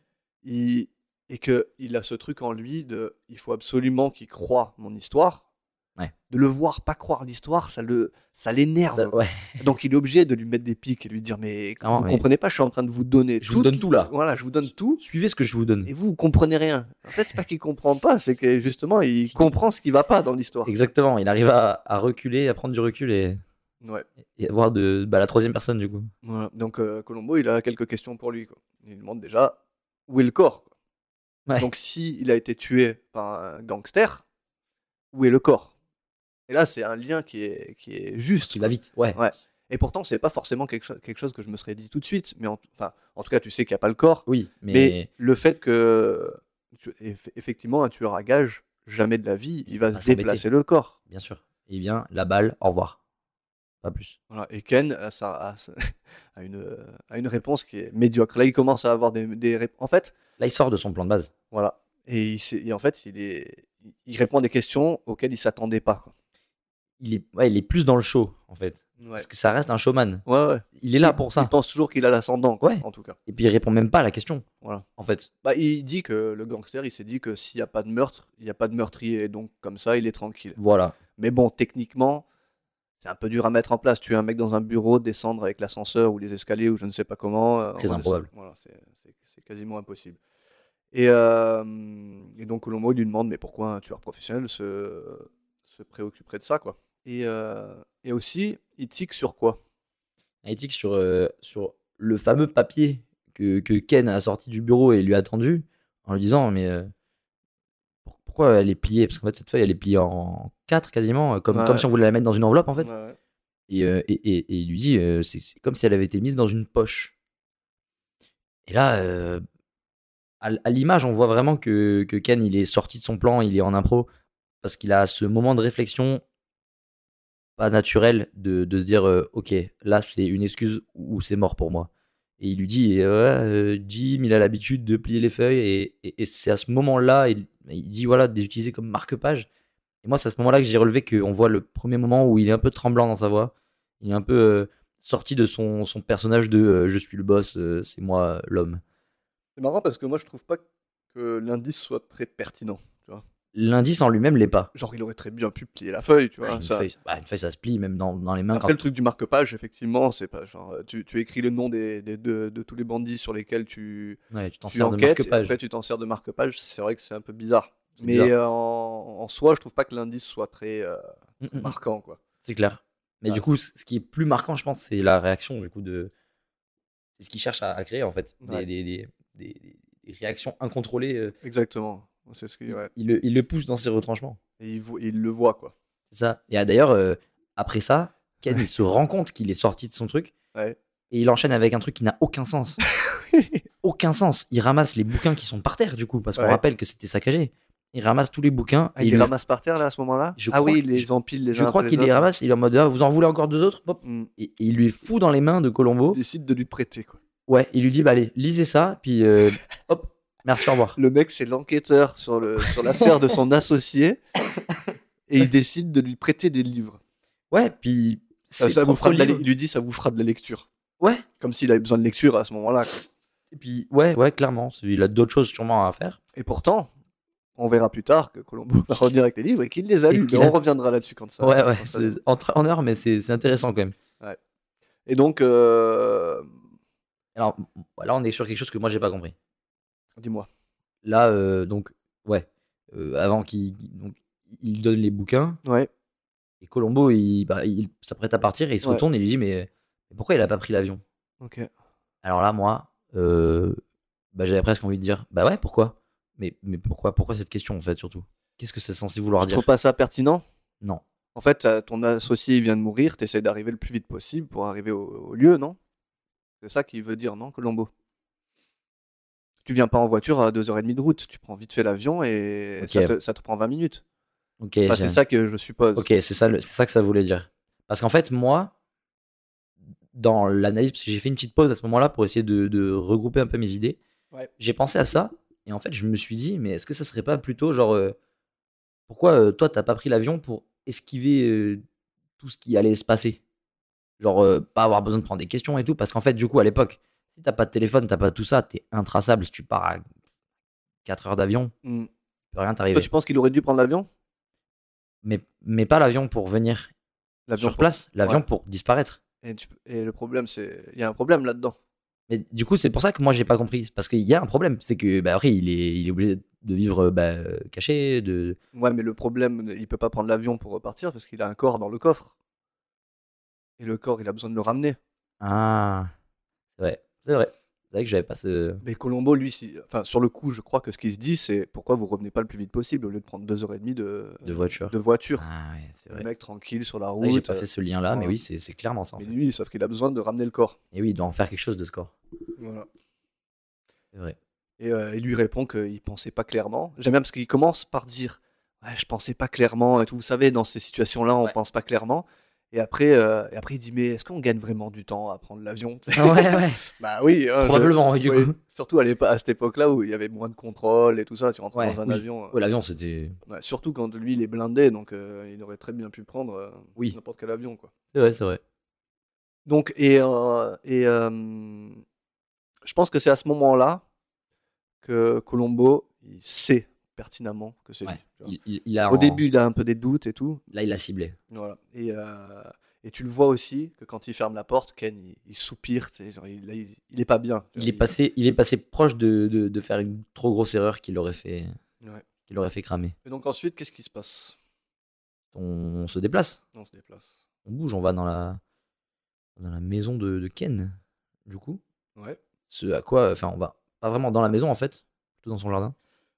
Speaker 1: il, et que il a ce truc en lui de il faut absolument qu'il croie mon histoire.
Speaker 2: Ouais.
Speaker 1: De le voir pas croire l'histoire, ça le ça l'énerve.
Speaker 2: Ça- ouais.
Speaker 1: Donc il est obligé de lui mettre des pics et lui dire mais
Speaker 2: Clairement,
Speaker 1: vous
Speaker 2: Ah, mais-
Speaker 1: comprenez pas, je suis en train de vous donner.
Speaker 2: Je vous donne tout, là. Mm.
Speaker 1: Voilà, je vous donne tout
Speaker 2: Suivez ce que je vous donne.
Speaker 1: et vous, vous comprenez rien. En fait, c'est pas qu'il comprend pas, c'est que justement il comprend ce qui va pas dans l'histoire.
Speaker 2: Exactement, il arrive à, à reculer, à prendre du recul et,
Speaker 1: Ouais.
Speaker 2: et à voir de, bah, la troisième personne du coup.
Speaker 1: Voilà. Donc euh, Colombo, il a quelques questions pour lui. quoi. Il demande déjà où est le corps. quoi.
Speaker 2: Ouais.
Speaker 1: Donc si il a été tué par un gangster, où est le corps Et là, c'est un lien qui est, qui est juste.
Speaker 2: Qui va
Speaker 1: quoi.
Speaker 2: vite, ouais.
Speaker 1: Ouais. Et pourtant, c'est pas forcément quelque, cho- quelque chose que je me serais dit tout de suite. Mais en, enfin, en tout cas, tu sais qu'il n'y a pas le corps.
Speaker 2: Oui, mais,
Speaker 1: Mais le fait que, tu- eff- effectivement, un tueur à gage, jamais de la vie, il va
Speaker 2: va
Speaker 1: se
Speaker 2: s'embêter.
Speaker 1: déplacer le corps.
Speaker 2: bien sûr, il vient, la balle, au revoir. Pas plus.
Speaker 1: Voilà, Et Ken a, sa- a sa- a une, euh, a une réponse qui est médiocre. Là, il commence à avoir des, des rép- En fait,
Speaker 2: Là, il sort de son plan de base.
Speaker 1: voilà. Et, il s'est- et en fait, il, est, il répond à des questions auxquelles il s'attendait pas. quoi.
Speaker 2: Il est, ouais, il est plus dans le show en fait. Parce que ça reste un showman.
Speaker 1: Ouais, ouais.
Speaker 2: Il est là pour
Speaker 1: Il
Speaker 2: ça.
Speaker 1: pense toujours qu'il a l'ascendant, quoi,
Speaker 2: Ouais.
Speaker 1: en tout cas.
Speaker 2: Et puis il répond même pas à la question.
Speaker 1: Voilà.
Speaker 2: En fait,
Speaker 1: Bah, il dit que le gangster, il s'est dit que s'il n'y a pas de meurtre, il n'y a pas de meurtrier. Et donc, comme ça, il est tranquille.
Speaker 2: voilà.
Speaker 1: Mais bon, techniquement, c'est un peu dur à mettre en place. Tuer un mec dans un bureau, descendre avec l'ascenseur ou les escaliers ou je ne sais pas comment. euh,
Speaker 2: Très
Speaker 1: redescendre.
Speaker 2: improbable.
Speaker 1: Voilà, c'est c'est- c'est quasiment impossible. Et, euh, et donc Colombo lui demande mais pourquoi un tueur professionnel se, se préoccuperait de ça quoi Et, euh, et aussi, il tique sur quoi
Speaker 2: Éthique sur, euh, sur le fameux papier que, que Ken a sorti du bureau et lui a tendu en lui disant Mais euh, pour- pourquoi elle est pliée Parce qu'en fait, cette feuille, elle est pliée en quatre quasiment, euh, comme,
Speaker 1: Ouais.
Speaker 2: comme si on voulait la mettre dans une enveloppe en fait.
Speaker 1: Ouais, ouais.
Speaker 2: Et, euh, et, et- et il lui dit euh, C'est c'est comme si elle avait été mise dans une poche. Et là, euh, à, l- à l'image, on voit vraiment que, que Ken, il est sorti de son plan, il est en impro, parce qu'il a ce moment de réflexion pas naturel de, de se dire euh, ok là c'est une excuse ou ou c'est mort pour moi et il lui dit eh, ouais, euh, Jim il a l'habitude de plier les feuilles et, et- et c'est à ce moment là il, il dit voilà de les utiliser comme marque-page et moi c'est à ce moment là que j'ai relevé qu'on voit le premier moment où il est un peu tremblant dans sa voix il est un peu euh, sorti de son, son personnage de euh, je suis le boss euh, c'est moi euh, l'homme
Speaker 1: C'est marrant parce que moi, je trouve pas que l'indice soit très pertinent.
Speaker 2: l'indice en lui-même l'est pas
Speaker 1: Genre, il aurait très bien pu plier la feuille, tu vois.
Speaker 2: une,
Speaker 1: ça-
Speaker 2: feuille, bah, une feuille, ça se plie même dans, dans les mains
Speaker 1: Après,
Speaker 2: quand-
Speaker 1: le truc du marque-page, effectivement, c'est pas genre. euh, Tu, tu écris le nom des, des- de, de tous les bandits sur lesquels tu,
Speaker 2: Ouais, tu t'en
Speaker 1: tu
Speaker 2: sers de
Speaker 1: enquêtes. et
Speaker 2: marque-page
Speaker 1: après, tu t'en sers de marque-page. C'est vrai que c'est un peu bizarre.
Speaker 2: C'est
Speaker 1: Mais
Speaker 2: bizarre.
Speaker 1: euh, en, en soi, je trouve pas que l'indice soit très euh,
Speaker 2: Mm, mm, mm.
Speaker 1: marquant, quoi.
Speaker 2: C'est clair. Mais
Speaker 1: Ouais.
Speaker 2: du coup, c- ce qui est plus marquant, je pense, c'est la réaction du coup de. C'est ce qu'ils cherchent à, à créer en fait, des,
Speaker 1: Ouais.
Speaker 2: des- des- des- des réactions incontrôlées. euh,
Speaker 1: Exactement. C'est ce qui. ouais.
Speaker 2: il, le, il le pousse dans ses retranchements.
Speaker 1: Et il, vo- il le voit, quoi.
Speaker 2: C'est ça. Et ah, d'ailleurs, euh, après ça, Ken il se rend compte qu'il est sorti de son truc.
Speaker 1: Ouais.
Speaker 2: Et il enchaîne avec un truc qui n'a aucun sens. aucun sens. Il ramasse les bouquins qui sont par terre du coup, parce qu'on
Speaker 1: Ouais.
Speaker 2: rappelle que c'était saccagé. Il ramasse tous les bouquins.
Speaker 1: Ah,
Speaker 2: et
Speaker 1: il
Speaker 2: il
Speaker 1: les
Speaker 2: le-
Speaker 1: ramasse par terre, là, à ce moment-là
Speaker 2: Je
Speaker 1: Ah
Speaker 2: crois
Speaker 1: oui, il
Speaker 2: que-
Speaker 1: les empile les
Speaker 2: je
Speaker 1: uns
Speaker 2: crois
Speaker 1: après
Speaker 2: qu'il
Speaker 1: les
Speaker 2: les
Speaker 1: autres.
Speaker 2: ramasse. Il est en mode ah, vous en voulez encore deux autres Hop.
Speaker 1: Mm.
Speaker 2: Et, et il lui fout dans les mains de Colombo.
Speaker 1: Il décide de lui prêter, quoi.
Speaker 2: Ouais, il lui dit, bah allez, lisez ça, puis euh, hop, merci, au revoir.
Speaker 1: Le mec, c'est l'enquêteur sur le- sur l'affaire de son associé. Et il décide de lui prêter des livres.
Speaker 2: Ouais, puis
Speaker 1: Ça,
Speaker 2: c'est
Speaker 1: ça vous
Speaker 2: propre
Speaker 1: fera de la-
Speaker 2: livre.
Speaker 1: il lui dit ça vous fera de la lecture.
Speaker 2: Ouais.
Speaker 1: Comme s'il avait besoin de lecture à ce moment-là. quoi.
Speaker 2: Et puis, ouais, ouais, clairement, c'est- il a d'autres choses sûrement à faire.
Speaker 1: Et pourtant, on verra plus tard que Colombo va revenir avec les livres et qu'il les a
Speaker 2: Et
Speaker 1: lus.
Speaker 2: qu'il
Speaker 1: Mais
Speaker 2: a-
Speaker 1: On reviendra là-dessus quand ça.
Speaker 2: ouais, ouais,
Speaker 1: quand ça-
Speaker 2: c'est en, tra- en heure, mais c'est c'est intéressant quand même.
Speaker 1: Et donc, euh,
Speaker 2: Alors, là, on est sur quelque chose que moi, j'ai pas compris.
Speaker 1: dis-moi.
Speaker 2: Là, euh, donc, ouais, euh, avant qu'il donc, il donne les bouquins,
Speaker 1: Ouais.
Speaker 2: et Colombo, il, bah, il s'apprête à partir, et il se
Speaker 1: Ouais.
Speaker 2: retourne, et il lui dit, mais euh, pourquoi il a pas pris l'avion
Speaker 1: Ok.
Speaker 2: Alors là, moi, euh, bah, j'avais presque envie de dire, bah ouais, pourquoi mais, mais pourquoi pourquoi cette question en fait surtout Qu'est-ce que c'est censé vouloir
Speaker 1: Tu
Speaker 2: dire
Speaker 1: trouves pas ça pertinent
Speaker 2: Non.
Speaker 1: En fait, euh, ton associé vient de mourir. T'essayes d'arriver le plus vite possible pour arriver au, au lieu, non C'est ça qu'il veut dire, non, Colombo Tu viens pas en voiture à 2h30 de route. Tu prends vite fait l'avion et
Speaker 2: Ok.
Speaker 1: ça, te, ça te prend 20 minutes.
Speaker 2: Ok,
Speaker 1: Enfin,
Speaker 2: j'ai-
Speaker 1: c'est ça que je suppose.
Speaker 2: ok, c'est ça, le- c'est ça que ça voulait dire. Parce qu'en fait, moi, dans l'analyse, parce que j'ai fait une petite pause à ce moment-là pour essayer de, de regrouper un peu mes idées,
Speaker 1: Ouais.
Speaker 2: j'ai pensé à ça et en fait, je me suis dit, mais est-ce que ça serait pas plutôt genre, euh, pourquoi euh, toi t'as pas pris l'avion pour esquiver euh, tout ce qui allait se passer Genre, euh, pas avoir besoin de prendre des questions et tout, parce qu'en fait, du coup, à l'époque, si t'as pas de téléphone, t'as pas tout ça, t'es intraçable si tu pars à 4 heures d'avion,
Speaker 1: Hmm.
Speaker 2: peut rien
Speaker 1: Toi,
Speaker 2: t'arriver.
Speaker 1: tu penses qu'il aurait dû prendre l'avion
Speaker 2: Mais, mais pas l'avion pour venir
Speaker 1: L'avion
Speaker 2: sur place, l'avion
Speaker 1: Ouais.
Speaker 2: pour disparaître.
Speaker 1: Et, tu- et le problème, c'est. Il y a un problème là-dedans.
Speaker 2: Mais du coup, c'est pour ça que moi, j'ai pas compris. C'est parce qu'il y a un problème. C'est que, bah, après, il est, il est obligé de vivre bah, euh, caché. De...
Speaker 1: Ouais, mais le problème, il peut pas prendre l'avion pour repartir parce qu'il a un corps dans le coffre. Et le corps, il a besoin de le ramener.
Speaker 2: Ah, c'est vrai. C'est vrai. C'est vrai que j'avais pas ce.
Speaker 1: Mais Colombo, lui, si- enfin, sur le coup, je crois que ce qu'il se dit, c'est pourquoi vous revenez pas le plus vite possible au lieu de prendre deux heures et demie de,
Speaker 2: De voiture.
Speaker 1: de voiture.
Speaker 2: Ah, ouais, c'est
Speaker 1: le
Speaker 2: vrai.
Speaker 1: mec tranquille sur la
Speaker 2: C'est vrai que J'ai
Speaker 1: route.
Speaker 2: pas fait ce lien-là, mais
Speaker 1: ouais.
Speaker 2: oui, c'est c'est clairement ça. en
Speaker 1: Mais
Speaker 2: fait.
Speaker 1: lui, sauf qu'il a besoin de ramener le corps.
Speaker 2: Et oui, il doit en faire quelque chose de ce corps.
Speaker 1: Voilà.
Speaker 2: C'est vrai.
Speaker 1: Et euh, il lui répond qu'il pensait pas clairement. J'aime bien parce qu'il commence par dire ouais, Je pensais pas clairement et tout. Vous savez, dans ces situations-là, on
Speaker 2: Ouais.
Speaker 1: pense pas clairement. Et après, euh, et après, il dit Mais est-ce qu'on gagne vraiment du temps à prendre l'avion
Speaker 2: ouais, ouais.
Speaker 1: Bah oui, hein, je-
Speaker 2: Probablement, du
Speaker 1: oui.
Speaker 2: coup.
Speaker 1: Surtout à, l'épa- à cette époque-là où il y avait moins de contrôle et tout ça. Tu rentres
Speaker 2: Ouais,
Speaker 1: dans un
Speaker 2: oui.
Speaker 1: avion. euh,
Speaker 2: Ouais, l'avion, c'était.
Speaker 1: ouais, surtout quand lui, il est blindé, donc euh, il aurait très bien pu prendre euh,
Speaker 2: Oui.
Speaker 1: n'importe quel avion. quoi.
Speaker 2: C'est vrai, c'est vrai.
Speaker 1: Donc, et, euh, et euh, je pense que c'est à ce moment-là que Colombo, il sait pertinemment que c'est
Speaker 2: Ouais.
Speaker 1: lui. tu vois.
Speaker 2: Il, il- il a
Speaker 1: Au
Speaker 2: en-
Speaker 1: début, il a un peu des doutes et tout.
Speaker 2: Là, il a ciblé.
Speaker 1: Voilà. Et, euh, et tu le vois aussi que quand il ferme la porte, Ken, il, il soupire. tu sais, genre, il, là, il, il est pas bien. tu
Speaker 2: Il
Speaker 1: vois,
Speaker 2: est passé, il est passé proche de, de- de faire une trop grosse erreur qu'il aurait fait,
Speaker 1: Ouais.
Speaker 2: qu'il aurait fait cramer.
Speaker 1: Et donc ensuite, qu'est-ce qui se passe
Speaker 2: on, on se déplace,
Speaker 1: On se déplace.
Speaker 2: on bouge, on va dans la, dans la maison de, de Ken, du coup.
Speaker 1: Ouais.
Speaker 2: Ce à quoi, enfin, on va pas vraiment dans la maison en fait, plutôt dans son jardin.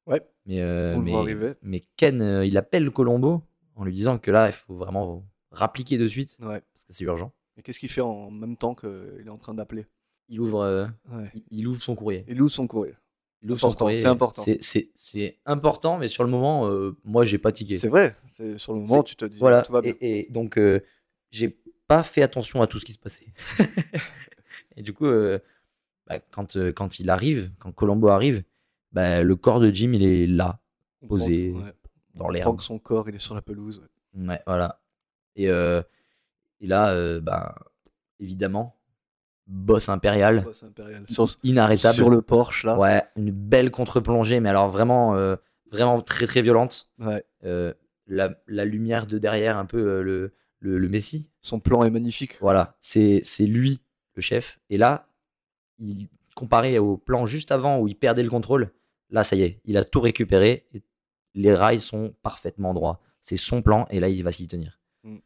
Speaker 1: Ouais.
Speaker 2: Mais, euh,
Speaker 1: On le
Speaker 2: mais,
Speaker 1: voit arriver.
Speaker 2: mais Ken, euh, il appelle Colombo en lui disant que là, il faut vraiment rappliquer de suite
Speaker 1: Ouais.
Speaker 2: parce que c'est urgent.
Speaker 1: Et qu'est-ce qu'il fait en même temps qu'il est en train d'appeler
Speaker 2: Il ouvre, euh,
Speaker 1: Ouais.
Speaker 2: il- il ouvre son courrier.
Speaker 1: Il loue son courrier.
Speaker 2: Il ouvre son
Speaker 1: Important,
Speaker 2: courrier.
Speaker 1: c'est important.
Speaker 2: C'est- C'est c'est important, mais sur le moment, euh, moi, j'ai pas tiqué.
Speaker 1: C'est vrai. C'est- Sur le moment,
Speaker 2: C'est-
Speaker 1: tu te dis
Speaker 2: Voilà.
Speaker 1: tout va bien.
Speaker 2: Et, et donc, euh, j'ai pas fait attention à tout ce qui se passait. et du coup, euh, bah, quand, euh, quand il arrive, quand Colombo arrive, bah, le corps de Jim, il est là,
Speaker 1: On
Speaker 2: posé
Speaker 1: prend- ouais.
Speaker 2: dans
Speaker 1: On prend
Speaker 2: l'herbe.
Speaker 1: que son corps, il est sur la pelouse. ouais.
Speaker 2: Ouais, voilà. Et, euh, et là, euh, bah, évidemment, boss impérial,
Speaker 1: Boss impérial. Sur,
Speaker 2: inarrêtable.
Speaker 1: sur le Porsche, là.
Speaker 2: Ouais, une belle contre-plongée, mais alors vraiment, euh, vraiment très très violente.
Speaker 1: Ouais.
Speaker 2: Euh, la, la lumière de derrière, un peu euh, le, le, le Messie.
Speaker 1: Son plan est magnifique.
Speaker 2: Voilà, c'est c'est lui le chef. Et là, il, comparé au plan juste avant où il perdait le contrôle, là, ça y est, il a tout récupéré. et les rails sont parfaitement droits. C'est son plan et là, il va s'y tenir.
Speaker 1: Mm.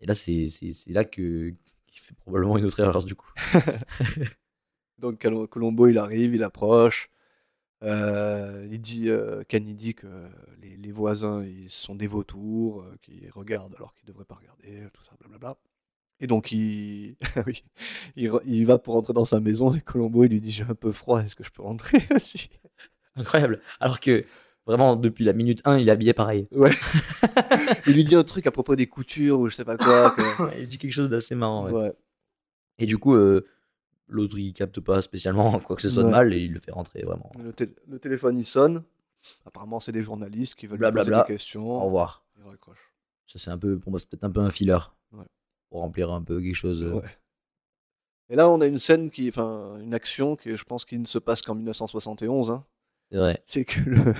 Speaker 2: Et là, c'est c'est- c'est là que qu'il fait probablement une autre erreur du coup.
Speaker 1: Donc Calo- Colombo, il arrive, il approche. Euh, il dit, euh, Ken, il dit que les, les voisins, ils sont des vautours, euh, qui regardent alors qu'ils ne devraient pas regarder, tout ça, blablabla. Et donc, il... oui, il, re- il va pour rentrer dans sa maison et Colombo, il lui dit, j'ai un peu froid, est-ce que je peux rentrer aussi
Speaker 2: Incroyable. Alors que vraiment, depuis la minute 1, il est habillé pareil.
Speaker 1: Ouais. il lui dit un truc à propos des coutures ou je sais pas quoi. que-
Speaker 2: il dit quelque chose d'assez marrant. ouais.
Speaker 1: Ouais.
Speaker 2: Et du coup, euh, l'autre il capte pas spécialement quoi que ce soit de
Speaker 1: Ouais.
Speaker 2: mal et il le fait rentrer vraiment.
Speaker 1: Le, tél- le téléphone, il sonne. Apparemment, c'est des journalistes qui veulent lui
Speaker 2: Blablabla.
Speaker 1: poser des questions.
Speaker 2: Au revoir.
Speaker 1: Il raccroche.
Speaker 2: Ça, c'est un peu, pour moi, c'est peut-être un peu un filler.
Speaker 1: Ouais.
Speaker 2: Pour remplir un peu quelque chose. euh.
Speaker 1: Ouais. Et là, on a une scène qui, enfin, une action qui, je pense, qui ne se passe qu'en 1971. hein.
Speaker 2: C'est vrai.
Speaker 1: C'est que le,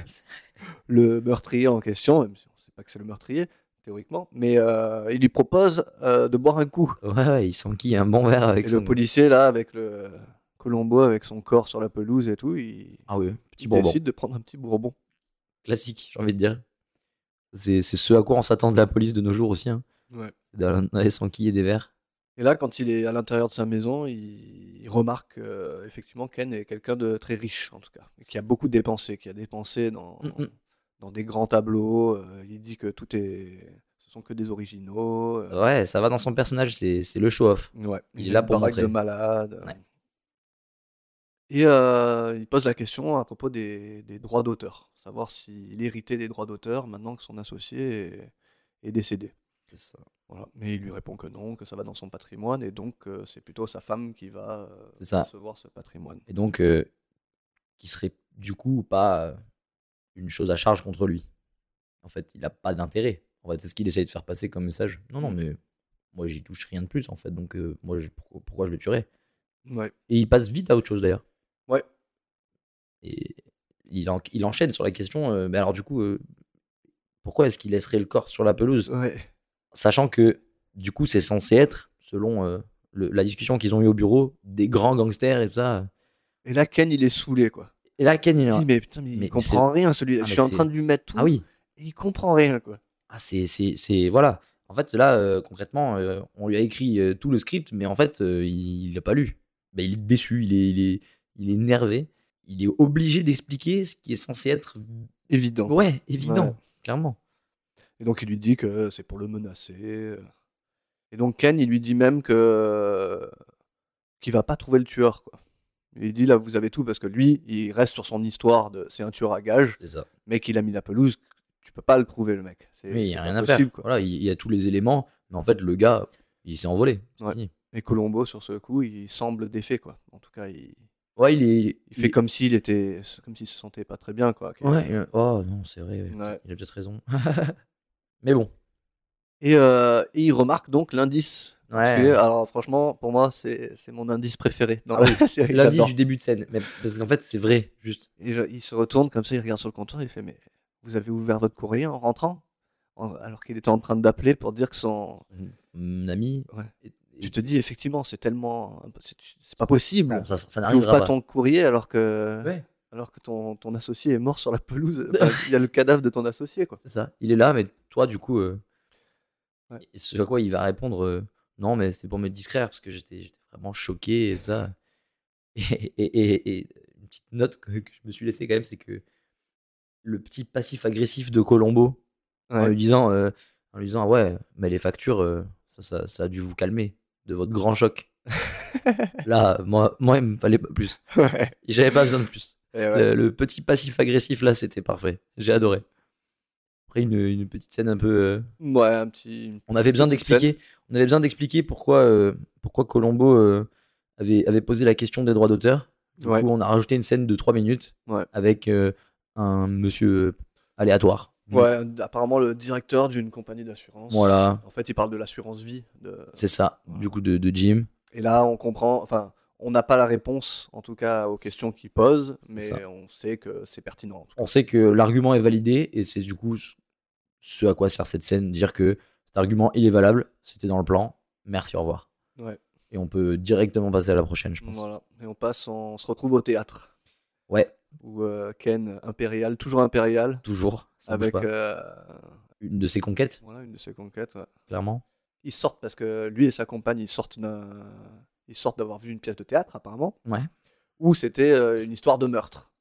Speaker 1: le meurtrier en question, même si on ne sait pas que c'est le meurtrier théoriquement, mais euh, il lui propose euh, de boire un coup.
Speaker 2: Ouais, ouais, il s'enquille un bon verre avec
Speaker 1: et
Speaker 2: son...
Speaker 1: le policier là, avec le Colombo, avec son corps sur la pelouse et tout, il,
Speaker 2: Ah oui, petit
Speaker 1: il
Speaker 2: bourbon.
Speaker 1: décide de prendre un petit bourbon.
Speaker 2: Classique, j'ai envie de dire. C'est c'est ce à quoi on s'attend de la police de nos jours aussi. Hein.
Speaker 1: Ouais.
Speaker 2: C'est d'aller d'aller s'enquiller des verres.
Speaker 1: Et là, quand il est à l'intérieur de sa maison, il, il remarque euh, effectivement Ken est quelqu'un de très riche, en tout cas, et qui a beaucoup dépensé, qui a dépensé dans,
Speaker 2: Mm, mm.
Speaker 1: dans des grands tableaux. euh, il dit que tout est. Ce sont que des originaux. euh,
Speaker 2: Ouais, ça va dans son personnage, c'est c'est le show-off.
Speaker 1: ouais,
Speaker 2: Ah il
Speaker 1: a
Speaker 2: est là
Speaker 1: une
Speaker 2: pour
Speaker 1: baraque de
Speaker 2: montrer.
Speaker 1: malade. euh.
Speaker 2: Ouais.
Speaker 1: Et euh, il pose la question à propos des, des droits d'auteur, savoir s'il héritait des droits d'auteur maintenant que son associé est, est décédé. Voilà. Mais il lui répond que non, que ça va dans son patrimoine, et donc euh, c'est plutôt sa femme qui va euh,
Speaker 2: C'est ça.
Speaker 1: recevoir ce patrimoine.
Speaker 2: Et donc, euh, qui serait du coup pas euh, une chose à charge contre lui. En fait, il n'a pas d'intérêt. En fait, c'est ce qu'il essaye de faire passer comme message. Non,
Speaker 1: Mm.
Speaker 2: non, mais moi, j'y touche rien de plus, en fait. Donc, euh, moi, je- pourquoi, pourquoi je le tuerais
Speaker 1: Ouais.
Speaker 2: Et il passe vite à autre chose, d'ailleurs.
Speaker 1: Ouais.
Speaker 2: Et il, en- il enchaîne sur la question. euh, mais alors, du coup, euh, pourquoi est-ce qu'il laisserait le corps sur la pelouse
Speaker 1: Ouais.
Speaker 2: Sachant que, du coup, c'est censé être, selon euh, le- la discussion qu'ils ont eue au bureau, des grands gangsters et tout ça.
Speaker 1: Et là, Ken, il est saoulé, quoi.
Speaker 2: Et là, Ken, il est
Speaker 1: Il
Speaker 2: en-
Speaker 1: dit, mais putain, mais il
Speaker 2: mais
Speaker 1: comprend rien, celui-là.
Speaker 2: Ah,
Speaker 1: je
Speaker 2: mais
Speaker 1: suis en
Speaker 2: c'est-
Speaker 1: train de lui mettre tout.
Speaker 2: Ah oui,
Speaker 1: Et il comprend rien, quoi.
Speaker 2: Ah, c'est, c'est, c'est- Voilà. En fait, là, euh, concrètement, euh, on lui a écrit euh, tout le script, mais en fait, euh, il il l'a pas lu. Ben, il est déçu, il est, il, est, il est énervé. Il est obligé d'expliquer ce qui est censé être.
Speaker 1: Évident.
Speaker 2: Ouais, évident,
Speaker 1: Ouais.
Speaker 2: clairement.
Speaker 1: Et donc, il lui dit que c'est pour le menacer. euh. Et donc, Ken, il lui dit même que. qu'il va pas trouver le tueur, quoi. Il dit là, vous avez tout, parce que lui, il reste sur son histoire de c'est un tueur à gage,
Speaker 2: C'est ça.
Speaker 1: mais qu'il a mis la pelouse. Tu peux pas le prouver, le mec. C'est
Speaker 2: Mais il n'y
Speaker 1: c'est
Speaker 2: a
Speaker 1: pas
Speaker 2: rien à
Speaker 1: possible,
Speaker 2: faire.
Speaker 1: quoi.
Speaker 2: Voilà, il il y a tous les éléments, mais en fait, le gars, il s'est envolé. C'est
Speaker 1: Ouais.
Speaker 2: fini.
Speaker 1: Et Colombo, sur ce coup, il semble défait, quoi. En tout cas, il,
Speaker 2: Ouais, il est.
Speaker 1: il fait comme s'il était. comme s'il se sentait pas très bien, quoi. Qu'il-
Speaker 2: Ouais, il- oh non, c'est vrai. ouais.
Speaker 1: Ouais.
Speaker 2: Il a peut-être raison. mais bon.
Speaker 1: Et, euh, et il remarque donc l'indice. particulier.
Speaker 2: Ouais.
Speaker 1: Alors franchement, pour moi, c'est c'est mon indice préféré dans la série.
Speaker 2: Ah L'indice
Speaker 1: j'adore.
Speaker 2: du début de scène. Mais parce qu'en fait, c'est vrai, juste.
Speaker 1: Et je- il se retourne comme ça, il regarde sur le comptoir, il fait mais vous avez ouvert votre courrier en rentrant En- Alors qu'il était en train d'appeler pour dire que son.
Speaker 2: Mon ami.
Speaker 1: Ouais.
Speaker 2: Et- et-
Speaker 1: Tu te dis effectivement, c'est tellement, c'est c'est pas possible.
Speaker 2: Non, Ah, ça, ça
Speaker 1: Tu ouvres
Speaker 2: n'arrivera
Speaker 1: pas
Speaker 2: pas.
Speaker 1: ton courrier alors que
Speaker 2: Ouais.
Speaker 1: alors que ton, ton associé est mort sur la pelouse. Enfin, Il y a le cadavre de ton associé quoi.
Speaker 2: C'est ça. Il est là, mais toi, du coup, euh,
Speaker 5: Ouais.
Speaker 2: Et ce à quoi il va répondre euh, Non, mais c'était pour me distraire parce que j'étais j'étais vraiment choqué et ça. Et, et- et- et une petite note que, que je me suis laissée quand même, c'est que le petit passif agressif de Colombo, en
Speaker 5: Ouais.
Speaker 2: lui disant euh, en lui disant Ah ouais mais les factures euh, ça, ça, ça a dû vous calmer de votre grand choc là moi moi il me fallait pas plus
Speaker 1: Ouais.
Speaker 2: j'avais pas besoin de plus
Speaker 1: Et ouais.
Speaker 2: le, le petit passif agressif là c'était parfait j'ai adoré après une, une petite scène un peu euh,
Speaker 1: Ouais, un petit.
Speaker 2: on avait besoin
Speaker 1: Petite scène.
Speaker 2: d'expliquer on avait besoin d'expliquer pourquoi euh, pourquoi Colombo euh, avait avait posé la question des droits d'auteur du
Speaker 1: Ouais.
Speaker 2: coup on a rajouté une scène de 3 minutes
Speaker 1: Ouais.
Speaker 2: avec euh, un monsieur euh, aléatoire
Speaker 1: Ouais, apparemment le directeur d'une compagnie d'assurance.
Speaker 2: Voilà.
Speaker 1: En fait, il parle de l'assurance vie. de-
Speaker 2: c'est ça
Speaker 1: Ouais.
Speaker 2: du coup de, de Jim
Speaker 1: Et là, on comprend. Enfin, on n'a pas la réponse, en tout cas, aux questions qu'il pose,
Speaker 2: C'est
Speaker 1: mais
Speaker 2: ça.
Speaker 1: on sait que c'est pertinent. en tout
Speaker 2: on sait que l'argument est validé et c'est du coup ce- ce à quoi sert cette scène, dire que cet argument il est valable, c'était dans le plan, merci, au revoir.
Speaker 1: cas. Ouais.
Speaker 2: Et on peut directement passer à la prochaine, je pense.
Speaker 1: Voilà. Et on passe, en- on se retrouve au théâtre
Speaker 2: Ouais,
Speaker 1: où euh, Ken impérial, toujours impérial,
Speaker 2: toujours. ça bouge
Speaker 1: avec
Speaker 2: pas.
Speaker 1: euh,
Speaker 2: une de ses conquêtes,
Speaker 1: voilà une de ses conquêtes. ouais.
Speaker 2: clairement.
Speaker 1: Ils sortent parce que lui et sa compagne, ils sortent d'un, ils sortent d'avoir vu une pièce de théâtre apparemment,
Speaker 2: Ouais,
Speaker 1: où c'était euh, une histoire de meurtre.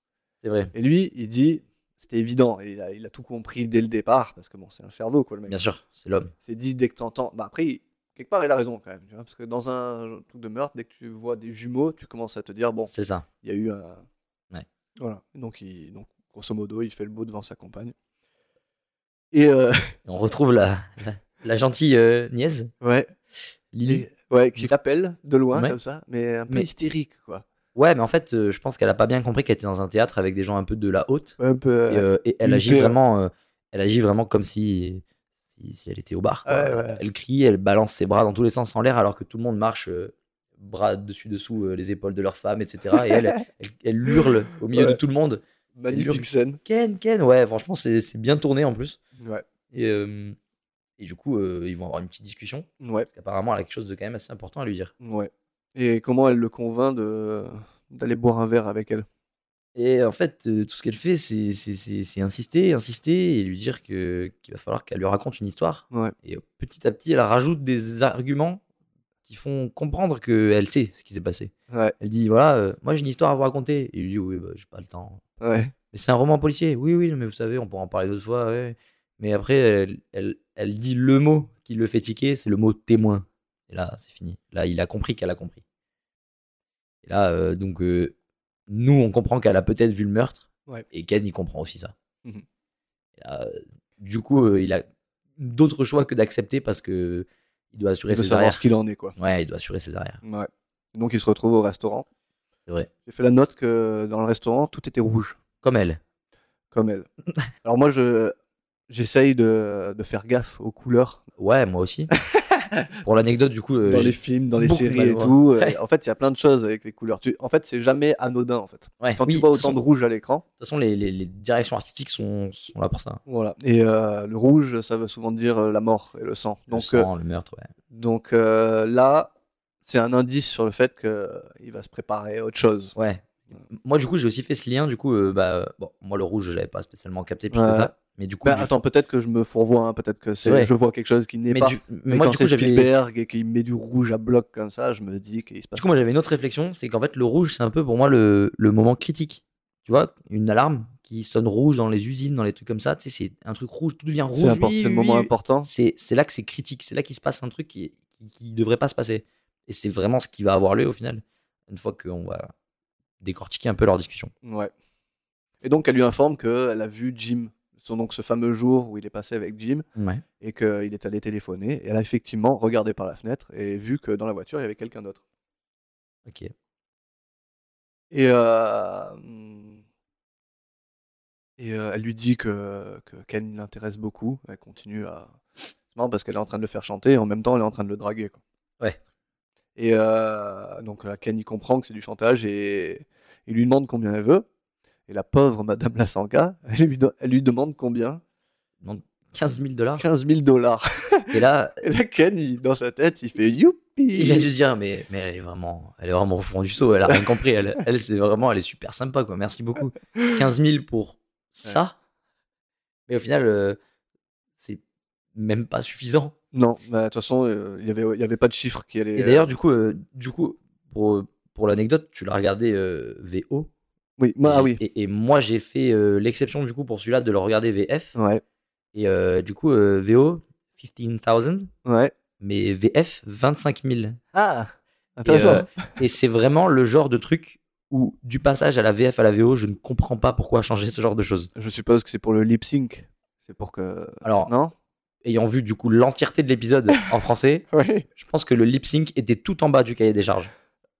Speaker 2: c'est vrai.
Speaker 1: Et lui, il dit, c'était évident, il a, il a tout compris dès le départ, parce que bon, c'est un cerveau, quoi, le mec.
Speaker 2: Bien sûr, c'est l'homme.
Speaker 1: C'est dit dès que t'entends. Bah après, il- quelque part, il a raison quand même, tu vois, parce que dans un truc de meurtre, dès que tu vois des jumeaux, tu commences à te dire, bon,
Speaker 2: C'est ça.
Speaker 1: il y a eu un.
Speaker 2: Ouais.
Speaker 1: Voilà. Donc, il, donc, grosso modo, il fait le beau devant sa compagne. Et euh,
Speaker 2: Et on retrouve la, la, la gentille euh, nièce,
Speaker 1: ouais,
Speaker 2: Lily.
Speaker 1: il- ouais, qui l'appelle de loin
Speaker 2: Ouais.
Speaker 1: comme ça, mais un peu
Speaker 2: Mais-
Speaker 1: hystérique, quoi.
Speaker 2: Ouais, mais en fait, euh, je pense qu'elle a pas bien compris qu'elle était dans un théâtre avec des gens un peu de la haute.
Speaker 1: Un peu.
Speaker 2: et, euh, et elle agit
Speaker 1: huppé, ouais.
Speaker 2: vraiment euh, elle agit vraiment comme si si, si elle était au bar quoi.
Speaker 1: Ouais, ouais.
Speaker 2: elle crie elle balance ses bras dans tous les sens en l'air alors que tout le monde marche euh, bras dessus dessous euh, les épaules de leur femme etc et elle, elle, elle hurle au milieu
Speaker 1: Ouais.
Speaker 2: de tout le monde
Speaker 1: magnifique scène.
Speaker 2: Ken Ken ouais franchement c'est c'est bien tourné en plus
Speaker 1: Ouais.
Speaker 2: et euh, et du coup euh, ils vont avoir une petite discussion
Speaker 1: Ouais.
Speaker 2: parce qu'apparemment elle a quelque chose de quand même assez important à lui dire
Speaker 1: Ouais. Et comment elle le convainc de d'aller boire un verre avec elle.
Speaker 2: Et en fait, euh, tout ce qu'elle fait, c'est- c'est c'est- c'est insister, insister et lui dire que- qu'il va falloir qu'elle lui raconte une histoire.
Speaker 1: Ouais.
Speaker 2: Et euh, petit à petit, elle rajoute des arguments qui font comprendre qu'elle sait ce qui s'est passé.
Speaker 1: Ouais.
Speaker 2: Elle dit voilà, euh, moi j'ai une histoire à vous raconter. Et il lui dit oui, bah, j'ai pas le temps.
Speaker 1: Ouais.
Speaker 2: Mais c'est un roman policier. Oui, oui, mais vous savez, on pourra en parler d'autres fois. ouais. Mais après, elle, elle- elle dit le mot qui le fait tiquer, c'est le mot témoin. Et là, c'est fini. Là, il a compris qu'elle a compris. Et là, euh, donc, euh, nous, on comprend qu'elle a peut-être vu le meurtre.
Speaker 1: Ouais.
Speaker 2: Et Ken, il comprend aussi ça.
Speaker 1: Mhm.
Speaker 2: Et là, euh, du coup, euh, il a d'autres choix que d'accepter parce que il doit assurer
Speaker 1: De
Speaker 2: ses
Speaker 1: savoir
Speaker 2: arrières.
Speaker 1: ce qu'il en est, quoi.
Speaker 2: Ouais, il doit assurer ses arrières.
Speaker 1: Ouais. Donc il se retrouve au restaurant.
Speaker 2: C'est vrai.
Speaker 1: J'ai fait la note que dans le restaurant, tout était rouge,
Speaker 2: Comme elle.
Speaker 1: comme elle. Alors moi, je j'essaye de, de faire gaffe aux couleurs.
Speaker 2: Ouais, moi aussi. Pour l'anecdote, du coup, euh,
Speaker 1: dans
Speaker 2: j'ai-
Speaker 1: les films, dans les
Speaker 2: beaucoup de
Speaker 1: séries
Speaker 2: mal
Speaker 1: et
Speaker 2: au
Speaker 1: tout. euh,
Speaker 2: Ouais.
Speaker 1: en fait, il y a plein de choses avec les couleurs. Tu- en fait, c'est jamais anodin, en fait.
Speaker 2: ouais,
Speaker 1: Quand
Speaker 2: oui,
Speaker 1: tu vois
Speaker 2: de toute
Speaker 1: autant
Speaker 2: façon-
Speaker 1: de rouge à l'écran,
Speaker 2: De toute façon, les, les- les directions artistiques sont, sont là pour ça.
Speaker 1: voilà. Et euh, le rouge, ça veut souvent dire euh, la mort et le sang.
Speaker 2: Le
Speaker 1: Donc euh,
Speaker 2: sang, le meurtre, ouais.
Speaker 1: donc euh, là, c'est un indice sur le fait que euh, il va se préparer à autre chose.
Speaker 2: Ouais. Moi, du coup, j'ai aussi fait ce lien. Du coup, euh, bah, euh, bon, moi, le rouge, je l'avais pas spécialement capté plus
Speaker 1: Ouais.
Speaker 2: que ça. Mais du coup,
Speaker 1: Ben,
Speaker 2: du-
Speaker 1: attends, peut-être que je me fourvoie, hein, peut-être que
Speaker 2: C'est
Speaker 1: c'est
Speaker 2: vrai.
Speaker 1: je vois quelque chose qui n'est
Speaker 2: mais,
Speaker 1: pas.
Speaker 2: du- mais
Speaker 1: Mais
Speaker 2: moi,
Speaker 1: quand
Speaker 2: du coup,
Speaker 1: c'est
Speaker 2: j'avais.
Speaker 1: Spielberg et qu'il met du rouge à bloc comme ça, je me dis qu'il se passe.
Speaker 2: Du coup, moi, j'avais une autre réflexion, c'est qu'en fait, le rouge, c'est un peu pour moi le, le moment critique. Tu vois, une alarme qui sonne rouge dans les usines, dans les trucs comme ça. Tu sais, c'est un truc rouge, tout devient rouge.
Speaker 1: c'est import-
Speaker 2: oui,
Speaker 1: c'est le
Speaker 2: oui,
Speaker 1: moment
Speaker 2: oui.
Speaker 1: important.
Speaker 2: C'est c'est là que c'est critique. C'est là qu'il se passe un truc qui, qui, qui devrait pas se passer. Et c'est vraiment ce qui va avoir lieu au final, une fois qu'on va décortiquer un peu leur discussion.
Speaker 1: Ouais. Et donc, elle lui informe qu'elle a vu Jim. Son, donc, ce fameux jour où il est passé avec Jim
Speaker 2: Ouais.
Speaker 1: et qu'il est allé téléphoner. Et elle a effectivement regardé par la fenêtre et vu que dans la voiture, il y avait quelqu'un d'autre.
Speaker 2: Ok.
Speaker 1: Et, euh, et euh, elle lui dit que, que Ken l'intéresse beaucoup. Elle continue à. C'est marrant parce qu'elle est en train de le faire chanter et en même temps elle est en train de le draguer. Quoi.
Speaker 2: Ouais.
Speaker 1: Et euh, donc là, Ken y comprend que c'est du chantage et il lui demande combien elle veut. Et la pauvre Madame Lassanka, elle lui, do- elle lui demande combien
Speaker 2: demande 15 000 dollars.
Speaker 1: 15 000 dollars.
Speaker 2: Et là,
Speaker 1: Et là, Ken, il- dans sa tête, il fait
Speaker 2: il a dû
Speaker 1: youpi
Speaker 2: se dire, mais, mais elle est vraiment, elle est vraiment au fond du seau. Elle a rien compris. Elle, elle c'est vraiment, elle est super sympa, quoi. Merci beaucoup. 15 000 pour ça. Mais au final, euh, c'est même pas suffisant.
Speaker 1: Non, bah, de toute façon, euh, il n'y avait, il y avait pas de chiffres qui allaient.
Speaker 2: Et d'ailleurs, du coup, euh, du coup, pour, pour l'anecdote, tu l'as regardé euh, VO.
Speaker 1: oui, moi, ah oui.
Speaker 2: Et, et moi, j'ai fait euh, l'exception, du coup, pour celui-là, de le regarder VF.
Speaker 1: Ouais,
Speaker 2: Et euh, du coup, euh, VO, 15,000,
Speaker 1: ouais.
Speaker 2: mais VF, 25 000.
Speaker 1: Ah,
Speaker 2: Et,
Speaker 1: intéressant.
Speaker 2: euh, et c'est vraiment le genre de truc où, du passage à la VF à la VO, je ne comprends pas pourquoi changer ce genre de choses.
Speaker 1: Je suppose que c'est pour le lip sync. C'est pour que.
Speaker 2: Alors,
Speaker 1: Non
Speaker 2: ayant vu, du coup, l'entièreté de l'épisode en français,
Speaker 1: Oui.
Speaker 2: je pense que le lip sync était tout en bas du cahier des charges.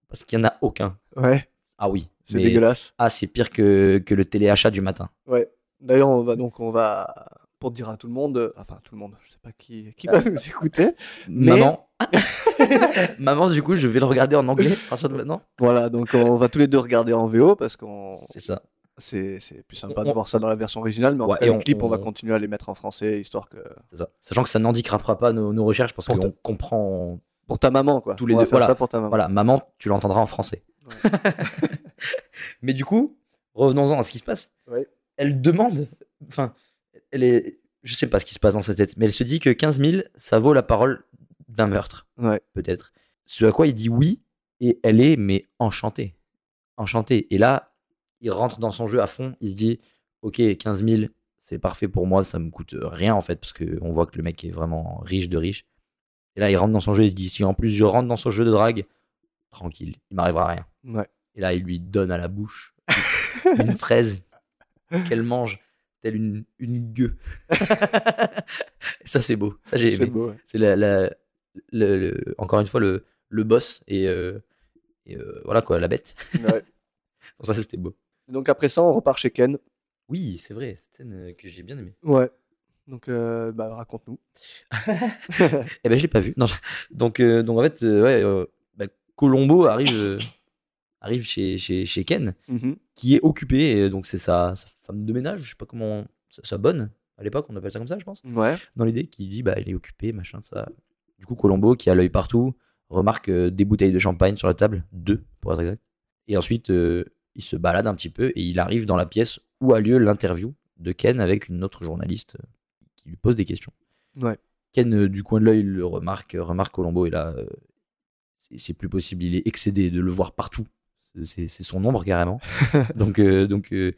Speaker 2: Parce qu'il n'y en a aucun.
Speaker 1: Ouais,
Speaker 2: Ah oui.
Speaker 1: c'est
Speaker 2: mais-
Speaker 1: dégueulasse.
Speaker 2: Ah, c'est pire que, que le téléachat du matin.
Speaker 1: D'ailleurs, on va donc on va pour dire à tout le monde, euh, enfin tout le monde, je sais pas qui qui va nous écouter. Mais-
Speaker 2: Maman. Maman, du coup, je vais le regarder en anglais à partir de maintenant.
Speaker 1: Voilà, donc on va tous les deux regarder en VO parce qu'on
Speaker 2: C'est ça.
Speaker 1: c'est c'est plus sympa
Speaker 2: On-
Speaker 1: de voir ça dans la version originale, mais en
Speaker 2: Ouais,
Speaker 1: tout cas,
Speaker 2: et
Speaker 1: les
Speaker 2: on-
Speaker 1: clips, on... va
Speaker 2: on-
Speaker 1: continuer à les mettre en français histoire que
Speaker 2: c'est ça. Sachant que ça n'handicapera pas nos, nos recherches parce
Speaker 1: Pour
Speaker 2: qu'on comprend.
Speaker 1: pour ta maman quoi.
Speaker 2: Tous les
Speaker 1: On va
Speaker 2: deux,
Speaker 1: faire
Speaker 2: voilà.
Speaker 1: ça pour ta maman.
Speaker 2: Voilà, maman, tu l'entendras en français. Mais du coup, revenons-en à ce qui se passe.
Speaker 1: Ouais.
Speaker 2: Elle demande. Enfin, elle est. Je sais pas ce qui se passe dans sa tête, mais elle se dit que 15 000, ça vaut la parole d'un meurtre.
Speaker 1: Ouais.
Speaker 2: Peut-être. Ce à quoi il dit oui, et elle est, mais enchantée. Enchantée. Et là, il rentre dans son jeu à fond. Il se dit Ok, 15 000, c'est parfait pour moi, ça me coûte rien en fait, parce qu'on voit que le mec est vraiment riche de riche. Et là, il rentre dans son jeu, il se dit Si en plus je rentre dans son jeu de drague, tranquille, il m'arrivera rien.
Speaker 1: Ouais.
Speaker 2: Et là, il lui donne à la bouche une fraise qu'elle mange, telle une, une gueux. ça, c'est beau. Ça, j'ai
Speaker 1: C'est
Speaker 2: aimé.
Speaker 1: beau. ouais.
Speaker 2: C'est la, la- le- le- encore une fois le, le boss et, euh, et, euh, voilà quoi, la bête.
Speaker 1: Ouais.
Speaker 2: Donc, ça, c'était beau.
Speaker 1: Donc après ça, on repart chez Ken.
Speaker 2: Oui, c'est vrai, cette scène euh, que j'ai bien aimée.
Speaker 1: Ouais. Donc euh, bah, raconte-nous.
Speaker 2: Eh ben, je l'ai pas vu. Non, je- donc, euh, donc en fait, euh, ouais, euh, bah, Colombo arrive, euh, arrive chez, chez, chez Ken,
Speaker 1: Mhm.
Speaker 2: qui est occupé. et donc, c'est sa, sa femme de ménage, je sais pas comment, sa, sa bonne. À l'époque, on appelle ça comme ça, je pense.
Speaker 1: Ouais.
Speaker 2: Dans l'idée, qui dit, bah, il est occupé, machin, ça. Du coup, Colombo, qui a l'œil partout, remarque euh, des bouteilles de champagne sur la table, deux, pour être exact. Et ensuite, euh, il se balade un petit peu et il arrive dans la pièce où a lieu l'interview de Ken avec une autre journaliste euh, qui lui pose des questions.
Speaker 1: Ouais.
Speaker 2: Ken, euh, du coin de l'œil, le remarque, euh, remarque Colombo, et là, euh, c'est- c'est plus possible, il est excédé de le voir partout. C'est c'est son ombre carrément. donc, euh, donc euh,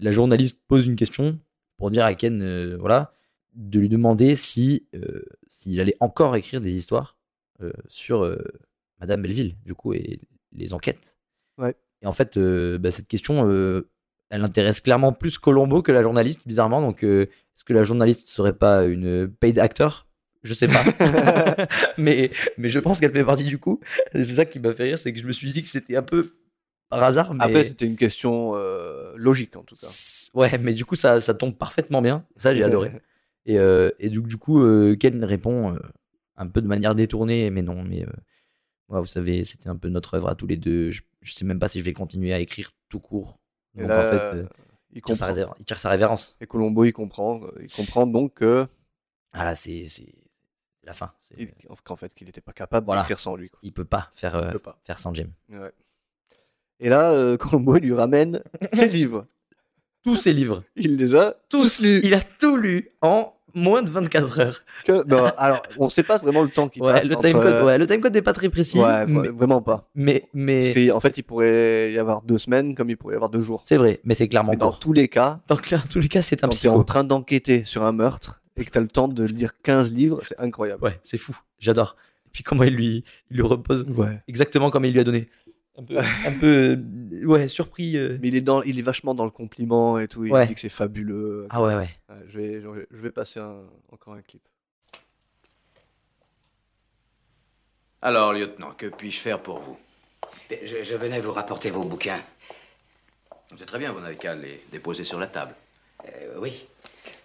Speaker 2: la journaliste pose une question pour dire à Ken, euh, voilà, de lui demander si euh, s'il allait encore écrire des histoires euh, sur euh, Madame Belleville, du coup, et les enquêtes.
Speaker 1: Ouais.
Speaker 2: Et en fait, euh, bah, cette question, euh, elle intéresse clairement plus Colombo que la journaliste, bizarrement. Donc, euh, est-ce que la journaliste serait pas une paid actor Je sais pas. mais, mais je pense qu'elle fait partie du coup. Et C'est ça qui m'a fait rire, c'est que je me suis dit que c'était un peu par hasard. Mais...
Speaker 1: Après, c'était une question euh, logique en tout cas.
Speaker 2: S- Ouais, mais du coup, ça, ça tombe parfaitement bien. Ça, j'ai adoré. Et, euh, et du, du coup, euh, Ken répond euh, un peu de manière détournée, mais non, mais euh, moi, vous savez, c'était un peu notre œuvre à tous les deux. Je, je sais même pas si je vais continuer à écrire tout court.
Speaker 1: Et
Speaker 2: Donc,
Speaker 1: là,
Speaker 2: en fait, euh,
Speaker 1: il
Speaker 2: il, tire sa
Speaker 1: comprend.
Speaker 2: révé- il tire sa révérence.
Speaker 1: Et Colombo, il comprend, euh, il comprend donc que
Speaker 2: Ah là, c'est c'est- c'est la fin. C'est-
Speaker 1: il- qu'en fait qu'il n'était pas capable
Speaker 2: Voilà.
Speaker 1: d'écrire sans lui. Quoi.
Speaker 2: Il peut pas faire, euh,
Speaker 1: Il peut pas.
Speaker 2: faire sans Jim.
Speaker 1: Ouais. Et là, euh, Colombo lui ramène ses livres.
Speaker 2: Tous ses livres,
Speaker 1: Il les a tous lus.
Speaker 2: il a tout lu en moins de 24 heures.
Speaker 1: Que- non, alors, on ne sait pas vraiment le temps qu'il
Speaker 2: Ouais, euh,
Speaker 1: passe.
Speaker 2: le
Speaker 1: entre-
Speaker 2: timecode ouais, le timecode n'est pas très précis.
Speaker 1: Ouais, vra-
Speaker 2: mais,
Speaker 1: vraiment pas.
Speaker 2: mais,
Speaker 1: Parce
Speaker 2: mais-
Speaker 1: qu'en fait, il pourrait y avoir deux semaines comme il pourrait y avoir deux jours.
Speaker 2: C'est vrai, mais c'est clairement
Speaker 1: Mais dans
Speaker 2: court.
Speaker 1: tous les cas,
Speaker 2: Dans cla- tous les cas, c'est un
Speaker 1: quand tu es en
Speaker 2: psycho.
Speaker 1: train d'enquêter sur un meurtre et que tu as le temps de lire 15 livres, c'est incroyable.
Speaker 2: Ouais, c'est fou. J'adore. Et puis comment il lui, il lui repose
Speaker 1: Ouais.
Speaker 2: exactement comme il lui a donné. Un peu, un peu euh, ouais, surpris. euh.
Speaker 1: Mais il est, dans, il est vachement dans le compliment et tout. Il
Speaker 2: Ouais.
Speaker 1: dit que c'est fabuleux.
Speaker 2: Ah ouais, ouais.
Speaker 1: Ouais, je, vais, je, vais- je vais passer un- encore un clip.
Speaker 6: Alors, lieutenant, que puis-je faire pour vous
Speaker 3: Mais Je, je venais vous rapporter vos bouquins.
Speaker 6: C'est très bien, vous n'avez qu'à les déposer sur la table.
Speaker 3: Euh, oui.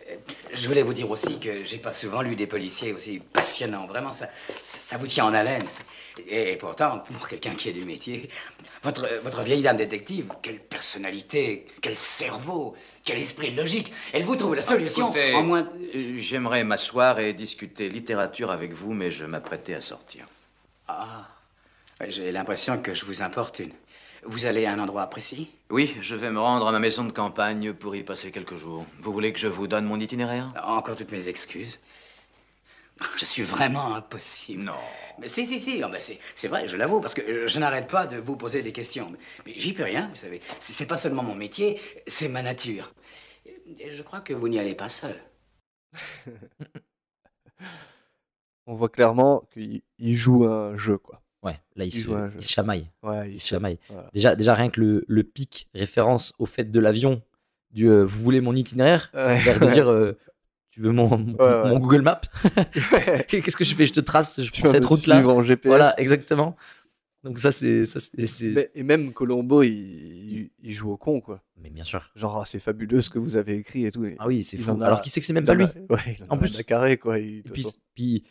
Speaker 3: Euh, Je voulais vous dire aussi que j'ai pas souvent lu des policiers aussi passionnants. Vraiment, ça, ça, ça vous tient en haleine. Et, et pourtant, pour quelqu'un qui est du métier, votre, euh, votre vieille dame détective, quelle personnalité, quel cerveau, quel esprit logique. Elle vous trouve la solution
Speaker 6: Ah, Écoutez,
Speaker 3: en moins.
Speaker 6: euh, J'aimerais m'asseoir et discuter littérature avec vous, mais je m'apprêtais à sortir.
Speaker 3: Ah, Ouais, j'ai l'impression que je vous importune. Vous allez à un endroit précis
Speaker 6: Oui, je vais me rendre à ma maison de
Speaker 8: Ah,
Speaker 6: campagne pour y passer quelques jours. Vous voulez que je vous donne mon itinéraire
Speaker 3: Encore toutes mes excuses.
Speaker 8: Je suis vraiment impossible.
Speaker 6: Non.
Speaker 8: Mais si, si, si, ah ben c'est c'est vrai, je l'avoue, parce que euh, je n'arrête pas de vous poser des questions. Mais, mais j'y peux rien, vous savez. C'est c'est pas seulement mon métier, c'est ma nature. Et je crois que vous n'y allez pas seul.
Speaker 1: On voit clairement qu'il il joue un jeu, quoi.
Speaker 2: Ouais, là, il,
Speaker 1: Il
Speaker 2: se,
Speaker 1: joue à un jeu.
Speaker 2: il se chamaille.
Speaker 1: Ouais, il
Speaker 2: Il se
Speaker 1: sait.
Speaker 2: chamaille.
Speaker 1: Voilà.
Speaker 2: Déjà, déjà, rien que le, le pic, référence au fait de l'avion, du euh, vous voulez mon itinéraire,
Speaker 1: Ouais.
Speaker 2: l'air de dire euh, tu veux mon, mon-
Speaker 1: Ouais, ouais.
Speaker 2: mon Google Map Qu'est-ce que je fais Je te trace, je
Speaker 1: Tu
Speaker 2: prends
Speaker 1: vas
Speaker 2: cette
Speaker 1: me
Speaker 2: route-là.
Speaker 1: suivre en GPS.
Speaker 2: Voilà, exactement. Donc, ça, c'est. ça, c'est- c'est-
Speaker 1: Mais- et même Colombo, il, il- il joue au con, quoi.
Speaker 2: Mais bien sûr.
Speaker 1: Genre, Ah, c'est fabuleux ce que vous avez écrit et tout. Et
Speaker 2: Ah oui, c'est
Speaker 1: Il
Speaker 2: fou.
Speaker 1: en a-
Speaker 2: Alors qu'il sait que c'est même
Speaker 1: il en
Speaker 2: pas lui.
Speaker 1: a- ouais, il en,
Speaker 2: En plus-
Speaker 1: plus. carré, quoi. il-
Speaker 2: Et
Speaker 1: de
Speaker 2: puis,
Speaker 1: toute
Speaker 2: puis,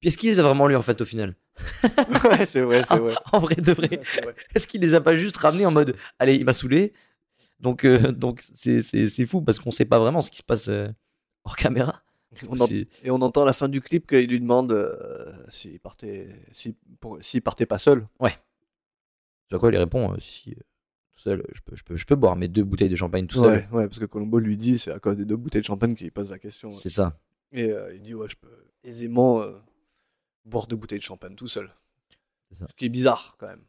Speaker 2: puis est-ce qu'il les a vraiment lu en fait au final
Speaker 1: façon. ouais, c'est vrai, c'est vrai.
Speaker 2: En vrai de vrai,
Speaker 1: Ouais, c'est vrai.
Speaker 2: est-ce qu'il les a pas juste ramenés en mode allez, il m'a saoulé Donc euh, donc c'est, c'est, c'est fou parce qu'on sait pas vraiment ce qui se passe euh, hors caméra.
Speaker 1: On en-
Speaker 2: C'est-
Speaker 1: Et on entend à la fin du clip qu'il lui demande euh, s'il partait, s'il- pour- s'il partait pas seul.
Speaker 2: Tu vois quoi, il répond euh, si euh, tout seul, je peux, je, peux, je peux boire mes deux bouteilles de champagne tout seul.
Speaker 1: ouais, ouais, parce que Colombo lui dit c'est à cause des deux bouteilles de champagne qu'il pose la question.
Speaker 2: C'est ça.
Speaker 1: Et euh, il dit ouais, je peux aisément euh, boire deux bouteilles de champagne tout seul.
Speaker 2: C'est ça.
Speaker 1: Ce qui est bizarre quand même.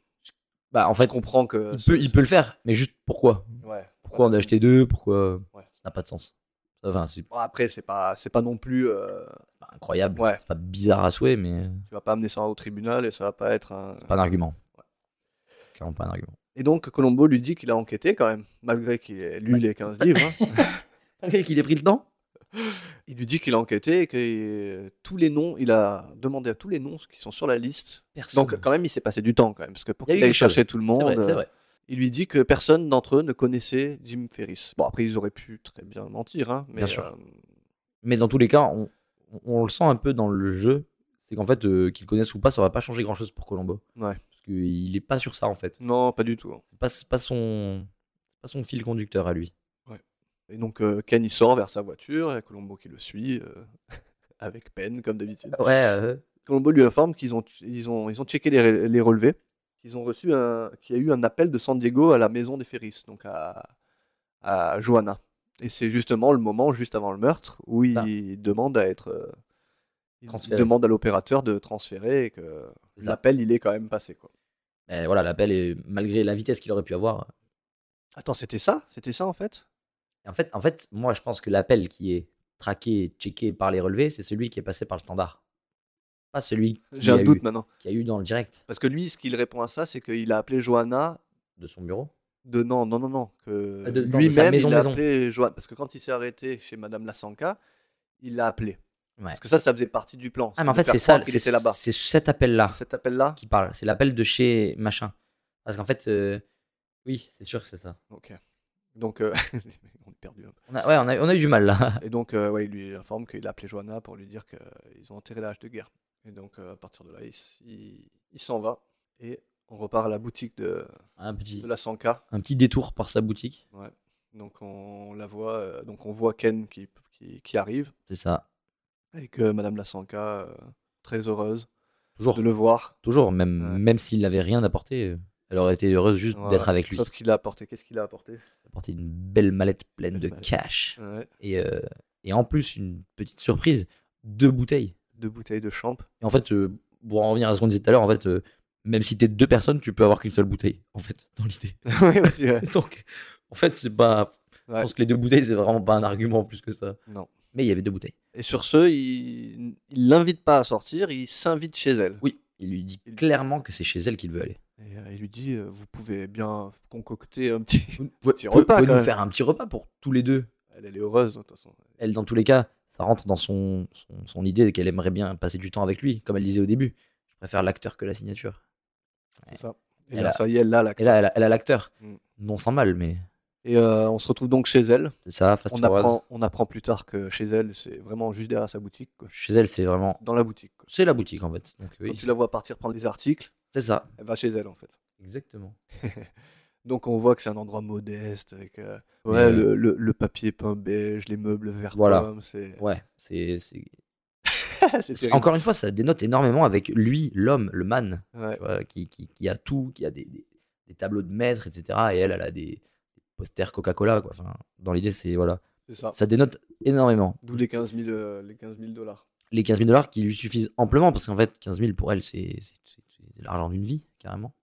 Speaker 2: Bah en
Speaker 1: En fait,
Speaker 2: fait,
Speaker 1: je comprends que.
Speaker 2: il
Speaker 1: ce-
Speaker 2: peut, il peut le faire, mais juste pourquoi
Speaker 1: Ouais.
Speaker 2: Pourquoi on a acheté deux Pourquoi
Speaker 1: Ouais.
Speaker 2: ça n'a pas de sens Enfin, c'est
Speaker 1: Bon, après, c'est pas, c'est pas non plus. euh,
Speaker 2: pas incroyable,
Speaker 1: Ouais.
Speaker 2: c'est pas bizarre à souhait, mais
Speaker 1: tu vas pas amener ça au tribunal et ça va pas être un.
Speaker 2: pas d'argument. Clairement pas d'argument.
Speaker 1: Et donc, Colombo lui dit qu'il a enquêté quand même, malgré qu'il ait lu les 15 livres. hein.
Speaker 2: Qu'il ait pris le temps
Speaker 1: Il lui dit qu'il a enquêté et que euh, tous les noms, il a demandé à tous les noms qui sont sur la liste.
Speaker 2: Personne.
Speaker 1: Donc quand même, il s'est passé du temps quand même, parce que pour
Speaker 2: Il y a
Speaker 1: qu'il
Speaker 2: eu
Speaker 1: aille
Speaker 2: quelque chose.
Speaker 1: chercher tout le monde,
Speaker 2: C'est vrai, c'est
Speaker 1: euh,
Speaker 2: vrai.
Speaker 1: il lui dit que personne d'entre eux ne connaissait Jim Ferris. Bon après, ils auraient pu très bien mentir, hein, mais
Speaker 2: Bien sûr.
Speaker 1: euh,
Speaker 2: Mais dans tous les cas, on, on- on le sent un peu dans le jeu. C'est qu'en fait, euh, qu'ils connaissent ou pas, ça va pas changer grand chose pour Colombo.
Speaker 1: Ouais.
Speaker 2: Parce qu'il est pas sur ça en fait.
Speaker 1: non, pas du tout.
Speaker 2: C'est pas, c'est pas son. c'est Pas son fil conducteur à lui.
Speaker 1: Et donc euh, Ken il sort vers sa voiture, et Colombo qui le suit euh, avec peine comme d'habitude.
Speaker 2: Ouais.
Speaker 1: Colombo lui informe qu'ils ont, ils ont, ils ont checké les, re- les relevés, qu'ils ont reçu un, qu'il y a eu un appel de San Diego à la maison des Ferris, donc à, à Johanna. Et c'est justement le moment, juste avant le meurtre, où
Speaker 2: Ça.
Speaker 1: il demande à être euh, il
Speaker 2: Transféré.
Speaker 1: demande à l'opérateur de transférer et que
Speaker 2: C'est ça.
Speaker 1: l'appel il est quand même passé quoi.
Speaker 2: voilà, l'appel est malgré la vitesse qu'il aurait pu avoir.
Speaker 1: Attends, c'était ça C'était ça en fait
Speaker 2: En fait, en fait, moi, je pense que l'appel qui est traqué, et checké par les relevés, c'est celui qui est passé par le standard. Pas celui qui
Speaker 1: J'ai
Speaker 2: a,
Speaker 1: un doute
Speaker 2: eu,
Speaker 1: maintenant.
Speaker 2: qui a eu dans le direct
Speaker 1: Parce que lui, ce qu'il répond à ça, c'est qu'il a appelé Johanna
Speaker 2: de son bureau.
Speaker 1: de non, non, non, non, que
Speaker 2: Ah, de- non, de sa
Speaker 1: lui-même
Speaker 2: maison,
Speaker 1: il a
Speaker 2: maison.
Speaker 1: appelé Joanne parce que quand il s'est arrêté chez Madame Lassanka, il l'a appelé.
Speaker 2: Ouais.
Speaker 1: Parce que ça, ça faisait partie du plan.
Speaker 2: Ah, mais en
Speaker 1: C'était
Speaker 2: fait,
Speaker 1: de faire
Speaker 2: c'est ça.
Speaker 1: croire qu'il
Speaker 2: C'est
Speaker 1: était là-bas.
Speaker 2: c'est cet appel-là.
Speaker 1: C'est cet appel-là.
Speaker 2: qui parle. C'est l'appel de chez machin. Parce qu'en fait, euh, oui, c'est sûr que c'est ça.
Speaker 1: Ok. Donc euh, on est perdu. un peu.
Speaker 2: On a, ouais, on a, on a eu du mal là.
Speaker 1: Et donc euh, ouais, il lui informe qu'il a appelé Joanna pour lui dire qu'ils ont enterré la hache de guerre. Et donc euh, à partir de là, il, s- il- il s'en va et on repart à la boutique de,
Speaker 2: Un petit,
Speaker 1: de Lassanka.
Speaker 2: un petit détour par sa boutique.
Speaker 1: Donc on la voit, euh, donc on voit Ken qui, qui, qui arrive
Speaker 2: C'est ça.
Speaker 1: et que Madame Lassanka euh, très heureuse
Speaker 2: Toujours,
Speaker 1: de le voir.
Speaker 2: toujours. Même,
Speaker 1: Ouais.
Speaker 2: même s'il n'avait rien apporté, euh, elle aurait été heureuse juste
Speaker 1: Voilà.
Speaker 2: d'être avec lui.
Speaker 1: Sauf qu'il a apporté. Qu'est-ce qu'il a apporté
Speaker 2: Il a apporté une belle mallette pleine
Speaker 1: Belle
Speaker 2: de
Speaker 1: mallette.
Speaker 2: cash. Et, euh, et en plus, une petite surprise deux bouteilles.
Speaker 1: Deux bouteilles de champ.
Speaker 2: Et en fait, euh, pour en revenir à ce qu'on disait tout à l'heure, en fait, euh, même si t'es deux personnes, tu peux avoir qu'une seule bouteille, en fait, dans l'idée.
Speaker 1: oui, aussi, ouais.
Speaker 2: Donc, en fait, c'est pas.
Speaker 1: Ouais.
Speaker 2: Je pense que les deux bouteilles, c'est vraiment pas un argument plus que ça.
Speaker 1: Non.
Speaker 2: Mais il y avait deux bouteilles.
Speaker 1: Et sur ce, il il l'invite pas à sortir, il s'invite chez elle.
Speaker 2: Oui. Il lui dit clairement que c'est chez elle qu'il veut aller.
Speaker 1: Et euh, il lui dit euh, Vous pouvez bien concocter un petit.
Speaker 2: Vous pouvez,
Speaker 1: Petit
Speaker 2: pouvez-
Speaker 1: repas,
Speaker 2: pouvez
Speaker 1: quand
Speaker 2: nous
Speaker 1: même.
Speaker 2: faire un petit repas pour tous les deux.
Speaker 1: Elle, elle est heureuse, de toute façon.
Speaker 2: Elle, dans tous les cas, ça rentre dans son, son, son idée qu'elle aimerait bien passer du temps avec lui, comme elle disait au début. Je préfère l'acteur que la signature.
Speaker 1: C'est
Speaker 2: Ouais.
Speaker 1: ça. Et
Speaker 2: Elle
Speaker 1: là,
Speaker 2: a-
Speaker 1: ça y est, elle l'a. la-
Speaker 2: Et là, elle a- elle a l'acteur.
Speaker 1: Mm.
Speaker 2: Non sans mal, mais
Speaker 1: Et euh, on se retrouve donc chez elle.
Speaker 2: c'est ça, fast
Speaker 1: On
Speaker 2: forward.
Speaker 1: apprend, on apprend plus tard que chez elle, c'est vraiment juste derrière sa boutique. quoi.
Speaker 2: Chez elle, c'est vraiment.
Speaker 1: Dans la boutique. quoi.
Speaker 2: C'est la boutique, en fait. Donc, oui,
Speaker 1: Quand tu la vois partir prendre des articles,
Speaker 2: c'est ça.
Speaker 1: elle va chez elle, en fait.
Speaker 2: Exactement.
Speaker 1: Donc on voit que c'est un endroit modeste avec euh,
Speaker 2: Mais,
Speaker 1: ouais,
Speaker 2: euh,
Speaker 1: le, le- le papier peint beige, les meubles verts
Speaker 2: Voilà.
Speaker 1: pomme, c'est
Speaker 2: Ouais, c'est. c'est-
Speaker 1: c'est
Speaker 2: c'est-
Speaker 1: terrible.
Speaker 2: Encore une fois, ça dénote énormément avec lui, l'homme, le man.
Speaker 1: Ouais.
Speaker 2: tu vois, qui, qui- qui a tout, qui a des, des- des tableaux de maître, etc. Et elle, elle a des posters Coca-Cola. quoi. Enfin, dans l'idée, c'est voilà,
Speaker 1: C'est ça.
Speaker 2: ça dénote énormément.
Speaker 1: D'où les 15 000 euh, les 15 000 dollars.
Speaker 2: les 15 000 dollars qui lui suffisent amplement, parce qu'en fait, 15 000 pour elle, c'est c'est- c'est- c'est de l'argent d'une vie, carrément.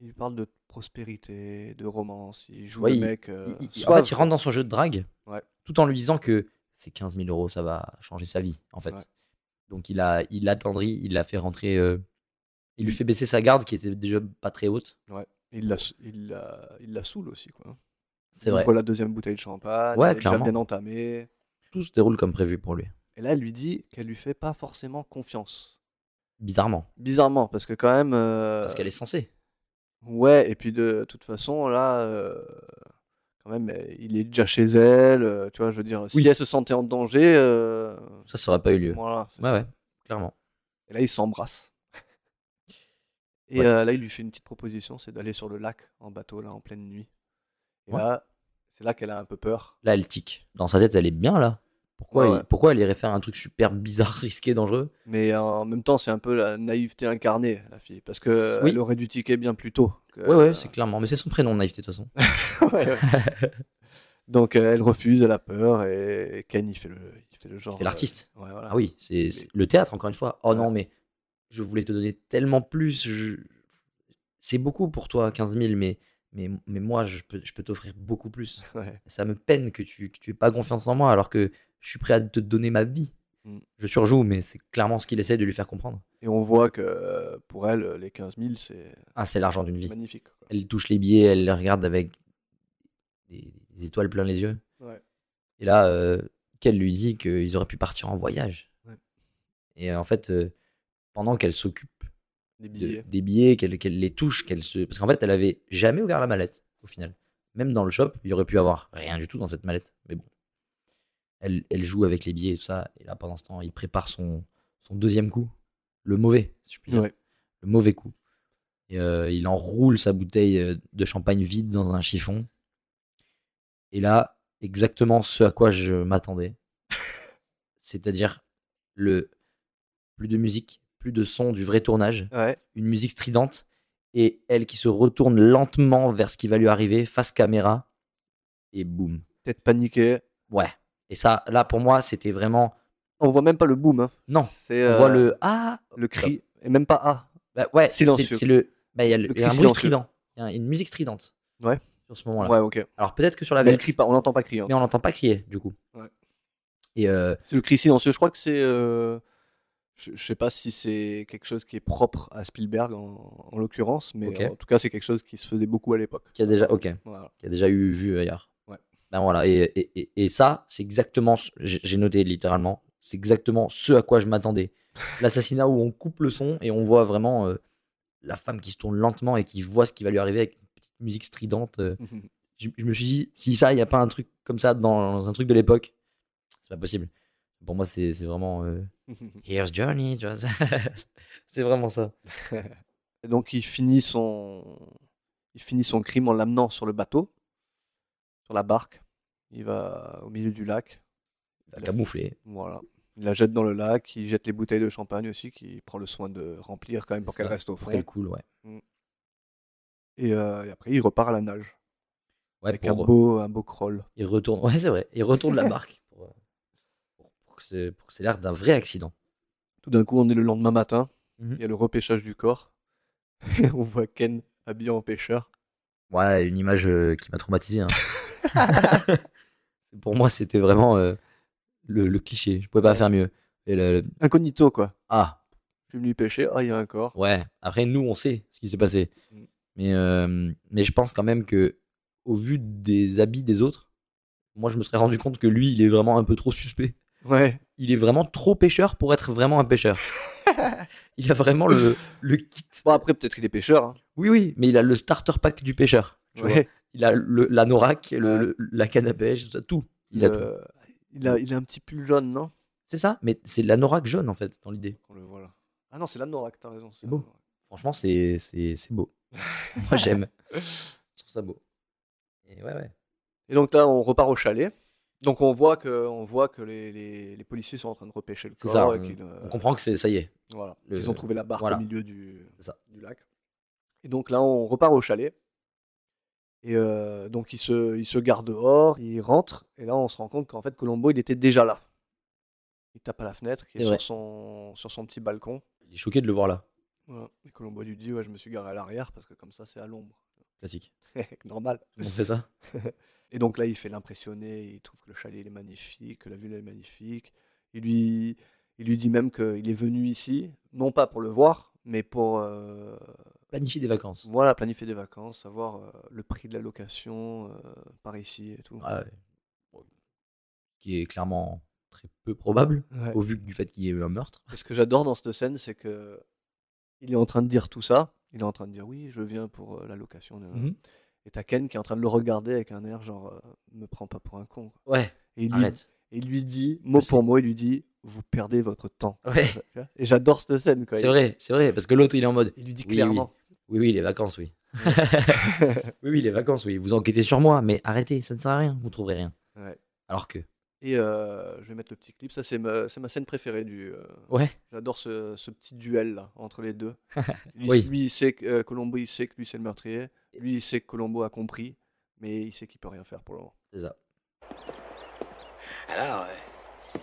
Speaker 1: Il parle de prospérité, de romance. Il joue
Speaker 2: Ouais,
Speaker 1: le
Speaker 2: il-
Speaker 1: mec. euh,
Speaker 2: Il- il- en
Speaker 1: suave,
Speaker 2: fait, il rentre dans son jeu de drague,
Speaker 1: Ouais.
Speaker 2: tout en lui disant que ces 15 000 euros, ça va changer sa vie, en fait.
Speaker 1: Ouais.
Speaker 2: Donc, il a, il attendrit, il l'a fait rentrer, euh, il lui fait baisser sa garde, qui était déjà pas très haute.
Speaker 1: Il la, il, la, il la saoule aussi, quoi. hein.
Speaker 2: C'est
Speaker 1: Il
Speaker 2: vrai.
Speaker 1: ouvre la deuxième bouteille de champagne.
Speaker 2: Ouais,
Speaker 1: elle est déjà
Speaker 2: clairement.
Speaker 1: bien entamée.
Speaker 2: Tout se déroule comme prévu pour lui.
Speaker 1: Et là, elle lui dit qu'elle lui fait pas forcément confiance.
Speaker 2: Bizarrement,
Speaker 1: Bizarrement, parce que quand même. euh,
Speaker 2: parce qu'elle est censée.
Speaker 1: Ouais, et puis de toute façon, là, euh, quand même, euh, il est déjà chez elle, euh, tu vois, je veux dire, si
Speaker 2: Oui.
Speaker 1: elle se sentait en danger, euh,
Speaker 2: Ça, ça aurait pas eu lieu.
Speaker 1: voilà. c'est
Speaker 2: Ouais,
Speaker 1: ça.
Speaker 2: ouais, clairement.
Speaker 1: Et là, ils s'embrassent. Et
Speaker 2: Ouais.
Speaker 1: euh, là, il lui fait une petite proposition, c'est d'aller sur le lac en bateau, là, en pleine nuit. Et
Speaker 2: Ouais.
Speaker 1: là, c'est là qu'elle a un peu peur.
Speaker 2: Là, elle tique. Dans sa tête, elle est bien là. Pourquoi,
Speaker 1: Ouais, ouais.
Speaker 2: il- pourquoi elle irait faire un truc super bizarre, risqué, dangereux
Speaker 1: Mais euh, en même temps, c'est un peu la naïveté incarnée, la fille, parce que
Speaker 2: Oui.
Speaker 1: elle aurait dû tiquer bien plus tôt. que-
Speaker 2: Ouais, ouais, c'est clairement. Mais c'est son prénom, naïveté, de toute façon.
Speaker 1: Euh, Ouais, ouais. Donc, euh, elle refuse, elle a peur, et Ken, il fait le, il fait le genre.
Speaker 2: fait l'artiste.
Speaker 1: euh, ouais, voilà.
Speaker 2: Ah oui, c'est c'est le théâtre, encore une fois. Oh non, mais je voulais te donner tellement plus. je- C'est beaucoup pour toi, 15 000, mais, mais, mais moi, je peux, je peux t'offrir beaucoup plus.
Speaker 1: Ouais.
Speaker 2: Ça me peine que tu que tu aies pas confiance en moi, alors que je suis prêt à te donner ma vie.
Speaker 1: Mm.
Speaker 2: Je surjoue, mais c'est clairement ce qu'il essaie de lui faire comprendre.
Speaker 1: Et on voit que euh, pour elle, les 15 000, c'est
Speaker 2: Ah, c'est l'argent d'une vie.
Speaker 1: magnifique. quoi.
Speaker 2: Elle touche les billets, elle les regarde avec des, des étoiles plein les yeux.
Speaker 1: Ouais.
Speaker 2: Et là, euh, qu'elle lui dit qu'ils auraient pu partir en voyage.
Speaker 1: Ouais.
Speaker 2: Et euh, en fait, euh, pendant qu'elle s'occupe
Speaker 1: Des
Speaker 2: de-
Speaker 1: billets.
Speaker 2: des billets, qu'elle qu'elle les touche, qu'elle se. Parce qu'en fait, elle avait jamais ouvert la mallette, au final. Même dans le shop, il y aurait pu avoir rien du tout dans cette mallette. Mais bon. Elle, elle joue avec les billets et tout ça. Et là, pendant ce temps, il prépare son, son deuxième coup. Le mauvais, si je puis dire.
Speaker 1: Ouais.
Speaker 2: Le mauvais coup. Et, euh, il enroule sa bouteille euh, de champagne vide dans un chiffon. Et là, exactement ce à quoi je m'attendais. C'est-à-dire le plus de musique, plus de son du vrai tournage
Speaker 1: Ouais.
Speaker 2: une musique stridente et elle qui se retourne lentement vers ce qui va lui arriver face caméra et boum.
Speaker 1: Tête paniquée.
Speaker 2: Ouais. Et ça, là pour moi, c'était vraiment.
Speaker 1: On voit même pas le boom. Hein.
Speaker 2: Non.
Speaker 1: C'est
Speaker 2: On
Speaker 1: euh,
Speaker 2: voit le ah.
Speaker 1: le cri. Et même pas ah.
Speaker 2: bah ouais. c'est-
Speaker 1: Silencieux.
Speaker 2: C'est c'est le. bah, il y a, le-
Speaker 1: Le
Speaker 2: il y
Speaker 1: cri
Speaker 2: a un bruit
Speaker 1: silencieux.
Speaker 2: strident. Il y a une musique stridente.
Speaker 1: Ouais.
Speaker 2: Sur ce moment-là.
Speaker 1: Ouais, ok.
Speaker 2: Alors peut-être que sur la
Speaker 1: Mais elle
Speaker 2: VF,
Speaker 1: crie pas, on l'entend pas crier. hein.
Speaker 2: mais on l'entend pas crier du coup.
Speaker 1: Ouais.
Speaker 2: Et euh,
Speaker 1: C'est le cri silencieux. Je crois que c'est. euh, Je, je sais pas si c'est quelque chose qui est propre à Spielberg en, en l'occurrence, mais
Speaker 2: Ok.
Speaker 1: en tout cas, c'est quelque chose qui se faisait beaucoup à l'époque.
Speaker 2: qui a déjà. Ok.
Speaker 1: Voilà.
Speaker 2: qui a déjà eu vu ailleurs.
Speaker 1: Ouais.
Speaker 2: Ben voilà, et, et- et- et ça, c'est exactement, ce- j'ai j'ai noté littéralement, c'est exactement ce à quoi je m'attendais. L'assassinat où on coupe le son et on voit vraiment euh, la femme qui se tourne lentement et qui voit ce qui va lui arriver avec une petite musique stridente. euh. je, je me suis dit, si ça, il n'y a pas un truc comme ça dans un truc de l'époque, c'est pas possible. Pour moi, c'est c'est vraiment euh, Here's Johnny. tu vois, c'est vraiment ça.
Speaker 1: Et donc il finit son, il finit son crime en l'amenant sur le bateau, sur la barque. Il va au milieu du lac.
Speaker 2: Camouflé.
Speaker 1: Voilà. Il la jette dans le lac. Il jette les bouteilles de champagne aussi, qu'il prend le soin de remplir quand même pour
Speaker 2: C'est
Speaker 1: qu'elle
Speaker 2: ça.
Speaker 1: reste au
Speaker 2: Après
Speaker 1: fond.
Speaker 2: le cool, ouais.
Speaker 1: Et, euh, et après, il repart à la nage
Speaker 2: ouais
Speaker 1: avec un
Speaker 2: pour- euh,
Speaker 1: beau, un beau crawl.
Speaker 2: Il retourne, ouais, c'est vrai, il retourne la barque pour, euh, pour- pour que c'est- pour que c'est l'air d'un vrai accident.
Speaker 1: Tout d'un coup, on est le lendemain matin.
Speaker 2: Mhm.
Speaker 1: Il y a le repêchage du corps. Et on voit Ken habillé en pêcheur.
Speaker 2: Ouais, une image euh, qui m'a traumatisé. hein. pour moi, c'était vraiment euh, le, le cliché. Je pouvais pas faire mieux. Et le- le-
Speaker 1: Incognito, quoi.
Speaker 2: Ah,
Speaker 1: Je suis venu pêcher. Ah, il y a un corps.
Speaker 2: ouais. Après, nous, on sait ce qui s'est passé.
Speaker 1: Mm.
Speaker 2: Mais, euh, mais je pense quand même que, au vu des habits des autres, moi, je me serais rendu compte que lui, il est vraiment un peu trop suspect.
Speaker 1: Ouais.
Speaker 2: Il est vraiment trop pêcheur pour être vraiment un pêcheur. il a vraiment le, le kit
Speaker 1: Bon, après, peut-être qu'il est pêcheur. hein.
Speaker 2: Oui, oui, mais il a le starter pack du pêcheur. tu vois.
Speaker 1: Ouais.
Speaker 2: Il a le- la norac,
Speaker 1: Ouais.
Speaker 2: le, le- la canne à pêche, tout. ça, tout. Il a tout.
Speaker 1: Euh, il, a, il a un petit pull jaune, non
Speaker 2: C'est ça, mais c'est la norac jaune en fait, dans l'idée.
Speaker 1: On le voit là. Ah non, c'est l'anorak, t'as raison. C'est
Speaker 2: beau.
Speaker 1: l'anorak.
Speaker 2: Franchement, c'est c'est- c'est beau. Moi, j'aime. Je trouve ça beau. Et ouais, ouais.
Speaker 1: Et donc là, on repart au chalet. Donc on voit que, on voit que les, les- les policiers sont en train de repêcher le
Speaker 2: C'est
Speaker 1: corps.
Speaker 2: ça,
Speaker 1: et
Speaker 2: on-
Speaker 1: qu'ils, euh,
Speaker 2: On comprend que c'est ça y est.
Speaker 1: Voilà.
Speaker 2: Le-
Speaker 1: Ils ont trouvé la barque
Speaker 2: voilà.
Speaker 1: au milieu du,
Speaker 2: C'est ça.
Speaker 1: du lac. Et donc là, on repart au chalet. Et euh, donc, il se, il se garde dehors, il rentre. Et là, on se rend compte qu'en fait, Colombo, il était déjà là. Il tape à la fenêtre, qui est
Speaker 2: C'est vrai.
Speaker 1: sur son, sur son petit balcon.
Speaker 2: Il est choqué de le voir là.
Speaker 1: Voilà. Et Colombo lui dit Ouais, je me suis garé à l'arrière parce que comme ça, c'est à l'ombre.
Speaker 2: Classique.
Speaker 1: Normal.
Speaker 2: On fait ça
Speaker 1: Et donc là, il fait l'impressionné, il trouve que le chalet il est magnifique, que la ville elle est magnifique. Il lui, il lui dit même qu'il est venu ici, non pas pour le voir, mais pour euh,
Speaker 2: Planifie des vacances.
Speaker 1: voilà, planifier des vacances, savoir euh, le prix de la location euh, par ici et tout.
Speaker 2: Ouais. Bon. Qui est clairement très peu probable,
Speaker 1: Ouais.
Speaker 2: au vu du fait qu'il y ait eu un meurtre.
Speaker 1: Et ce que j'adore dans cette scène, c'est que il est en train de dire tout ça. Il est en train de dire oui, je viens pour euh, la location. nanana.
Speaker 2: Mhm.
Speaker 1: Et t'as Ken qui est en train de le regarder avec un air genre euh, me prends pas pour un con. quoi.
Speaker 2: Ouais,
Speaker 1: Et il lui,
Speaker 2: arrête.
Speaker 1: et il lui dit mot
Speaker 2: Je
Speaker 1: pour
Speaker 2: sais.
Speaker 1: mot, il lui dit vous perdez votre temps.
Speaker 2: Ouais,
Speaker 1: Et j'adore cette scène. Quoi.
Speaker 2: c'est
Speaker 1: Il-
Speaker 2: vrai, c'est vrai, parce que l'autre il est en mode
Speaker 1: Il lui dit
Speaker 2: Oui,
Speaker 1: clairement.
Speaker 2: Oui, oui, les vacances, oui. oui, oui, les vacances, oui. Vous enquêtez sur moi, mais arrêtez, ça ne sert à rien, vous trouverez rien.
Speaker 1: Ouais.
Speaker 2: Alors que.
Speaker 1: Et euh, je vais mettre le petit clip. Ça, c'est ma, c'est ma scène préférée du. euh,
Speaker 2: Ouais.
Speaker 1: J'adore ce, ce petit duel là entre les deux. Lui,
Speaker 2: Oui.
Speaker 1: lui, il sait que euh, Colombo, il sait que lui c'est le meurtrier. Lui, il sait que Colombo a compris, mais il sait qu'il peut rien faire pour le moment.
Speaker 2: C'est ça.
Speaker 8: Alors, euh,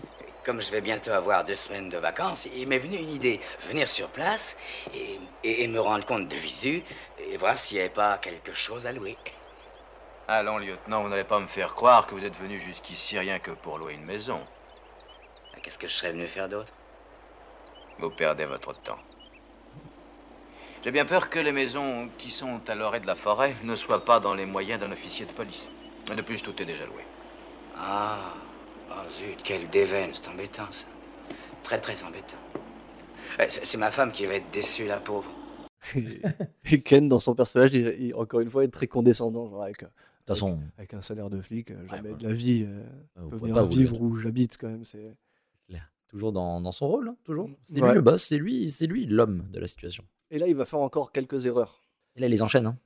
Speaker 8: comme je vais bientôt avoir deux semaines de vacances, il m'est venu une idée. Venir sur place et, et- et me rendre compte de visu et voir s'il n'y avait pas quelque chose à louer.
Speaker 6: Allons, lieutenant, vous n'allez pas me faire croire que vous êtes venu jusqu'ici rien que pour louer une maison.
Speaker 8: Qu'est-ce que je serais venu faire d'autre
Speaker 6: Vous perdez votre temps. J'ai bien peur que les maisons qui sont à l'orée de la forêt ne soient pas dans les moyens d'un officier de police. De plus, tout est déjà loué.
Speaker 8: Ah, oh zut, quelle déveine, c'est embêtant ça. Très très embêtant. Eh, C'est c'est ma femme qui va être déçue, la pauvre.
Speaker 1: Et, et Ken, dans son personnage, il, il- encore une fois, est très condescendant, genre avec, euh,
Speaker 2: De toute façon,
Speaker 1: avec un salaire de flic, euh, jamais
Speaker 2: voilà.
Speaker 1: de la vie. euh,
Speaker 2: vous
Speaker 1: peut
Speaker 2: pouvez
Speaker 1: venir
Speaker 2: pas vous
Speaker 1: vivre où j'habite quand même. C'est
Speaker 2: Toujours dans, dans son rôle, hein, toujours. C'est
Speaker 1: Ouais.
Speaker 2: lui le boss, c'est lui, c'est lui l'homme de la situation.
Speaker 1: Et là, il va faire encore quelques erreurs.
Speaker 2: Et là, il les enchaîne. Hein.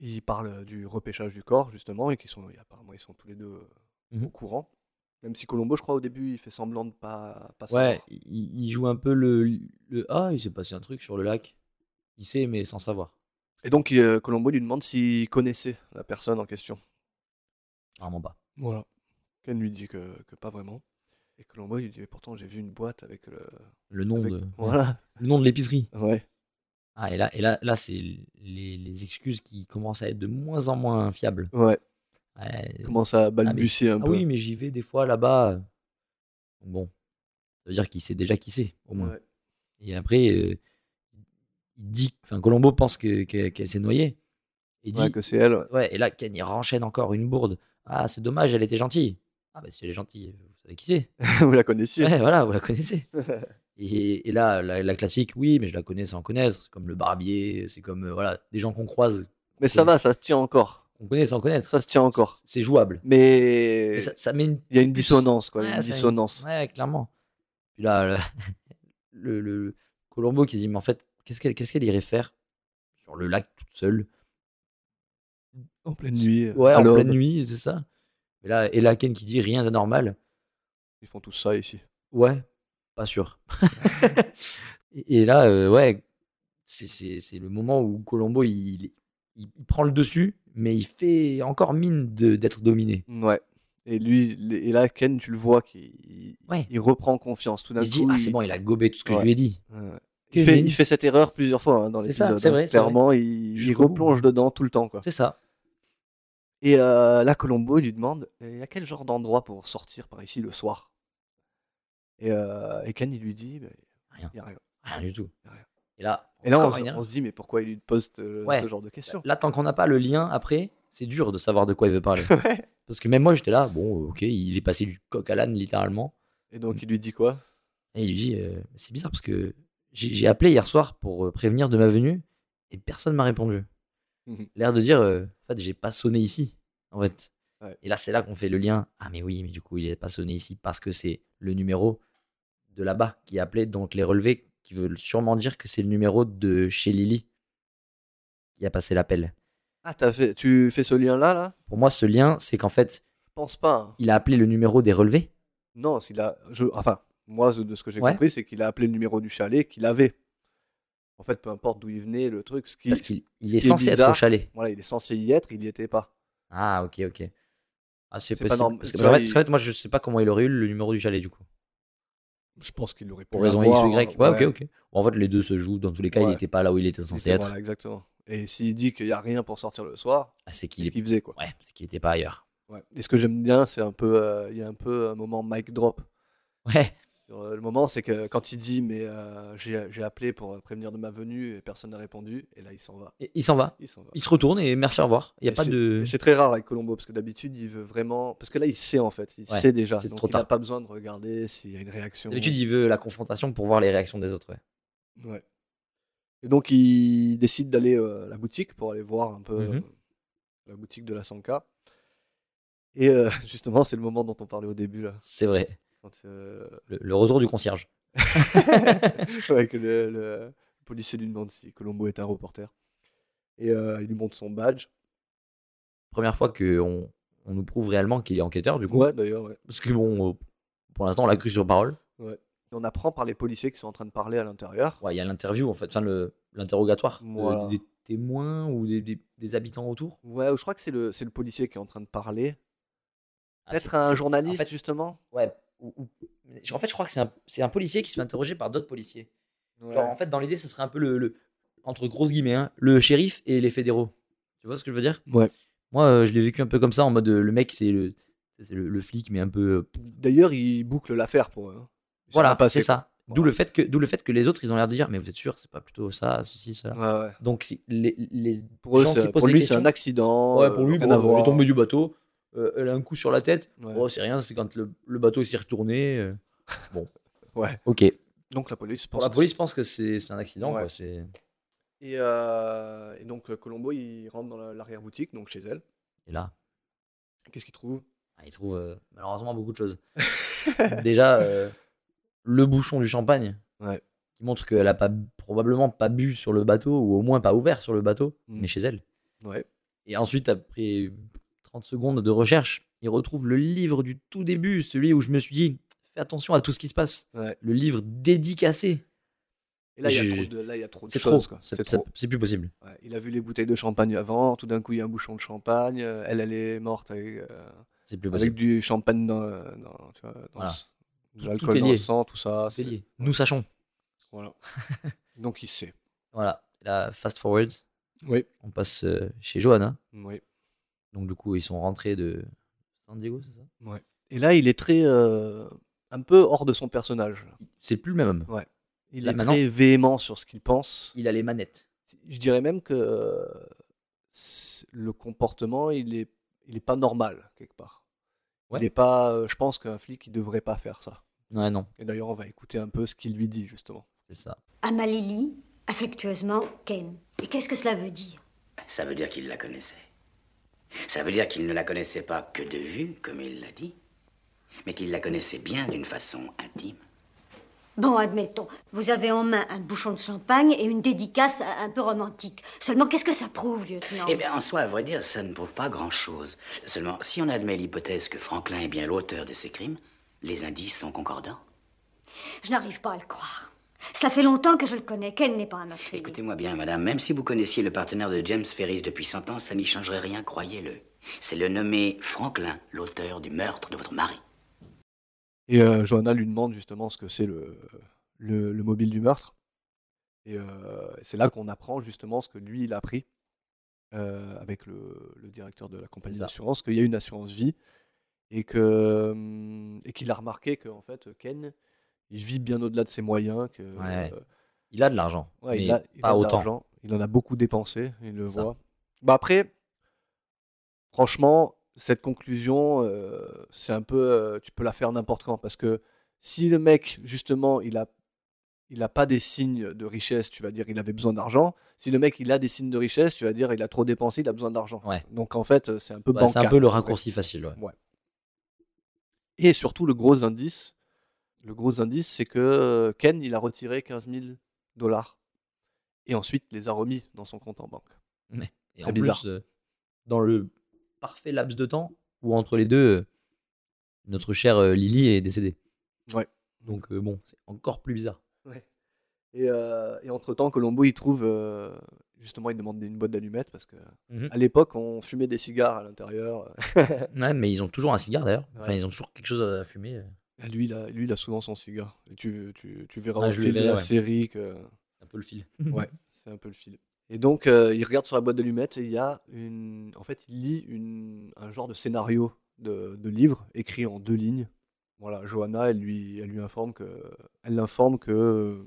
Speaker 1: Il parle euh, du repêchage du corps, justement, et qu'ils sont, et apparemment, ils sont tous les deux euh,
Speaker 2: Mhm.
Speaker 1: au courant. Même si Colombo, je crois, au début, il fait semblant de pas, pas
Speaker 2: Ouais,
Speaker 1: savoir.
Speaker 2: il, il joue un peu le, le Ah, il s'est passé un truc sur le lac. Il sait, mais sans savoir.
Speaker 1: Et donc, euh, Colombo lui demande s'il connaissait la personne en question.
Speaker 2: Vraiment pas.
Speaker 1: Voilà. Ken lui dit que, que pas vraiment. Et Colombo, il lui dit Mais pourtant, j'ai vu une boîte avec le.
Speaker 2: Le euh, nom
Speaker 1: avec-
Speaker 2: de
Speaker 1: Voilà.
Speaker 2: le nom de l'épicerie.
Speaker 1: Ouais.
Speaker 2: Ah, et là, et là, là c'est les, les excuses qui commencent à être de moins en moins fiables.
Speaker 1: Ouais.
Speaker 2: Ouais,
Speaker 1: Il commence à balbutier un
Speaker 2: Ah
Speaker 1: peu.
Speaker 2: oui, mais j'y vais des fois là-bas. Bon, ça veut dire qu'il sait déjà qui c'est, au moins.
Speaker 1: Ouais.
Speaker 2: Et après, euh, il dit, enfin, Colombo pense que- que- qu'elle s'est noyée. Et dit,
Speaker 1: Ouais, que c'est elle. ouais.
Speaker 2: ouais, et là, Ken, il renchaîne encore une bourde. Ah, c'est dommage, elle était gentille. Ah, bah, si elle est gentille, vous savez qui c'est.
Speaker 1: Vous la connaissiez.
Speaker 2: Ouais, voilà, vous la connaissez. Et, et là, la, la classique, oui, mais je la connais sans connaître. C'est comme le barbier, c'est comme, euh, voilà, des gens qu'on croise,
Speaker 1: Mais ça va, ça se tient encore.
Speaker 2: qu'on connaît sans connaître.
Speaker 1: Ça se tient encore.
Speaker 2: C'est c'est jouable.
Speaker 1: Mais
Speaker 2: Mais ça, ça met une
Speaker 1: il y a une
Speaker 2: petite puce.
Speaker 1: dissonance, quoi.
Speaker 2: Ouais,
Speaker 1: une
Speaker 2: ça-
Speaker 1: dissonance.
Speaker 2: Ouais, clairement. Puis là, le, le, le Colombo qui se dit, mais en fait, qu'est-ce qu'elle qu'est-ce qu'elle irait faire sur le lac toute seule
Speaker 1: En pleine nuit.
Speaker 2: Ouais,
Speaker 1: Euh, à
Speaker 2: en
Speaker 1: l'aube.
Speaker 2: pleine nuit, c'est ça et là, et là, Ken qui dit, rien d'anormal.
Speaker 1: Ils font tout ça ici.
Speaker 2: Ouais, pas sûr. et, et là, euh, ouais, c'est- c'est c'est le moment où Colombo, il, il, il prend le dessus, mais il fait encore mine de- d'être dominé.
Speaker 1: Ouais. Et lui, l- et là, Ken, tu le vois qu'il
Speaker 2: Ouais.
Speaker 1: il reprend confiance tout d'un
Speaker 2: Il
Speaker 1: coup.
Speaker 2: se dit, ah, c'est bon, il a gobé tout ce que
Speaker 1: Ouais.
Speaker 2: je lui ai dit.
Speaker 1: Ouais, ouais.
Speaker 2: Que
Speaker 1: Il fait,
Speaker 2: nenni.
Speaker 1: il fait cette erreur plusieurs fois hein, dans
Speaker 2: C'est
Speaker 1: l'épisode.
Speaker 2: ça, c'est
Speaker 1: hein.
Speaker 2: vrai, c'est
Speaker 1: Clairement, il, il
Speaker 2: Jusqu'au bout.
Speaker 1: replonge dedans tout le temps. Quoi.
Speaker 2: C'est ça.
Speaker 1: Et euh, là, Colombo, il lui demande il y a quel genre d'endroit pour sortir par ici le soir et, euh, et Ken, il lui dit bah,
Speaker 2: Rien.
Speaker 1: il y a rien.
Speaker 2: Rien du tout.
Speaker 1: Rien.
Speaker 2: Et là,
Speaker 1: Et là, on,
Speaker 2: encore
Speaker 1: se-
Speaker 2: une
Speaker 1: on
Speaker 2: erreur.
Speaker 1: se dit mais pourquoi il lui pose euh,
Speaker 2: Ouais.
Speaker 1: ce genre de questions
Speaker 2: Là, tant qu'on n'a pas le lien après, c'est dur de savoir de quoi il veut parler.
Speaker 1: Ouais.
Speaker 2: Parce que même moi, j'étais là, bon, euh, ok, il est passé du coq à l'âne littéralement.
Speaker 1: Et donc, il lui dit quoi
Speaker 2: Et il lui dit, euh, c'est bizarre parce que j'ai j'ai appelé hier soir pour euh, prévenir de ma venue et personne m'a répondu.
Speaker 1: Mhm.
Speaker 2: L'air de dire, euh, en fait, j'ai pas sonné ici, en fait.
Speaker 1: Ouais.
Speaker 2: Et là, c'est là qu'on fait le lien. Ah, mais oui, mais du coup, il n'est pas sonné ici parce que c'est le numéro de là-bas qui est appelé, donc les relevés qui veulent sûrement dire que c'est le numéro de chez Lily qui a passé l'appel.
Speaker 1: Ah, t'as fait, tu fais ce lien là, là
Speaker 2: Pour moi, ce lien, c'est qu'en fait,
Speaker 1: Je pense pas. hein.
Speaker 2: il a appelé le numéro des relevés.
Speaker 1: Non, s'il a, je, enfin, moi, ce- de ce que j'ai
Speaker 2: Ouais.
Speaker 1: compris, c'est qu'il a appelé le numéro du chalet qu'il avait. En fait, peu importe d'où il venait, le truc, ce qui,
Speaker 2: Parce qu'il il est
Speaker 1: qui est
Speaker 2: censé être au
Speaker 1: bizarre.
Speaker 2: chalet.
Speaker 1: voilà, il est censé y être, il n'y était pas.
Speaker 2: Ah, ok, ok. Ah, c'est
Speaker 1: C'est pas
Speaker 2: possible.
Speaker 1: normal.
Speaker 2: Parce que-
Speaker 1: Tu
Speaker 2: parce qu'en
Speaker 1: vois,
Speaker 2: fait,
Speaker 1: il-
Speaker 2: parce qu'en fait, moi, je sais pas comment il aurait eu le numéro du chalet, du coup.
Speaker 1: Je pense qu'il aurait pu.
Speaker 2: Pour raison X
Speaker 1: l'avoir,
Speaker 2: ou Y. Ouais,
Speaker 1: ouais.
Speaker 2: ok, ok. Bon, en fait, les deux se jouent. Dans tous les cas, il
Speaker 1: Ouais.
Speaker 2: n'était pas là où il était
Speaker 1: Il était-
Speaker 2: censé être.
Speaker 1: Voilà, exactement. Et s'il dit qu'il n'y a rien pour sortir le soir,
Speaker 2: Ah, c'est
Speaker 1: c'est
Speaker 2: qu'il
Speaker 1: ce qu'il faisait, quoi.
Speaker 2: ouais, c'est qu'il était pas ailleurs.
Speaker 1: Ouais. Et ce que j'aime bien, c'est un peu. euh, Il y a un peu un moment mic drop.
Speaker 2: Ouais.
Speaker 1: Sur, euh, le moment, c'est que quand il dit, mais euh, j'ai j'ai appelé pour euh, prévenir de ma venue et personne n'a répondu, et là, il s'en va.
Speaker 2: Et il s'en va.
Speaker 1: Il s'en va.
Speaker 2: Il se retourne et merci, au revoir. Il n'y a
Speaker 1: Et
Speaker 2: pas de.
Speaker 1: Et C'est très rare avec Colombo parce que d'habitude il veut vraiment. Parce que là il sait en fait, il
Speaker 2: Ouais,
Speaker 1: sait déjà.
Speaker 2: c'est
Speaker 1: Donc
Speaker 2: trop
Speaker 1: il n'a
Speaker 2: tard.
Speaker 1: pas besoin de regarder s'il y a une réaction.
Speaker 2: D'habitude, il veut la confrontation pour voir les réactions des autres. ouais.
Speaker 1: Ouais. Et donc il décide d'aller euh, à la boutique pour aller voir un peu
Speaker 2: Mhm.
Speaker 1: euh, la boutique de la Sanka. Et euh, justement, c'est le moment dont on parlait au début là.
Speaker 2: C'est vrai.
Speaker 1: Quand, euh,
Speaker 2: Le, le retour du concierge.
Speaker 1: ouais, que le, le policier lui demande si Colombo est un reporter. Et euh, il lui montre son badge.
Speaker 2: Première fois qu'on on nous prouve réellement qu'il est enquêteur, du coup.
Speaker 1: Ouais, d'ailleurs, ouais.
Speaker 2: Parce que bon, euh, pour l'instant, on l'a cru sur parole.
Speaker 1: Et on apprend par les policiers qui sont en train de parler à l'intérieur.
Speaker 2: Ouais, il y a l'interview, en fait, enfin, le- l'interrogatoire de-
Speaker 1: Voilà.
Speaker 2: des témoins ou des, des- des habitants autour.
Speaker 1: Ouais, je crois que c'est le, c'est le policier qui est en train de parler.
Speaker 2: Ah,
Speaker 1: Peut-être
Speaker 2: c'est-
Speaker 1: un
Speaker 2: c'est-
Speaker 1: journaliste,
Speaker 2: en fait,
Speaker 1: justement
Speaker 2: Ouais. ou- ou- en fait, je crois que c'est un, c'est un policier qui se fait interroger par d'autres policiers. Genre, en fait, dans l'idée, ce serait un peu le, le- entre grosses guillemets, hein, le shérif et les fédéraux. Tu vois ce que je veux dire
Speaker 1: Ouais.
Speaker 2: Moi, euh, je l'ai vécu un peu comme ça, en mode euh, le mec, c'est le, c'est le, le flic, mais un peu. euh,
Speaker 1: D'ailleurs, il boucle l'affaire pour eux.
Speaker 2: hein. voilà,
Speaker 1: pas
Speaker 2: c'est ça. D'où
Speaker 1: Voilà.
Speaker 2: le fait que, d'où le fait que les autres, ils ont l'air de dire, mais vous êtes sûr, c'est pas plutôt ça, ceci, cela.
Speaker 1: Ouais, ouais.
Speaker 2: Donc c'est- les, les
Speaker 1: Pour, eux,
Speaker 2: gens
Speaker 1: c'est-
Speaker 2: qui
Speaker 1: pour
Speaker 2: posent des
Speaker 1: lui, c'est
Speaker 2: questions.
Speaker 1: un accident.
Speaker 2: Ouais,
Speaker 1: euh,
Speaker 2: pour lui, ben,
Speaker 1: rien
Speaker 2: bon,
Speaker 1: à
Speaker 2: elle est
Speaker 1: voir.
Speaker 2: tombée du bateau, euh, elle a un coup sur la tête.
Speaker 1: Ouais.
Speaker 2: Oh, c'est rien, c'est quand le, le bateau s'est retourné. euh. Bon.
Speaker 1: Ouais.
Speaker 2: Ok.
Speaker 1: Donc la police.
Speaker 2: Pour
Speaker 1: pense
Speaker 2: la
Speaker 1: que
Speaker 2: police, je pense que c'est c'est un accident.
Speaker 1: Ouais.
Speaker 2: quoi, c'est-
Speaker 1: c'est- Et, euh, et donc, euh, Colombo, il rentre dans la- l'arrière-boutique, donc chez elle.
Speaker 2: Et là,
Speaker 1: Qu'est-ce qu'il trouve
Speaker 2: ah, il trouve euh, malheureusement beaucoup de choses. Déjà, euh, le bouchon du champagne,
Speaker 1: Ouais.
Speaker 2: qui montre qu'elle a pas, probablement pas bu sur le bateau, ou au moins pas ouvert sur le bateau,
Speaker 1: Mm.
Speaker 2: mais chez elle.
Speaker 1: Ouais.
Speaker 2: Et ensuite, après 30 secondes de recherche, il retrouve le livre du tout début, celui où je me suis dit, fais attention à tout ce qui se passe.
Speaker 1: Ouais.
Speaker 2: Le livre dédicacé.
Speaker 1: Et là, il y a
Speaker 2: J'ai-
Speaker 1: trop de, là, il y a trop de
Speaker 2: C'est trop.
Speaker 1: choses. quoi.
Speaker 2: C'est-
Speaker 1: C'est
Speaker 2: c'est-
Speaker 1: trop.
Speaker 2: C'est plus possible.
Speaker 1: Ouais, Il a vu les bouteilles de champagne avant. Tout d'un coup, il y a un bouchon de champagne. euh, Elle, elle est morte avec, euh,
Speaker 2: C'est plus
Speaker 1: avec
Speaker 2: possible.
Speaker 1: du champagne dans, euh, dans, tu vois, dans
Speaker 2: Voilà.
Speaker 1: le- de
Speaker 2: Tout-
Speaker 1: l'alcool
Speaker 2: tout est
Speaker 1: dans le
Speaker 2: lié.
Speaker 1: sang, tout ça. c'est-
Speaker 2: C'est lié. Nous sachons.
Speaker 1: Voilà. Donc il sait.
Speaker 2: Voilà. Là, fast forward,
Speaker 1: Oui.
Speaker 2: on passe euh, chez Johanna.
Speaker 1: Oui.
Speaker 2: Donc, du coup, ils sont rentrés de San Diego, c'est ça
Speaker 1: Et là, il est très. euh, un peu hors de son personnage.
Speaker 2: C'est plus le même homme.
Speaker 1: Il
Speaker 2: Là,
Speaker 1: est
Speaker 2: maintenant-
Speaker 1: très véhément sur ce qu'il pense.
Speaker 2: Il a les manettes.
Speaker 1: Je dirais même que euh, c'est- le comportement, il est, il est pas normal, quelque part.
Speaker 2: Ouais.
Speaker 1: Il est pas. euh, je pense qu'un flic, il devrait pas faire ça.
Speaker 2: Ouais, non,
Speaker 1: Et d'ailleurs, on va écouter un peu ce qu'il lui dit, justement.
Speaker 2: c'est ça.
Speaker 7: Ama Lily, affectueusement, Ken. Et qu'est-ce que cela veut dire
Speaker 8: Ça veut dire qu'il la connaissait. Ça veut dire qu'il ne la connaissait pas que de vue, comme il l'a dit, mais qu'il la connaissait bien d'une façon intime.
Speaker 7: Bon, admettons, vous avez en main un bouchon de champagne et une dédicace un un peu romantique. Seulement, qu'est-ce que ça prouve, lieutenant
Speaker 8: Eh bien, en soi, à vrai dire, ça ne prouve pas grand-chose. Seulement, si on admet l'hypothèse que Franklin est bien l'auteur de ces crimes, les indices sont concordants.
Speaker 7: Je n'arrive pas à le croire. Cela fait longtemps que je le connais. Ken n'est pas un meurtrier.
Speaker 8: Écoutez-moi bien, madame, même si vous connaissiez le partenaire de James Ferris depuis 100 ans, ça n'y changerait rien, croyez-le. C'est le nommé Franklin, l'auteur du meurtre de votre mari.
Speaker 1: Et euh, Johanna lui demande justement ce que c'est le, le, le mobile du meurtre. Et euh, c'est là qu'on apprend justement ce que lui, il a appris euh, avec le, le directeur de la compagnie
Speaker 2: C'est ça.
Speaker 1: d'assurance, qu'il y a une assurance vie et que hum, et qu'il a remarqué que en fait Ken, il vit bien au-delà de ses moyens, que
Speaker 2: Ouais.
Speaker 1: euh,
Speaker 2: Il a de l'argent,
Speaker 1: ouais,
Speaker 2: mais
Speaker 1: il a, il
Speaker 2: pas
Speaker 1: a de
Speaker 2: autant.
Speaker 1: l'argent, il en a beaucoup dépensé, il le
Speaker 2: C'est ça.
Speaker 1: voit. Bah après, franchement, cette conclusion, euh, c'est un peu, euh, tu peux la faire n'importe quand parce que si le mec justement, il a, il a pas des signes de richesse, tu vas dire il avait besoin d'argent. Si le mec il a des signes de richesse, tu vas dire il a trop dépensé, il a besoin d'argent.
Speaker 2: Ouais.
Speaker 1: Donc en fait, c'est un peu
Speaker 2: Ouais, c'est un
Speaker 1: bancal,
Speaker 2: peu le
Speaker 1: en fait.
Speaker 2: raccourci facile. ouais.
Speaker 1: Et surtout le gros indice, le gros indice, c'est que euh, Ken il a retiré 15 000 dollars et ensuite les a remis dans son compte en banque.
Speaker 2: Et
Speaker 1: Très
Speaker 2: en
Speaker 1: bizarre.
Speaker 2: plus, euh, dans le parfait laps de temps où entre les deux, euh, notre chère euh, Lily est décédée.
Speaker 1: Ouais.
Speaker 2: Donc euh, bon, c'est encore plus bizarre.
Speaker 1: Et, euh, et entre-temps, Colombo, il trouve. euh, justement, il demande une boîte d'allumettes parce que
Speaker 2: Mhm.
Speaker 1: à l'époque, on fumait des cigares à l'intérieur.
Speaker 2: Ouais, mais ils ont toujours un cigare d'ailleurs. Enfin,
Speaker 1: Ouais.
Speaker 2: ils ont toujours quelque chose à fumer. euh.
Speaker 1: Ah, Lui, il a, lui, il a souvent son cigare. Et tu, tu, tu verras
Speaker 2: Ah,
Speaker 1: au
Speaker 2: je le
Speaker 1: fil de
Speaker 2: verrai,
Speaker 1: la
Speaker 2: ouais.
Speaker 1: série que
Speaker 2: Un peu le fil.
Speaker 1: ouais, c'est un peu le fil. Et donc, euh, il regarde sur la boîte d'allumettes et il y a une. En fait, il lit une, un genre de scénario de, de livre écrit en deux lignes. Voilà, Johanna, elle lui, elle lui informe que. Elle l'informe que.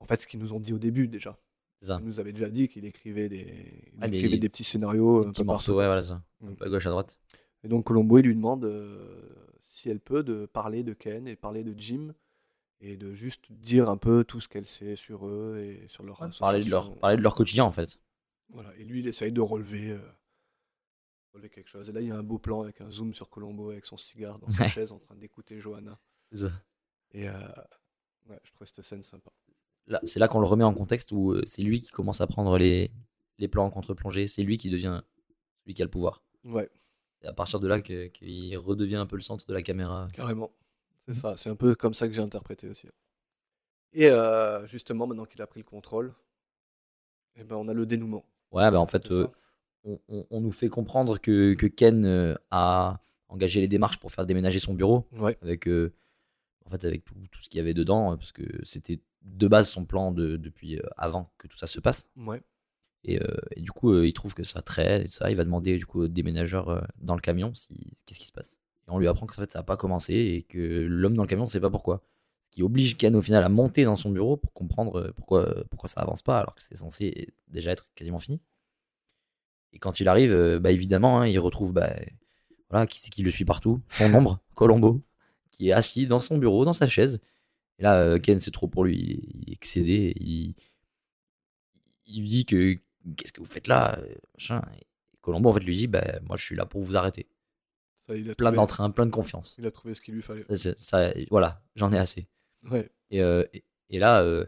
Speaker 1: En fait, ce qu'ils nous ont dit au début déjà.
Speaker 2: C'est ça.
Speaker 1: Ils nous avaient déjà dit qu'il écrivait des, il
Speaker 2: Ah, des-
Speaker 1: écrivait des petits scénarios.
Speaker 2: Un
Speaker 1: un
Speaker 2: petit
Speaker 1: peu
Speaker 2: morceau, ouais, voilà ça.
Speaker 1: Mm.
Speaker 2: Un peu à gauche, à droite.
Speaker 1: et donc Colombo, il lui demande euh, si elle peut de parler de Ken et parler de Jim et de juste dire un peu tout ce qu'elle sait sur eux et sur leur association.
Speaker 2: Parler de, leur, parler de leur quotidien, en fait.
Speaker 1: Voilà. Et lui, il essaye de relever, euh, relever quelque chose. Et là, il y a un beau plan avec un zoom sur Colombo avec son cigare dans sa
Speaker 2: Ouais.
Speaker 1: chaise en train d'écouter Johanna. Et euh, ouais, je trouvais cette scène sympa.
Speaker 2: Là, c'est là qu'on le remet en contexte où euh, c'est lui qui commence à prendre les, les plans en contre-plongée. C'est lui qui devient celui qui a le pouvoir.
Speaker 1: Ouais,
Speaker 2: C'est à partir de là que- qu'il redevient un peu le centre de la caméra.
Speaker 1: carrément. C'est ça. C'est un peu comme ça que j'ai interprété aussi. Et euh, justement, maintenant qu'il a pris le contrôle, eh ben, on a le dénouement.
Speaker 2: Ouais, bah en fait,
Speaker 1: de ça.
Speaker 2: euh, on, on- on nous fait comprendre que, que Ken euh, a engagé les démarches pour faire déménager son bureau.
Speaker 1: Ouais.
Speaker 2: avec euh, en fait avec tout, tout ce qu'il y avait dedans euh, parce que c'était de base son plan de- depuis euh, avant que tout ça se passe
Speaker 1: Ouais,
Speaker 2: et, euh, et du coup euh, il trouve que ça traîne et tout ça il va demander du coup au déménageur euh, dans le camion si qu'est-ce qui se passe et on lui apprend que en fait ça n'a pas commencé et que l'homme dans le camion ne sait pas pourquoi ce qui oblige Ken au final à monter dans son bureau pour comprendre euh, pourquoi euh, pourquoi ça avance pas alors que c'est censé déjà être quasiment fini et quand il arrive euh, bah évidemment hein, il retrouve bah, voilà qui c'est qui le suit partout son ombre Colombo qui est assis dans son bureau, dans sa chaise. Et là, euh, Ken, c'est trop pour lui. Il est, il est excédé. Il, il lui dit que qu'est-ce que vous faites là euh, machin. Et Colombo, en fait, lui dit bah, Moi, je suis là pour vous arrêter.
Speaker 1: ça, il a
Speaker 2: Plein
Speaker 1: trouvé-
Speaker 2: d'entrain, plein de confiance.
Speaker 1: Il a trouvé ce qu'il lui fallait.
Speaker 2: Ça, c'est- ça, voilà, j'en ai assez.
Speaker 1: Ouais,
Speaker 2: Et, euh, et, et là, euh,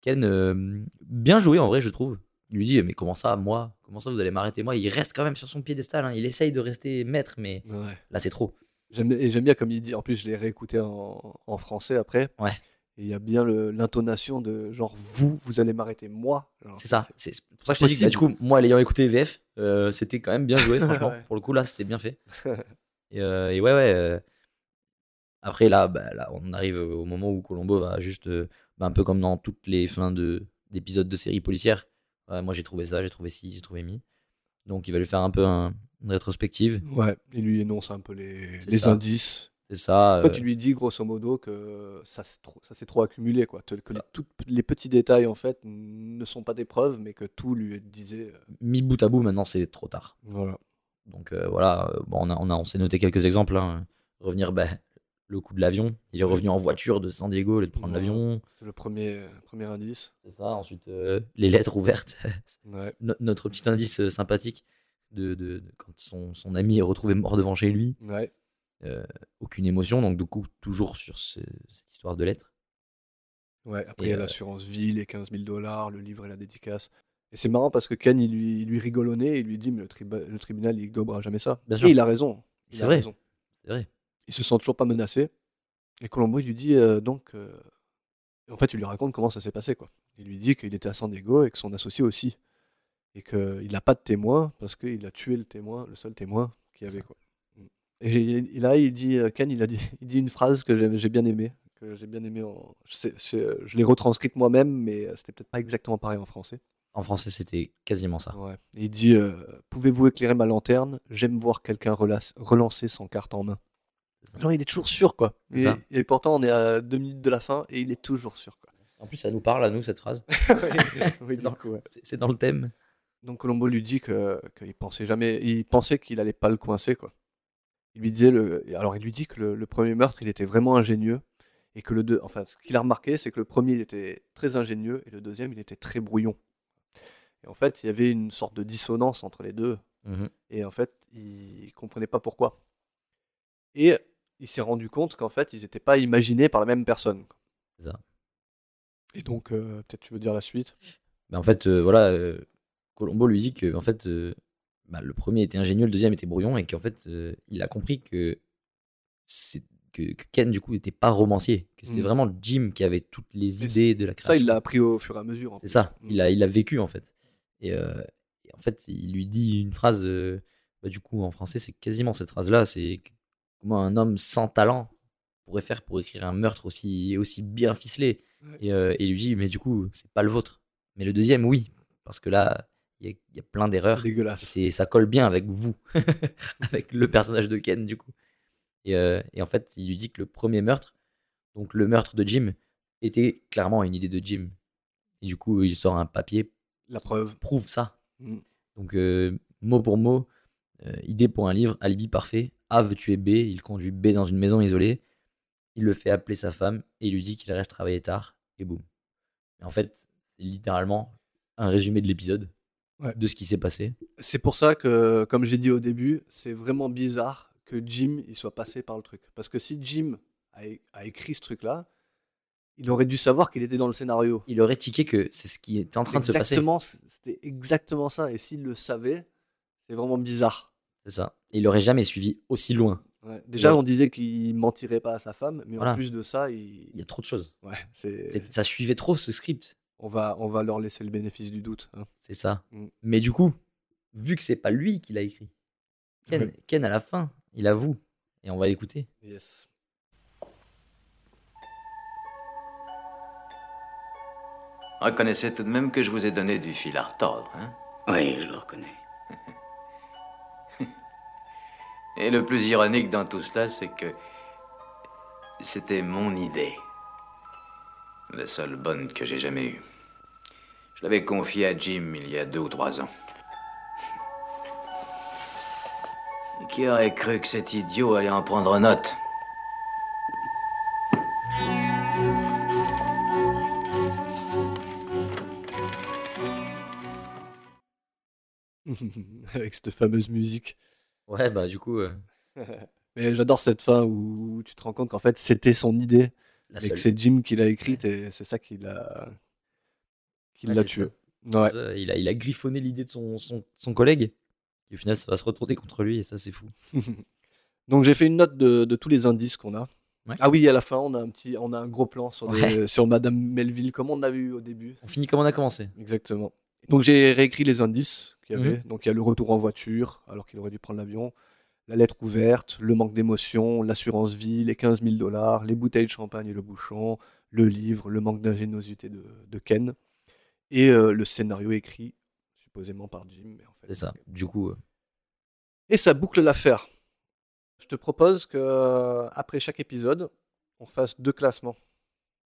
Speaker 2: Ken, euh, bien joué en vrai, je trouve. Il lui dit Mais comment ça, moi Comment ça, vous allez m'arrêter, moi Il reste quand même sur son piédestal. hein. Il essaye de rester maître, mais
Speaker 1: ouais.
Speaker 2: là, c'est trop.
Speaker 1: J'aime, et j'aime bien comme il dit. En plus, je l'ai réécouté en, en français après.
Speaker 2: Ouais.
Speaker 1: Et il y a bien le- l'intonation de genre vous, vous allez m'arrêter, moi. Genre,
Speaker 2: C'est ça. C'est c'est pour ça que je te dis que bah, du
Speaker 1: possible.
Speaker 2: coup, moi, l'ayant écouté VF, euh, c'était quand même bien joué, franchement.
Speaker 1: Ouais.
Speaker 2: Pour le coup, là, c'était bien fait. Et, euh, et ouais, ouais. euh, Après, là, bah, là, on arrive au moment où Colombo va juste, euh, bah, un peu comme dans toutes les fins de- d'épisodes de, séries policières. Ouais, moi, j'ai trouvé ça, j'ai trouvé ci, j'ai trouvé mi. Donc, il va lui faire un peu un- une rétrospective.
Speaker 1: Ouais, il lui énonce un peu les,
Speaker 2: C'est
Speaker 1: les
Speaker 2: ça.
Speaker 1: indices.
Speaker 2: C'est ça.
Speaker 1: En fait,
Speaker 2: euh,
Speaker 1: tu lui dis grosso modo que ça s'est trop, ça s'est trop accumulé. Quoi. Te- Que
Speaker 2: Ça.
Speaker 1: les, toutes- les petits détails, en fait, ne sont pas des preuves, mais que tout lui disait. euh,
Speaker 2: mis bout à bout, maintenant, c'est trop tard.
Speaker 1: voilà.
Speaker 2: Donc euh, voilà, euh, bon, on, a, on, a- on s'est noté quelques exemples. hein. Revenir, ben, le coup de l'avion. Il est revenu en voiture de San Diego au lieu de prendre
Speaker 1: Ouais.
Speaker 2: l'avion.
Speaker 1: C'était le premier, euh, premier indice.
Speaker 2: C'est ça. Ensuite, euh, les lettres ouvertes.
Speaker 1: Ouais.
Speaker 2: No- notre petit indice euh, sympathique de, de- de quand son, son ami est retrouvé mort devant chez lui.
Speaker 1: Ouais.
Speaker 2: Aucune émotion. Donc du coup, toujours sur ce- cette histoire de lettres.
Speaker 1: Ouais, après
Speaker 2: Et,
Speaker 1: il y a
Speaker 2: euh,
Speaker 1: l'assurance vie, les 15 000 dollars, le livre et la dédicace. Et c'est marrant parce que Ken, il lui, il lui rigole au nez et il lui dit Mais le, triba- le tribunal, il gobera jamais ça.
Speaker 2: Bien
Speaker 1: et
Speaker 2: sûr.
Speaker 1: il a raison. Il
Speaker 2: C'est
Speaker 1: a
Speaker 2: vrai.
Speaker 1: raison.
Speaker 2: C'est vrai.
Speaker 1: Il se sent toujours pas menacé. Et Colombo, il lui dit euh, Donc. euh, En fait, il lui raconte comment ça s'est passé, quoi. Il lui dit qu'il était à San Diego et que son associé aussi. Et qu'il n'a pas de témoin parce qu'il a tué le témoin, le seul témoin qu'il y avait, quoi. Mmh. Et, il- là, il dit, euh, Ken, il, a dit, il dit une phrase que j'ai j'ai bien aimée que j'ai bien aimé. En... Je, sais- c'est- je l'ai retranscrite moi-même, mais euh, c'était peut-être pas exactement pareil en français.
Speaker 2: En français, c'était quasiment ça.
Speaker 1: Ouais. Il dit euh, Pouvez-vous éclairer ma lanterne J'aime voir quelqu'un relace- relancer sans carte en main.
Speaker 2: C'est ça.
Speaker 1: Genre, il est toujours sûr, quoi.
Speaker 2: C'est
Speaker 1: Et,
Speaker 2: ça.
Speaker 1: et pourtant, on est à deux minutes de la fin et il est toujours sûr, quoi.
Speaker 2: En plus, ça nous parle à nous cette phrase.
Speaker 1: Oui,
Speaker 2: C'est
Speaker 1: du coup, ouais.
Speaker 2: C'est c'est dans le thème.
Speaker 1: Donc Colombo lui dit que qu'il pensait jamais, il pensait qu'il allait pas le coincer quoi. Il lui disait le, alors il lui dit que le, le premier meurtre il était vraiment ingénieux et que le deux, enfin ce qu'il a remarqué c'est que le premier il était très ingénieux et le deuxième il était très brouillon. Et en fait il y avait une sorte de dissonance entre les deux
Speaker 2: Mhm.
Speaker 1: et en fait il comprenait pas pourquoi. Et il s'est rendu compte qu'en fait ils n'étaient pas imaginés par la même personne. quoi.
Speaker 2: C'est ça.
Speaker 1: Et donc euh, peut-être tu veux dire la suite.
Speaker 2: Ben, en fait, euh, voilà, euh, Colombo lui dit que en fait, euh, bah, le premier était ingénieux, le deuxième était brouillon, et qu'en fait, euh, il a compris que, c'est- que, que Ken, du coup, n'était pas romancier, que c'est
Speaker 1: Mm.
Speaker 2: vraiment Jim qui avait toutes les
Speaker 1: Et
Speaker 2: idées de la création.
Speaker 1: Ça il l'a appris au fur et à mesure. en
Speaker 2: C'est
Speaker 1: plus.
Speaker 2: ça,
Speaker 1: Mm.
Speaker 2: il a, il a vécu, en fait. Et, euh, et en fait, il lui dit une phrase, euh, bah, du coup, en français, c'est quasiment cette phrase-là, c'est que- comment un homme sans talent pourrait faire pour écrire un meurtre aussi, aussi bien ficelé et, euh, et il lui dit, mais du coup, c'est pas le vôtre. Mais le deuxième, oui, parce que là, il y, a- il y a plein
Speaker 5: C'est
Speaker 2: d'erreurs.
Speaker 5: dégueulasse.
Speaker 2: C'est ça colle bien avec vous, avec le personnage de Ken du coup. Et, euh, et en fait, il lui dit que le premier meurtre, donc le meurtre de Jim, était clairement une idée de Jim. Et du coup, il sort un papier,
Speaker 5: La preuve.
Speaker 2: prouve ça.
Speaker 5: Mm.
Speaker 2: Donc euh, mot pour mot, euh, idée pour un livre, alibi parfait. A veut tuer B, il conduit B dans une maison isolée. Il le fait appeler sa femme et il lui dit qu'il reste travailler tard. Et boum. Et en fait, c'est littéralement un résumé de l'épisode,
Speaker 5: Ouais.
Speaker 2: de ce qui s'est passé.
Speaker 1: C'est pour ça que, comme j'ai dit au début, c'est vraiment bizarre que Jim il soit passé par le truc. Parce que si Jim a, é- a écrit ce truc-là, il aurait dû savoir qu'il était dans le scénario.
Speaker 2: il aurait tiqué que c'est ce qui était en train de se passer.
Speaker 1: Exactement, c'était exactement ça. Et s'il le savait, c'est vraiment bizarre.
Speaker 2: C'est ça. Et il aurait jamais suivi aussi loin.
Speaker 1: Ouais. Déjà,
Speaker 2: Ouais.
Speaker 1: on disait qu'il mentirait pas à sa femme, mais
Speaker 2: Voilà.
Speaker 1: en plus de ça, il...
Speaker 2: Il y a trop de choses.
Speaker 1: ouais, c'est-
Speaker 2: C'est- Ça suivait trop ce script.
Speaker 1: on, va, on va leur laisser le bénéfice du doute. hein.
Speaker 2: C'est ça.
Speaker 1: Mm.
Speaker 2: Mais du coup, vu que c'est pas lui qui l'a écrit, Ken,
Speaker 5: Ouais.
Speaker 2: Ken, à la fin, il avoue. Et on va l'écouter.
Speaker 1: Yes.
Speaker 6: Reconnaissez tout de même que je vous ai donné du fil à retordre, hein
Speaker 8: Oui, je le reconnais.
Speaker 6: Et le plus ironique dans tout cela, c'est que c'était mon idée. La seule bonne que j'ai jamais eue. Je l'avais confiée à Jim il y a deux ou trois ans. Et qui aurait cru que cet idiot allait en prendre note
Speaker 1: Avec cette fameuse musique.
Speaker 2: Ouais, bah du coup, euh,
Speaker 1: Mais j'adore cette fin où tu te rends compte qu'en fait, c'était son idée.
Speaker 2: la
Speaker 1: et que
Speaker 2: seule.
Speaker 1: c'est Jim qui l'a écrite et c'est ça qui l'a qui
Speaker 2: Ouais,
Speaker 1: l'a
Speaker 2: c'est
Speaker 1: tué.
Speaker 2: ça.
Speaker 1: Ouais.
Speaker 2: Ça, euh, il, a, il a griffonné l'idée de son, son, son collègue. Et au final, ça va se retourner contre lui et ça, c'est fou.
Speaker 1: Donc j'ai fait une note de, de tous les indices qu'on a.
Speaker 2: Ouais.
Speaker 1: Ah oui, à la fin, on a un petit on a un gros plan sur des-
Speaker 2: Ouais.
Speaker 1: sur madame Melville comme on a vu au début.
Speaker 2: On finit comme on a commencé.
Speaker 1: Exactement. Donc j'ai réécrit les indices qu'il y avait. Donc il y a le retour en voiture alors qu'il aurait dû prendre l'avion, la lettre ouverte, le manque d'émotion, l'assurance vie, les 15 000 dollars, les bouteilles de champagne et le bouchon, le livre, le manque d'ingéniosité de, de Ken et euh, le scénario écrit supposément par Jim. mais en fait,
Speaker 2: C'est ça. Du coup, euh,
Speaker 1: Et ça boucle l'affaire. Je te propose que euh, après chaque épisode, on fasse deux classements.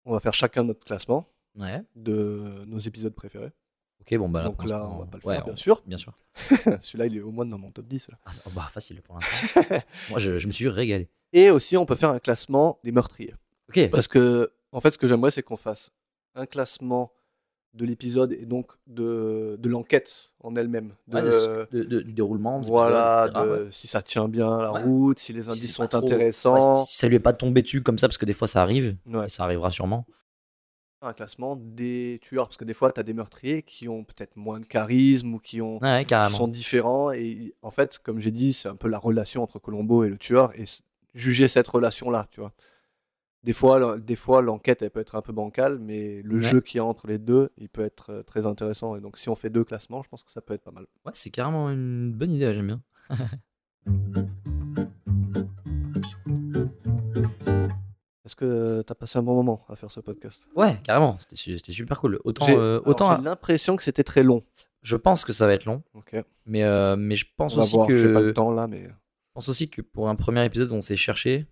Speaker 1: On va faire chacun notre classement
Speaker 2: ouais.
Speaker 1: de nos épisodes préférés.
Speaker 2: Ok, bon, bah là,
Speaker 1: Donc
Speaker 2: pour
Speaker 1: là,
Speaker 2: l'instant,
Speaker 1: on va pas le
Speaker 2: ouais,
Speaker 1: faire, bien
Speaker 2: on-
Speaker 1: sûr.
Speaker 2: Bien sûr.
Speaker 1: Celui-là, il est au moins dans mon top 10. là.
Speaker 2: Ah, ça- bah, facile pour l'instant. Moi, je, je me suis régalé.
Speaker 1: Et aussi, on peut faire un classement des meurtriers.
Speaker 2: Ok.
Speaker 1: Parce que, en fait, ce que j'aimerais, c'est qu'on fasse un classement de l'épisode et donc de, de l'enquête en elle-même. De-
Speaker 2: Ouais, Ah, de- de- de- du déroulement. de
Speaker 1: voilà,
Speaker 2: l'épisode, etc.,
Speaker 1: de-
Speaker 2: ouais.
Speaker 1: si ça tient bien la
Speaker 2: Ouais.
Speaker 1: route, si les
Speaker 2: Si
Speaker 1: indices
Speaker 2: c'est pas
Speaker 1: sont
Speaker 2: trop-
Speaker 1: intéressants.
Speaker 2: ouais, si ça lui est pas tombé dessus comme ça, parce que des fois ça arrive,
Speaker 1: Ouais.
Speaker 2: et ça arrivera sûrement.
Speaker 1: un classement des tueurs, parce que des fois, tu as des meurtriers qui ont peut-être moins de charisme ou qui ont,
Speaker 2: Ouais, ouais,
Speaker 1: qui
Speaker 2: carrément.
Speaker 1: sont différents. Et en fait, comme j'ai dit, c'est un peu la relation entre Colombo et le tueur et s- juger cette relation-là, tu vois. Des fois, le- des fois, l'enquête, elle peut être un peu bancale, mais le
Speaker 2: Ouais.
Speaker 1: jeu qu'il y a entre les deux, il peut être euh, très intéressant. Et donc, si on fait deux classements, je pense que ça peut être pas mal.
Speaker 2: Ouais, c'est carrément une bonne idée, j'aime bien.
Speaker 1: Est-ce que tu as passé un bon moment à faire ce podcast
Speaker 2: Ouais, carrément, c'était su- c'était super cool. Autant,
Speaker 1: J'ai
Speaker 2: euh,
Speaker 1: alors,
Speaker 2: autant
Speaker 1: j'ai l'impression que c'était très long.
Speaker 2: je pense que ça va être long,
Speaker 1: Ok.
Speaker 2: mais, euh, mais je pense
Speaker 1: On va
Speaker 2: aussi
Speaker 1: voir,
Speaker 2: que
Speaker 1: j'ai pas le temps là, mais.
Speaker 2: je pense aussi que pour un premier épisode, on s'est cherché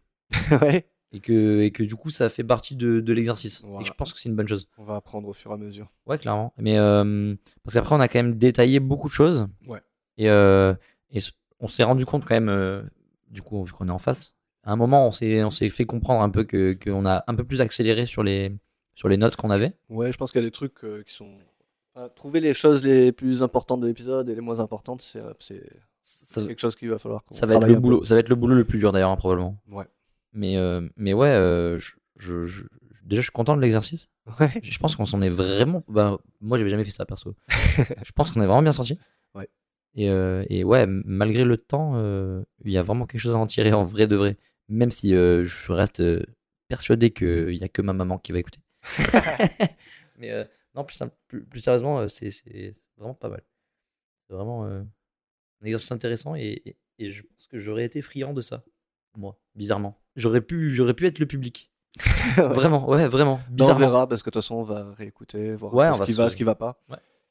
Speaker 1: Ouais.
Speaker 2: et que, et que du coup, ça fait partie de, de l'exercice. Et
Speaker 1: Voilà.
Speaker 2: que je pense que c'est une bonne chose.
Speaker 1: On va apprendre au fur et à mesure.
Speaker 2: Ouais, clairement. Mais euh, parce qu'après, on a quand même détaillé beaucoup de choses.
Speaker 1: Ouais.
Speaker 2: Et, euh, et s- on s'est rendu compte quand même, euh, du coup, vu qu'on est en face, à un moment, on s'est, on s'est fait comprendre un peu que qu'on a un peu plus accéléré sur les, sur les notes qu'on avait.
Speaker 1: Ouais, je pense qu'il y a des trucs euh, qui sont. Enfin, trouver les choses les plus importantes de l'épisode et les moins importantes, c'est euh, c'est
Speaker 2: Ça,
Speaker 1: quelque chose qu'il va falloir. qu'on
Speaker 2: ça va être
Speaker 1: travaille un
Speaker 2: le
Speaker 1: peu.
Speaker 2: boulot. Ça va être le boulot le plus dur d'ailleurs, hein, probablement.
Speaker 1: Ouais.
Speaker 2: Mais, euh, mais ouais, euh, je, je- je- déjà, je suis content de l'exercice.
Speaker 1: Ouais.
Speaker 2: Je pense qu'on s'en est vraiment. bah, moi, j'avais jamais fait ça perso. je pense qu'on est vraiment bien sorti.
Speaker 1: Ouais.
Speaker 2: Et, euh, et ouais, m- malgré le temps, euh, il y a vraiment quelque chose à en tirer en vrai de vrai. Même si euh, je reste euh, persuadé qu'il n'y a que ma maman qui va écouter. Mais euh, non, plus, simple- plus, plus sérieusement, euh, c'est- c'est vraiment pas mal. C'est vraiment euh, un exercice intéressant et, et- et je pense que j'aurais été friand de ça. moi, bizarrement. J'aurais pu, j'aurais pu être le public. vraiment, ouais, vraiment,
Speaker 1: Ben, on
Speaker 2: bizarrement.
Speaker 1: verra parce que de toute façon on va réécouter, voir
Speaker 2: Ouais,
Speaker 1: un peu
Speaker 2: on
Speaker 1: ce
Speaker 2: va
Speaker 1: qui
Speaker 2: se-
Speaker 1: va, ce qui va pas.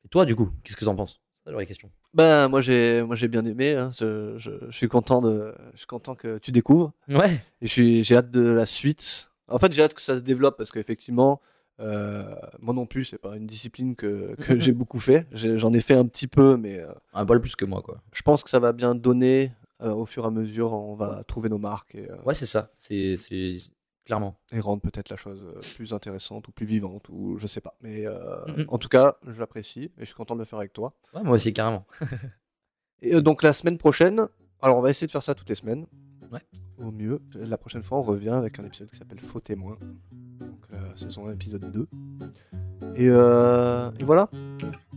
Speaker 2: Et toi, du coup, qu'est-ce que t'en penses C'est la vraie question.
Speaker 1: Ben moi j'ai moi j'ai bien aimé. hein. Je, je, je suis content de, je suis content que tu découvres.
Speaker 2: Ouais.
Speaker 1: Et je suis j'ai hâte de la suite. En fait j'ai hâte que ça se développe parce qu'effectivement euh, moi non plus c'est pas une discipline que, que j'ai beaucoup fait. J'ai- J'en ai fait un petit peu mais euh,
Speaker 2: Un bol plus que moi, quoi.
Speaker 1: je pense que ça va bien donner. euh, au fur et à mesure on va trouver nos marques et, euh,
Speaker 2: Ouais, c'est ça. C'est, c'est clairement.
Speaker 1: et rendre peut-être la chose euh, plus intéressante ou plus vivante ou je sais pas. Mais euh,
Speaker 2: Mhm.
Speaker 1: en tout cas j'apprécie et je suis content de le faire avec toi.
Speaker 2: Ouais, moi aussi, carrément.
Speaker 1: Et euh, donc la semaine prochaine, alors on va essayer de faire ça toutes les semaines.
Speaker 2: Ouais.
Speaker 1: Au mieux. La prochaine fois, on revient avec un épisode qui s'appelle Faux témoin. Donc la saison 1, épisode 2. Et, euh, et voilà.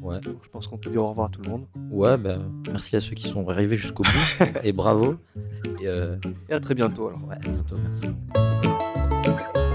Speaker 2: Ouais.
Speaker 1: Donc, je pense qu'on peut dire au revoir à tout le monde.
Speaker 2: Ouais, bah, merci à ceux qui sont arrivés jusqu'au bout. et bravo. Et euh,
Speaker 1: Et à très bientôt alors.
Speaker 2: ouais, à bientôt, merci.